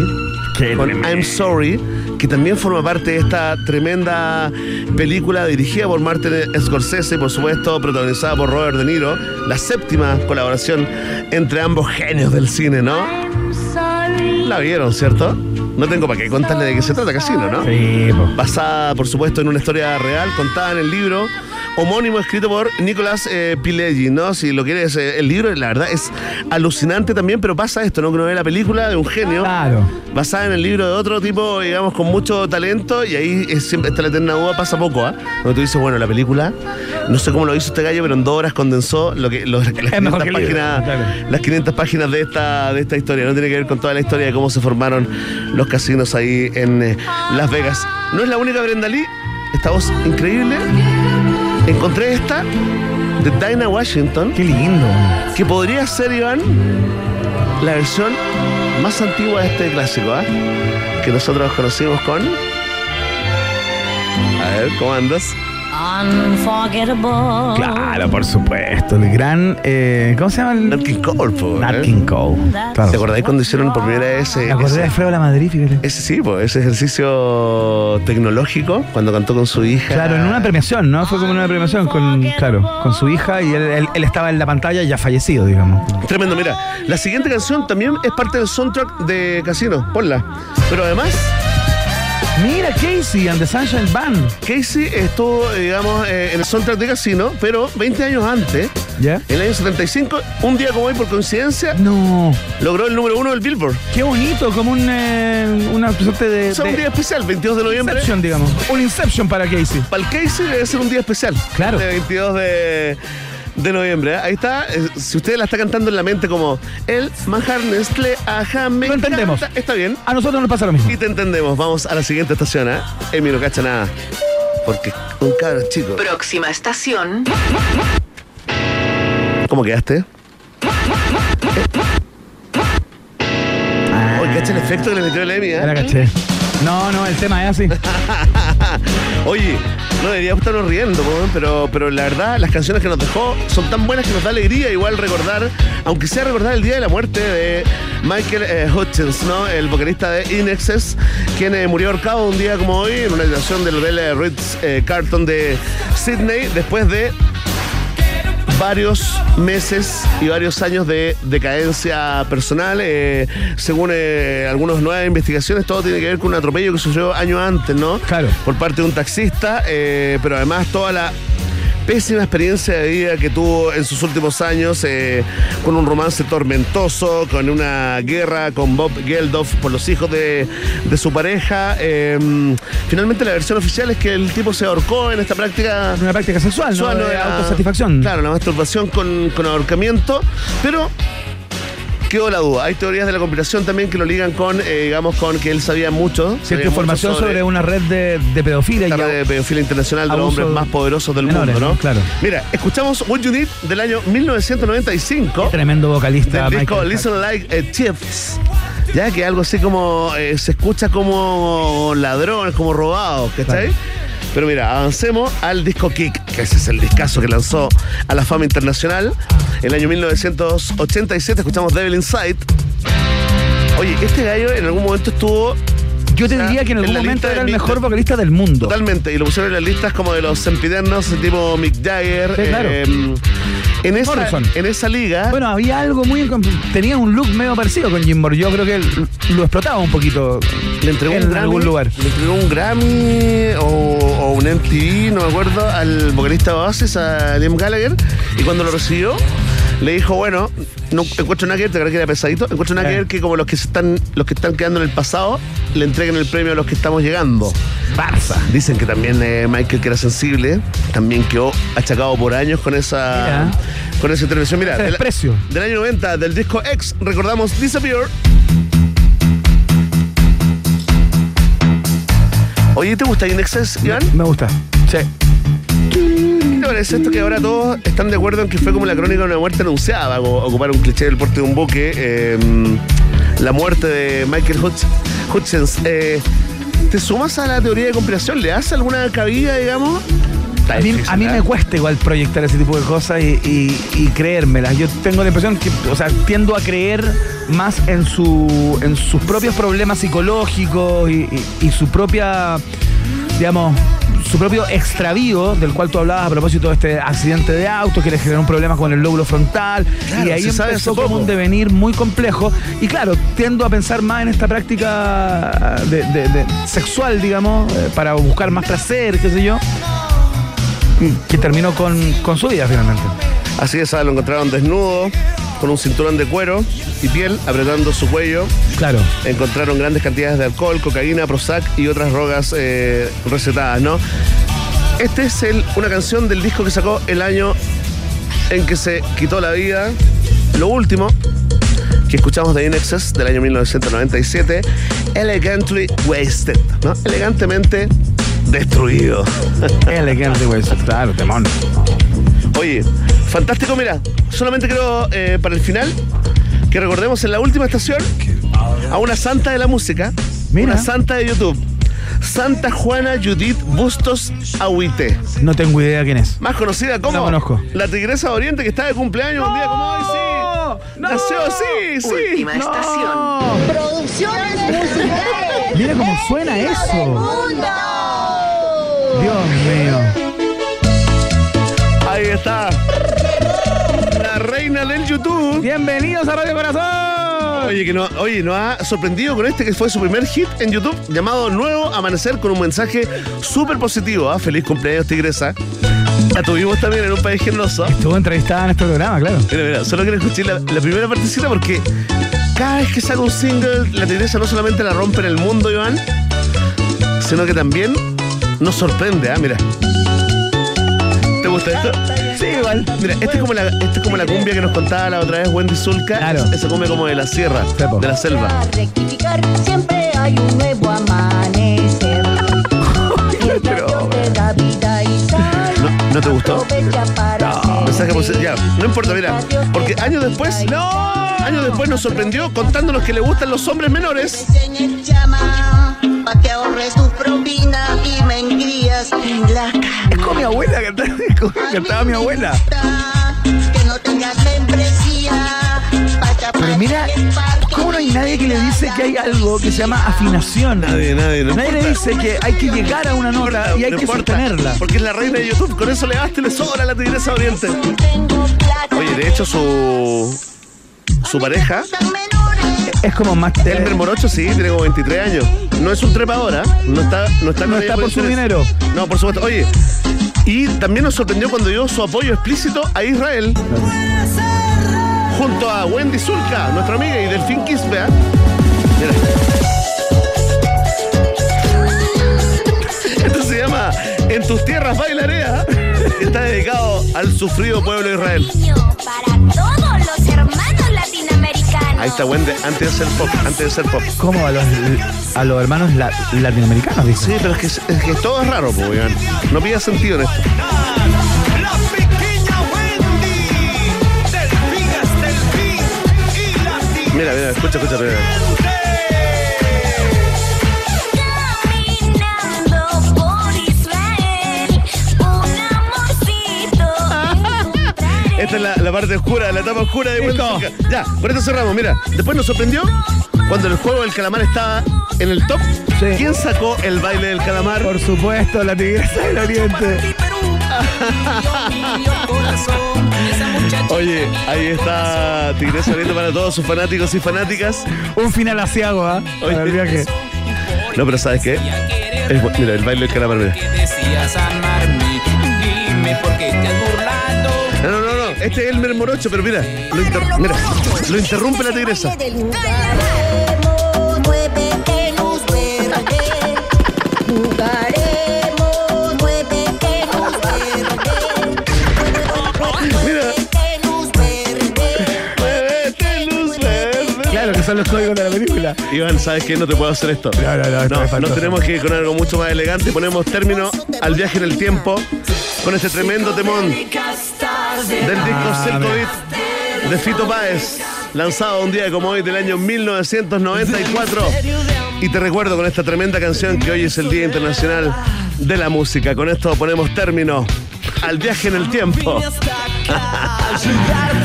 [SPEAKER 3] con I'm Sorry, que también forma parte de esta tremenda película dirigida por Martin Scorsese y por supuesto protagonizada por Robert De Niro, la séptima colaboración entre ambos genios del cine, ¿no? La vieron, ¿cierto? No tengo para qué contarle de qué se trata, Casino, ¿no?
[SPEAKER 2] Sí, po.
[SPEAKER 3] Basada, por supuesto, en una historia real contada en el libro homónimo escrito por Nicolás eh, Pileggi, ¿no? Si lo quieres, eh, el libro, la verdad, es alucinante también, pero pasa esto, ¿no? Que uno ve la película de un genio
[SPEAKER 2] Claro.
[SPEAKER 3] basada en el libro de otro tipo, digamos, con mucho talento, y ahí es, siempre está la eterna duda, pasa poco, ¿ah? Donde tú dices, bueno, la película, no sé cómo lo hizo este gallo, pero en dos horas condensó lo que, los- las, 500
[SPEAKER 2] mejor que el libro,
[SPEAKER 3] páginas,
[SPEAKER 2] claro.
[SPEAKER 3] las 500 páginas de esta, de esta historia, no tiene que ver con toda la historia de cómo se formaron los casinos ahí en eh, Las Vegas. No es la única Brenda Lee, esta voz increíble. Encontré esta de Dinah Washington
[SPEAKER 2] Qué lindo.
[SPEAKER 3] que podría ser, Iván, la versión más antigua de este clásico, ¿ah? Que nosotros conocimos con. A ver, ¿cómo andas?
[SPEAKER 4] Unforgettable.
[SPEAKER 2] Claro, por supuesto. El gran. eh, ¿Cómo se llama? el-
[SPEAKER 3] Nat King Cole, po,
[SPEAKER 2] Nat
[SPEAKER 3] ¿eh?
[SPEAKER 2] King Cole. Claro.
[SPEAKER 3] ¿Te acordáis cuando hicieron por primera vez ese,
[SPEAKER 2] Me acordé de
[SPEAKER 3] ese,
[SPEAKER 2] Fredo la Madrid, fíjate.
[SPEAKER 3] ese- sí, po, ese ejercicio tecnológico cuando cantó con su hija?
[SPEAKER 2] Claro, en una premiación, ¿no? Fue como una premiación con, claro, con su hija y él, él- él estaba en la pantalla ya fallecido, digamos.
[SPEAKER 3] Tremendo, mira. La siguiente canción también es parte del soundtrack de Casino, ponla. Pero además.
[SPEAKER 2] Mira, Casey and the Sunshine Band.
[SPEAKER 3] Casey estuvo, eh, digamos, eh, en el soundtrack de Casino, pero 20 años antes,
[SPEAKER 2] ¿Ya?
[SPEAKER 3] en el año 75, un día como hoy por coincidencia,
[SPEAKER 2] No.
[SPEAKER 3] logró el número uno del Billboard.
[SPEAKER 2] Qué bonito, como un, eh, una suerte de.
[SPEAKER 3] O sea, un
[SPEAKER 2] de-
[SPEAKER 3] día especial, 22 de noviembre.
[SPEAKER 2] Inception, digamos. Un Inception para Casey.
[SPEAKER 3] Para el Casey debe ser un día especial.
[SPEAKER 2] Claro.
[SPEAKER 3] De 22 de, de noviembre. ¿eh? Ahí está. eh, Si usted la está cantando en la mente como el manjar Nestlé, ajá, me
[SPEAKER 2] Lo entendemos.
[SPEAKER 3] encanta", Está bien.
[SPEAKER 2] A nosotros nos pasa lo mismo.
[SPEAKER 3] Y te entendemos. Vamos a la siguiente estación, ¿eh? Emi no cacha nada. Porque un cabro chico.
[SPEAKER 7] Próxima estación.
[SPEAKER 3] ¿Cómo quedaste? Oye, cacha el efecto que le metió el Emi,
[SPEAKER 2] Ya Ah. la
[SPEAKER 3] ¿eh?
[SPEAKER 2] caché. No, no, el tema es así.
[SPEAKER 3] Oye, no deberíamos estarnos riendo, po, weón, pero, pero la verdad, las canciones que nos dejó son tan buenas que nos da alegría igual recordar, aunque sea recordar el día de la muerte de Michael eh, Hutchins, ¿no? El vocalista de In Excess, quien eh, murió ahorcado un día como hoy en una habitación del hotel eh, Ritz eh, Carlton de Sydney después de varios meses y varios años de decadencia personal. eh, según eh, algunas nuevas investigaciones, todo tiene que ver con un atropello que sucedió años antes, ¿no?
[SPEAKER 2] Claro.
[SPEAKER 3] Por parte de un taxista, eh, pero además toda la pésima experiencia de vida que tuvo en sus últimos años, eh, con un romance tormentoso, con una guerra con Bob Geldof por los hijos de, de su pareja. eh, finalmente la versión oficial es que el tipo se ahorcó en esta práctica
[SPEAKER 2] Una práctica sexual, ¿no?
[SPEAKER 3] Suano
[SPEAKER 2] De
[SPEAKER 3] era-
[SPEAKER 2] autosatisfacción.
[SPEAKER 3] Claro, la masturbación con, con ahorcamiento, pero quedó la duda. Hay teorías de la conspiración también que lo ligan con, eh, digamos, con que él sabía mucho.
[SPEAKER 2] Cierta
[SPEAKER 3] sabía
[SPEAKER 2] información
[SPEAKER 3] mucho
[SPEAKER 2] sobre, una red de, de pedofilia.
[SPEAKER 3] la
[SPEAKER 2] y-
[SPEAKER 3] red de pedofilia internacional de los
[SPEAKER 2] abuso
[SPEAKER 3] hombres más poderosos del
[SPEAKER 2] menores,
[SPEAKER 3] mundo, ¿no?
[SPEAKER 2] claro.
[SPEAKER 3] Mira, escuchamos What You Need del año 1995
[SPEAKER 2] Tremendo vocalista.
[SPEAKER 3] del disco
[SPEAKER 2] Michael Jackson.
[SPEAKER 3] Listen Like eh, Chips. Ya que algo así como eh, se escucha como ladrones, como robados, ¿cachai?
[SPEAKER 2] Claro.
[SPEAKER 3] Pero mira, avancemos al disco Kick, que ese es el discazo que lanzó a la fama internacional. En el año 1987 escuchamos Devil Inside. Oye, este gallo en algún momento estuvo
[SPEAKER 2] Yo te diría que en
[SPEAKER 3] en
[SPEAKER 2] algún
[SPEAKER 3] la
[SPEAKER 2] momento
[SPEAKER 3] lista
[SPEAKER 2] era
[SPEAKER 3] de
[SPEAKER 2] el
[SPEAKER 3] Mr.
[SPEAKER 2] mejor vocalista del mundo.
[SPEAKER 3] Totalmente, y lo pusieron en las listas como de los sempiternos, tipo Mick Jagger. eh,
[SPEAKER 2] Sí, claro.
[SPEAKER 3] en, esa,
[SPEAKER 2] Morrison.
[SPEAKER 3] en esa liga,
[SPEAKER 2] Bueno, había algo muy... incom- Tenía un look medio parecido con Jimbo. Yo creo que él lo explotaba un poquito
[SPEAKER 3] Le entregó
[SPEAKER 2] en
[SPEAKER 3] un Grammy,
[SPEAKER 2] algún lugar.
[SPEAKER 3] Le entregó un Grammy o, o un MTV, no me acuerdo, al vocalista de Oasis, a Liam Gallagher. Y cuando lo recibió, le dijo, bueno, no encuentro nada que ver, te creo que era pesadito, encuentro nada que
[SPEAKER 2] Eh.
[SPEAKER 3] ver que como los que se están, los que están quedando en el pasado, le entreguen el premio a los que estamos llegando.
[SPEAKER 2] Barça.
[SPEAKER 3] Dicen que también eh, Michael, que era sensible, también quedó achacado por años con esa,
[SPEAKER 2] Mira.
[SPEAKER 3] con esa intervención. Mira,
[SPEAKER 2] Ese
[SPEAKER 3] del-
[SPEAKER 2] desprecio.
[SPEAKER 3] del año 90, del disco X, recordamos Disappear. Oye, ¿te gusta Inexcess, Iván?
[SPEAKER 2] Me gusta. Sí.
[SPEAKER 3] ¿Qué te parece esto que ahora todos están de acuerdo en que fue como la crónica de una muerte anunciada, como ocupar un cliché del porte de un buque, eh, la muerte de Michael Hutch- Hutchins? Eh, ¿Te sumas a la teoría de conspiración? ¿Le das alguna cabida, digamos? Está
[SPEAKER 2] A mí,
[SPEAKER 3] difícil,
[SPEAKER 2] a mí
[SPEAKER 3] ¿eh?
[SPEAKER 2] me cuesta igual proyectar ese tipo de cosas y, y- y creérmelas. Yo tengo la impresión que, o sea, tiendo a creer más en, su, en sus propios problemas psicológicos y, y- y su propia, digamos, su propio extravío, del cual tú hablabas a propósito de este accidente de auto, que le generó un problema con el lóbulo frontal,
[SPEAKER 3] Claro,
[SPEAKER 2] y ahí
[SPEAKER 3] se sabe
[SPEAKER 2] empezó
[SPEAKER 3] hace poco.
[SPEAKER 2] como un devenir muy complejo. Y claro, tiendo a pensar más en esta práctica de, de- de- sexual, digamos, eh, para buscar más placer, qué sé yo, que terminó con, con su vida finalmente.
[SPEAKER 3] Así es, ah, lo encontraron desnudo, con un cinturón de cuero y piel, apretando su cuello.
[SPEAKER 2] Claro.
[SPEAKER 3] Encontraron grandes cantidades de alcohol, cocaína, Prozac y otras drogas eh, recetadas, ¿no? Este es el- una canción del disco que sacó el año en que se quitó la vida. Lo último que escuchamos de Inexcess del año 1997, Elegantly Wasted, ¿no? Elegantemente destruido.
[SPEAKER 2] Elegante, güey. Claro, temón.
[SPEAKER 3] Oye, fantástico, mira, solamente creo eh, para el final que recordemos en la última estación a una santa de la música,
[SPEAKER 2] Mira.
[SPEAKER 3] una santa de YouTube, Santa Juana Judith Bustos Agüite,
[SPEAKER 2] No tengo idea quién es.
[SPEAKER 3] más conocida como
[SPEAKER 2] La conozco.
[SPEAKER 3] la Tigresa de Oriente que está de cumpleaños un día como hoy, sí.
[SPEAKER 2] ¡No!
[SPEAKER 3] Nació, sí, sí.
[SPEAKER 7] Última estación.
[SPEAKER 2] Mira cómo suena eso. Dios mío.
[SPEAKER 3] Ahí está. La reina del YouTube.
[SPEAKER 2] Bienvenidos a Radio Corazón.
[SPEAKER 3] Oye, que no, oye, nos ha sorprendido con este que fue su primer hit en YouTube llamado Nuevo Amanecer con un mensaje súper positivo. ¿ah? Feliz cumpleaños, Tigresa. La tuvimos también en un país generoso.
[SPEAKER 2] Estuvo entrevistada en este programa, claro.
[SPEAKER 3] Mira, mira, solo quiero escuchar la, la primera partecita porque cada vez que saca un single, la Tigresa no solamente la rompe en el mundo, Iván, sino que también nos sorprende, ¿ah? Mira. ¿Te gusta esto? Sí, igual. Mira, esta es, como la, esta es como la cumbia que nos contaba la otra vez Wendy Zulka.
[SPEAKER 2] Claro.
[SPEAKER 3] Esa cumbia como de la sierra,
[SPEAKER 2] Sepo.
[SPEAKER 3] de la selva.
[SPEAKER 9] Rectificar, siempre hay un nuevo amanecer. Mientras Dios te da vida y sal,
[SPEAKER 3] ¿No, no te gustó?
[SPEAKER 9] aprovecha para ser
[SPEAKER 3] Mensaje
[SPEAKER 9] feliz.
[SPEAKER 3] posi- ya, no importa, mira.
[SPEAKER 9] Mientras Dios te
[SPEAKER 3] Porque
[SPEAKER 9] da
[SPEAKER 3] años
[SPEAKER 9] vida
[SPEAKER 3] después.
[SPEAKER 9] y
[SPEAKER 3] ¡No! Años después nos sorprendió contándonos que le gustan los hombres menores.
[SPEAKER 9] Señor llama, pa' que ahorres tus propinas y mengrías en la
[SPEAKER 2] Es como mi abuela que cantaba mi abuela.
[SPEAKER 9] canasta. Que no tengas membresía, pa' que
[SPEAKER 2] Pero mira,
[SPEAKER 9] aparezca el parque
[SPEAKER 2] ¿cómo no hay nadie que le dice que hay algo que se llama afinación?
[SPEAKER 3] Nadie, nadie, no
[SPEAKER 2] Nadie le dice que hay que llegar a una nota y hay
[SPEAKER 3] Ah, No
[SPEAKER 2] que
[SPEAKER 3] importa,
[SPEAKER 2] sostenerla.
[SPEAKER 3] Porque es la reina de YouTube, con eso le basta y le sobra a la tigresa oriente.
[SPEAKER 9] Tengo plata,
[SPEAKER 3] Oye, de hecho, su. Su pareja,
[SPEAKER 9] son menores.
[SPEAKER 2] Es como más eh,
[SPEAKER 3] Elmer Morocho, sí, tiene como 23 años. No es un trepador, ¿ah? No está, no está, con
[SPEAKER 2] No
[SPEAKER 3] ella
[SPEAKER 2] está por su
[SPEAKER 3] interés.
[SPEAKER 2] dinero.
[SPEAKER 3] No, por supuesto. Oye, y también nos sorprendió cuando dio su apoyo explícito a Israel. Junto a Wendy Zulka, nuestra amiga, y Delfín ¿eh? Kisbea. Esto se llama En tus tierras bailaré. ¿ah? Está dedicado al sufrido pueblo de Israel.
[SPEAKER 9] Para todos los hermanos latinoamericanos.
[SPEAKER 3] Ahí está Wendy, antes de ser pop, antes de ser pop.
[SPEAKER 2] como a los, a los hermanos la- latinoamericanos,
[SPEAKER 3] Sí,
[SPEAKER 2] dice.
[SPEAKER 3] pero es que, es que todo es raro, pues, weón. No pilla sentido en esto.
[SPEAKER 8] La pequeña Wendy, del Vigas del Fin y la
[SPEAKER 3] Mira, mira, escucha, escucha, mira.
[SPEAKER 9] Caminando por Israel, un amorcito.
[SPEAKER 3] Esta es la, la parte oscura, la etapa oscura de Wendy. Zulka. Ya, por esto cerramos, mira. Después nos sorprendió cuando el juego del calamar estaba en el top.
[SPEAKER 2] Sí.
[SPEAKER 3] ¿Quién sacó el baile del calamar?
[SPEAKER 2] Por supuesto, la tigresa del oriente.
[SPEAKER 3] Oye, ahí está Tigresa Oriente para todos sus fanáticos y fanáticas.
[SPEAKER 2] Un final asiago, ¿ah?
[SPEAKER 3] Oye.
[SPEAKER 2] Para el viaje.
[SPEAKER 3] No, pero ¿sabes qué? Es bu- mira, el baile del calamar, mira. No, no, no, no. Este es Elmer Morocho, pero mira, lo, inter- mira, lo interrumpe la tigresa.
[SPEAKER 9] Jugaremos, muévete, luz verde. Jugaremos, muévete, luz verde.
[SPEAKER 3] Mira.
[SPEAKER 9] Muévete, luz verde.
[SPEAKER 3] Muévete, luz verde.
[SPEAKER 2] Claro, que son los códigos de la película.
[SPEAKER 3] Iván, ¿sabes qué? No te puedo hacer esto.
[SPEAKER 2] No, no, no, esto es
[SPEAKER 3] nos
[SPEAKER 2] fantástico.
[SPEAKER 3] tenemos que ir con algo mucho más elegante. Ponemos término al viaje en el tiempo con este tremendo temón del disco
[SPEAKER 2] Ah,
[SPEAKER 3] Circo Beat de Fito Páez, lanzado un día como hoy del año 1994. Y te recuerdo con esta tremenda canción que hoy es el Día Internacional de la Música. Con esto ponemos término al viaje en el tiempo.
[SPEAKER 2] La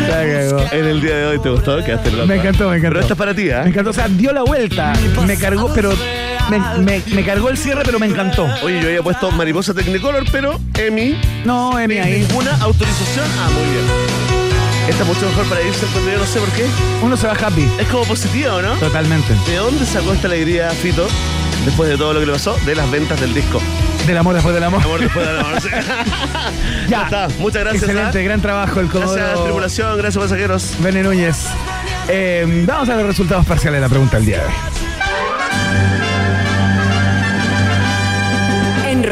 [SPEAKER 2] cagó.
[SPEAKER 3] En el día de hoy, ¿te gustó? Quedaste loco.
[SPEAKER 2] Me encantó, me encantó.
[SPEAKER 3] Pero esta es para ti, ¿eh?
[SPEAKER 2] Me encantó, o sea, dio la vuelta. Me cargó, pero me, me- me cargó el cierre, pero me encantó.
[SPEAKER 3] Oye, yo había puesto mariposa Technicolor, pero Emi.
[SPEAKER 2] No, Emi
[SPEAKER 3] sin
[SPEAKER 2] ahí.
[SPEAKER 3] Ninguna autorización. Ah, muy bien. Esta es mucho mejor para irse, pero yo no sé por qué.
[SPEAKER 2] Uno se va happy.
[SPEAKER 3] Es como positiva, ¿o ¿no?
[SPEAKER 2] Totalmente.
[SPEAKER 3] ¿De dónde sacó esta alegría Fito? Después de todo lo que le pasó, de las ventas del disco.
[SPEAKER 2] Del amor después del amor.
[SPEAKER 3] Amor después del amor. sí.
[SPEAKER 2] Ya.
[SPEAKER 3] está. Muchas gracias,
[SPEAKER 2] Excelente,
[SPEAKER 3] ¿ah?
[SPEAKER 2] gran trabajo el comodoro.
[SPEAKER 3] Gracias, tripulación. Gracias, pasajeros.
[SPEAKER 2] Bene Núñez. Eh, vamos a los resultados parciales de la pregunta del día de hoy.
[SPEAKER 10] En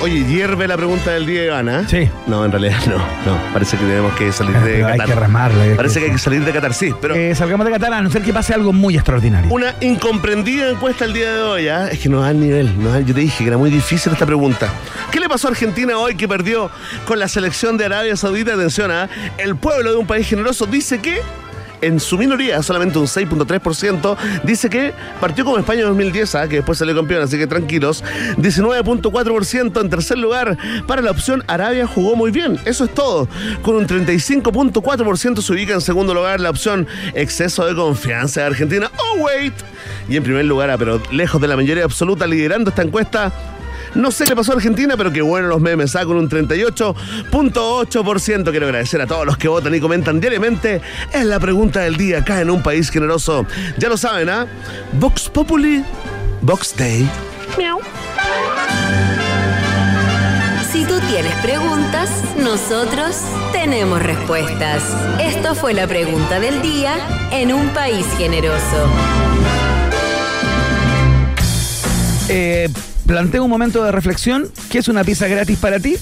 [SPEAKER 3] Oye, hierve la pregunta del día de Ivana. ¿eh?
[SPEAKER 2] Sí. Ah,
[SPEAKER 3] No, en realidad no. No, parece que tenemos que salir de
[SPEAKER 2] Pero hay
[SPEAKER 3] Qatar.
[SPEAKER 2] que remarla, hay que-
[SPEAKER 3] Parece que hay que salir de Qatar, sí. Pero
[SPEAKER 2] Eh, salgamos de Catalán, a no ser que pase algo muy extraordinario.
[SPEAKER 3] una incomprendida encuesta el día de hoy, ¿ah? Es que no da nivel. no da- yo te dije que era muy difícil esta pregunta. ¿Qué le pasó a Argentina hoy que perdió con la selección de Arabia Saudita? Atención, ¿ah? El pueblo de un país generoso dice que. En su minoría, solamente un 6.3%, dice que partió como España en 2010, ¿ah? que después salió campeón, así que tranquilos. 19.4% en tercer lugar para la opción Arabia jugó muy bien. Eso es todo. Con un 35.4% se ubica en segundo lugar la opción exceso de confianza de Argentina. Oh, wait. Y en primer lugar, ah, pero lejos de la mayoría absoluta, liderando esta encuesta. No sé qué pasó a Argentina, pero qué bueno los memes, ah, con un 38.8%. Quiero agradecer a todos los que votan y comentan diariamente. Es la pregunta del día acá en un país generoso. Ya lo saben, ¿ah? Vox Populi, Vox Day.
[SPEAKER 10] Si tú tienes preguntas, nosotros tenemos respuestas. Esto fue la pregunta del día en un país generoso.
[SPEAKER 2] Eh, planteo un momento de reflexión. ¿Qué es una pizza gratis para ti?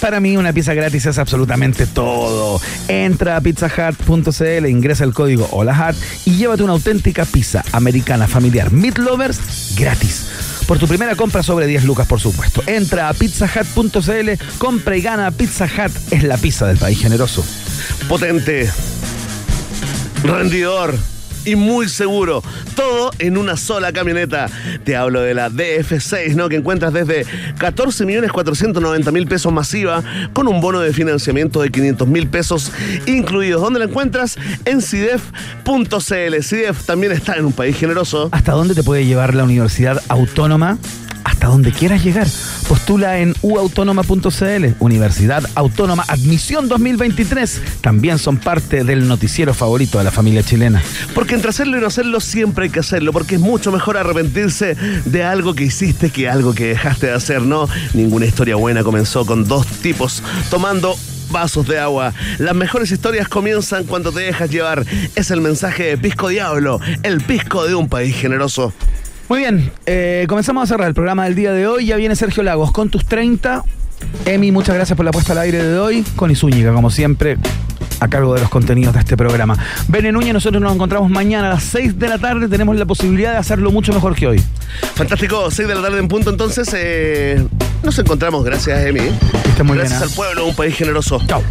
[SPEAKER 2] Para mí una pizza gratis es absolutamente todo. Entra a pizzahut.cl, ingresa el código HOLAHAT y llévate una auténtica pizza americana familiar Meat Lovers gratis. Por tu primera compra sobre 10 lucas, por supuesto. Entra a pizzahut.cl, compra y gana. Pizza Hut es la pizza del país generoso.
[SPEAKER 3] potente, rendidor y muy seguro. Todo en una sola camioneta. Te hablo de la DF6, ¿no? Que encuentras desde 14.490.000 pesos masiva con un bono de financiamiento de 500.000 pesos incluidos. ¿Dónde la encuentras? En E CIDEF.cl. CIDEF E también está en un país generoso.
[SPEAKER 2] ¿Hasta dónde te puede llevar la Universidad Autónoma? Hasta donde quieras llegar. Postula en uautónoma.cl, Universidad Autónoma Admisión 2023. También son parte del noticiero favorito de la familia chilena.
[SPEAKER 3] Porque entre hacerlo y no hacerlo siempre hay que hacerlo, porque es mucho mejor arrepentirse de algo que hiciste que algo que dejaste de hacer, ¿no? Ninguna historia buena comenzó con dos tipos tomando vasos de agua. Las mejores historias comienzan cuando te dejas llevar. Es el mensaje de Pisco Diablo, el pisco de un país generoso.
[SPEAKER 2] Muy bien, eh, comenzamos a cerrar el programa del día de hoy. Ya viene Sergio Lagos con tus 30. Emi, muchas gracias por la puesta al aire de hoy. Con Zúñiga, como siempre, a cargo de los contenidos de este programa. Bene Núñez, nosotros nos encontramos mañana a las 6 de la tarde. Tenemos la posibilidad de hacerlo mucho mejor que hoy.
[SPEAKER 3] Fantástico, 6 de la tarde en punto, entonces eh, nos encontramos, gracias Emi.
[SPEAKER 2] estés muy bien,
[SPEAKER 3] gracias
[SPEAKER 2] ¿eh?
[SPEAKER 3] al pueblo, un país generoso.
[SPEAKER 2] Chao.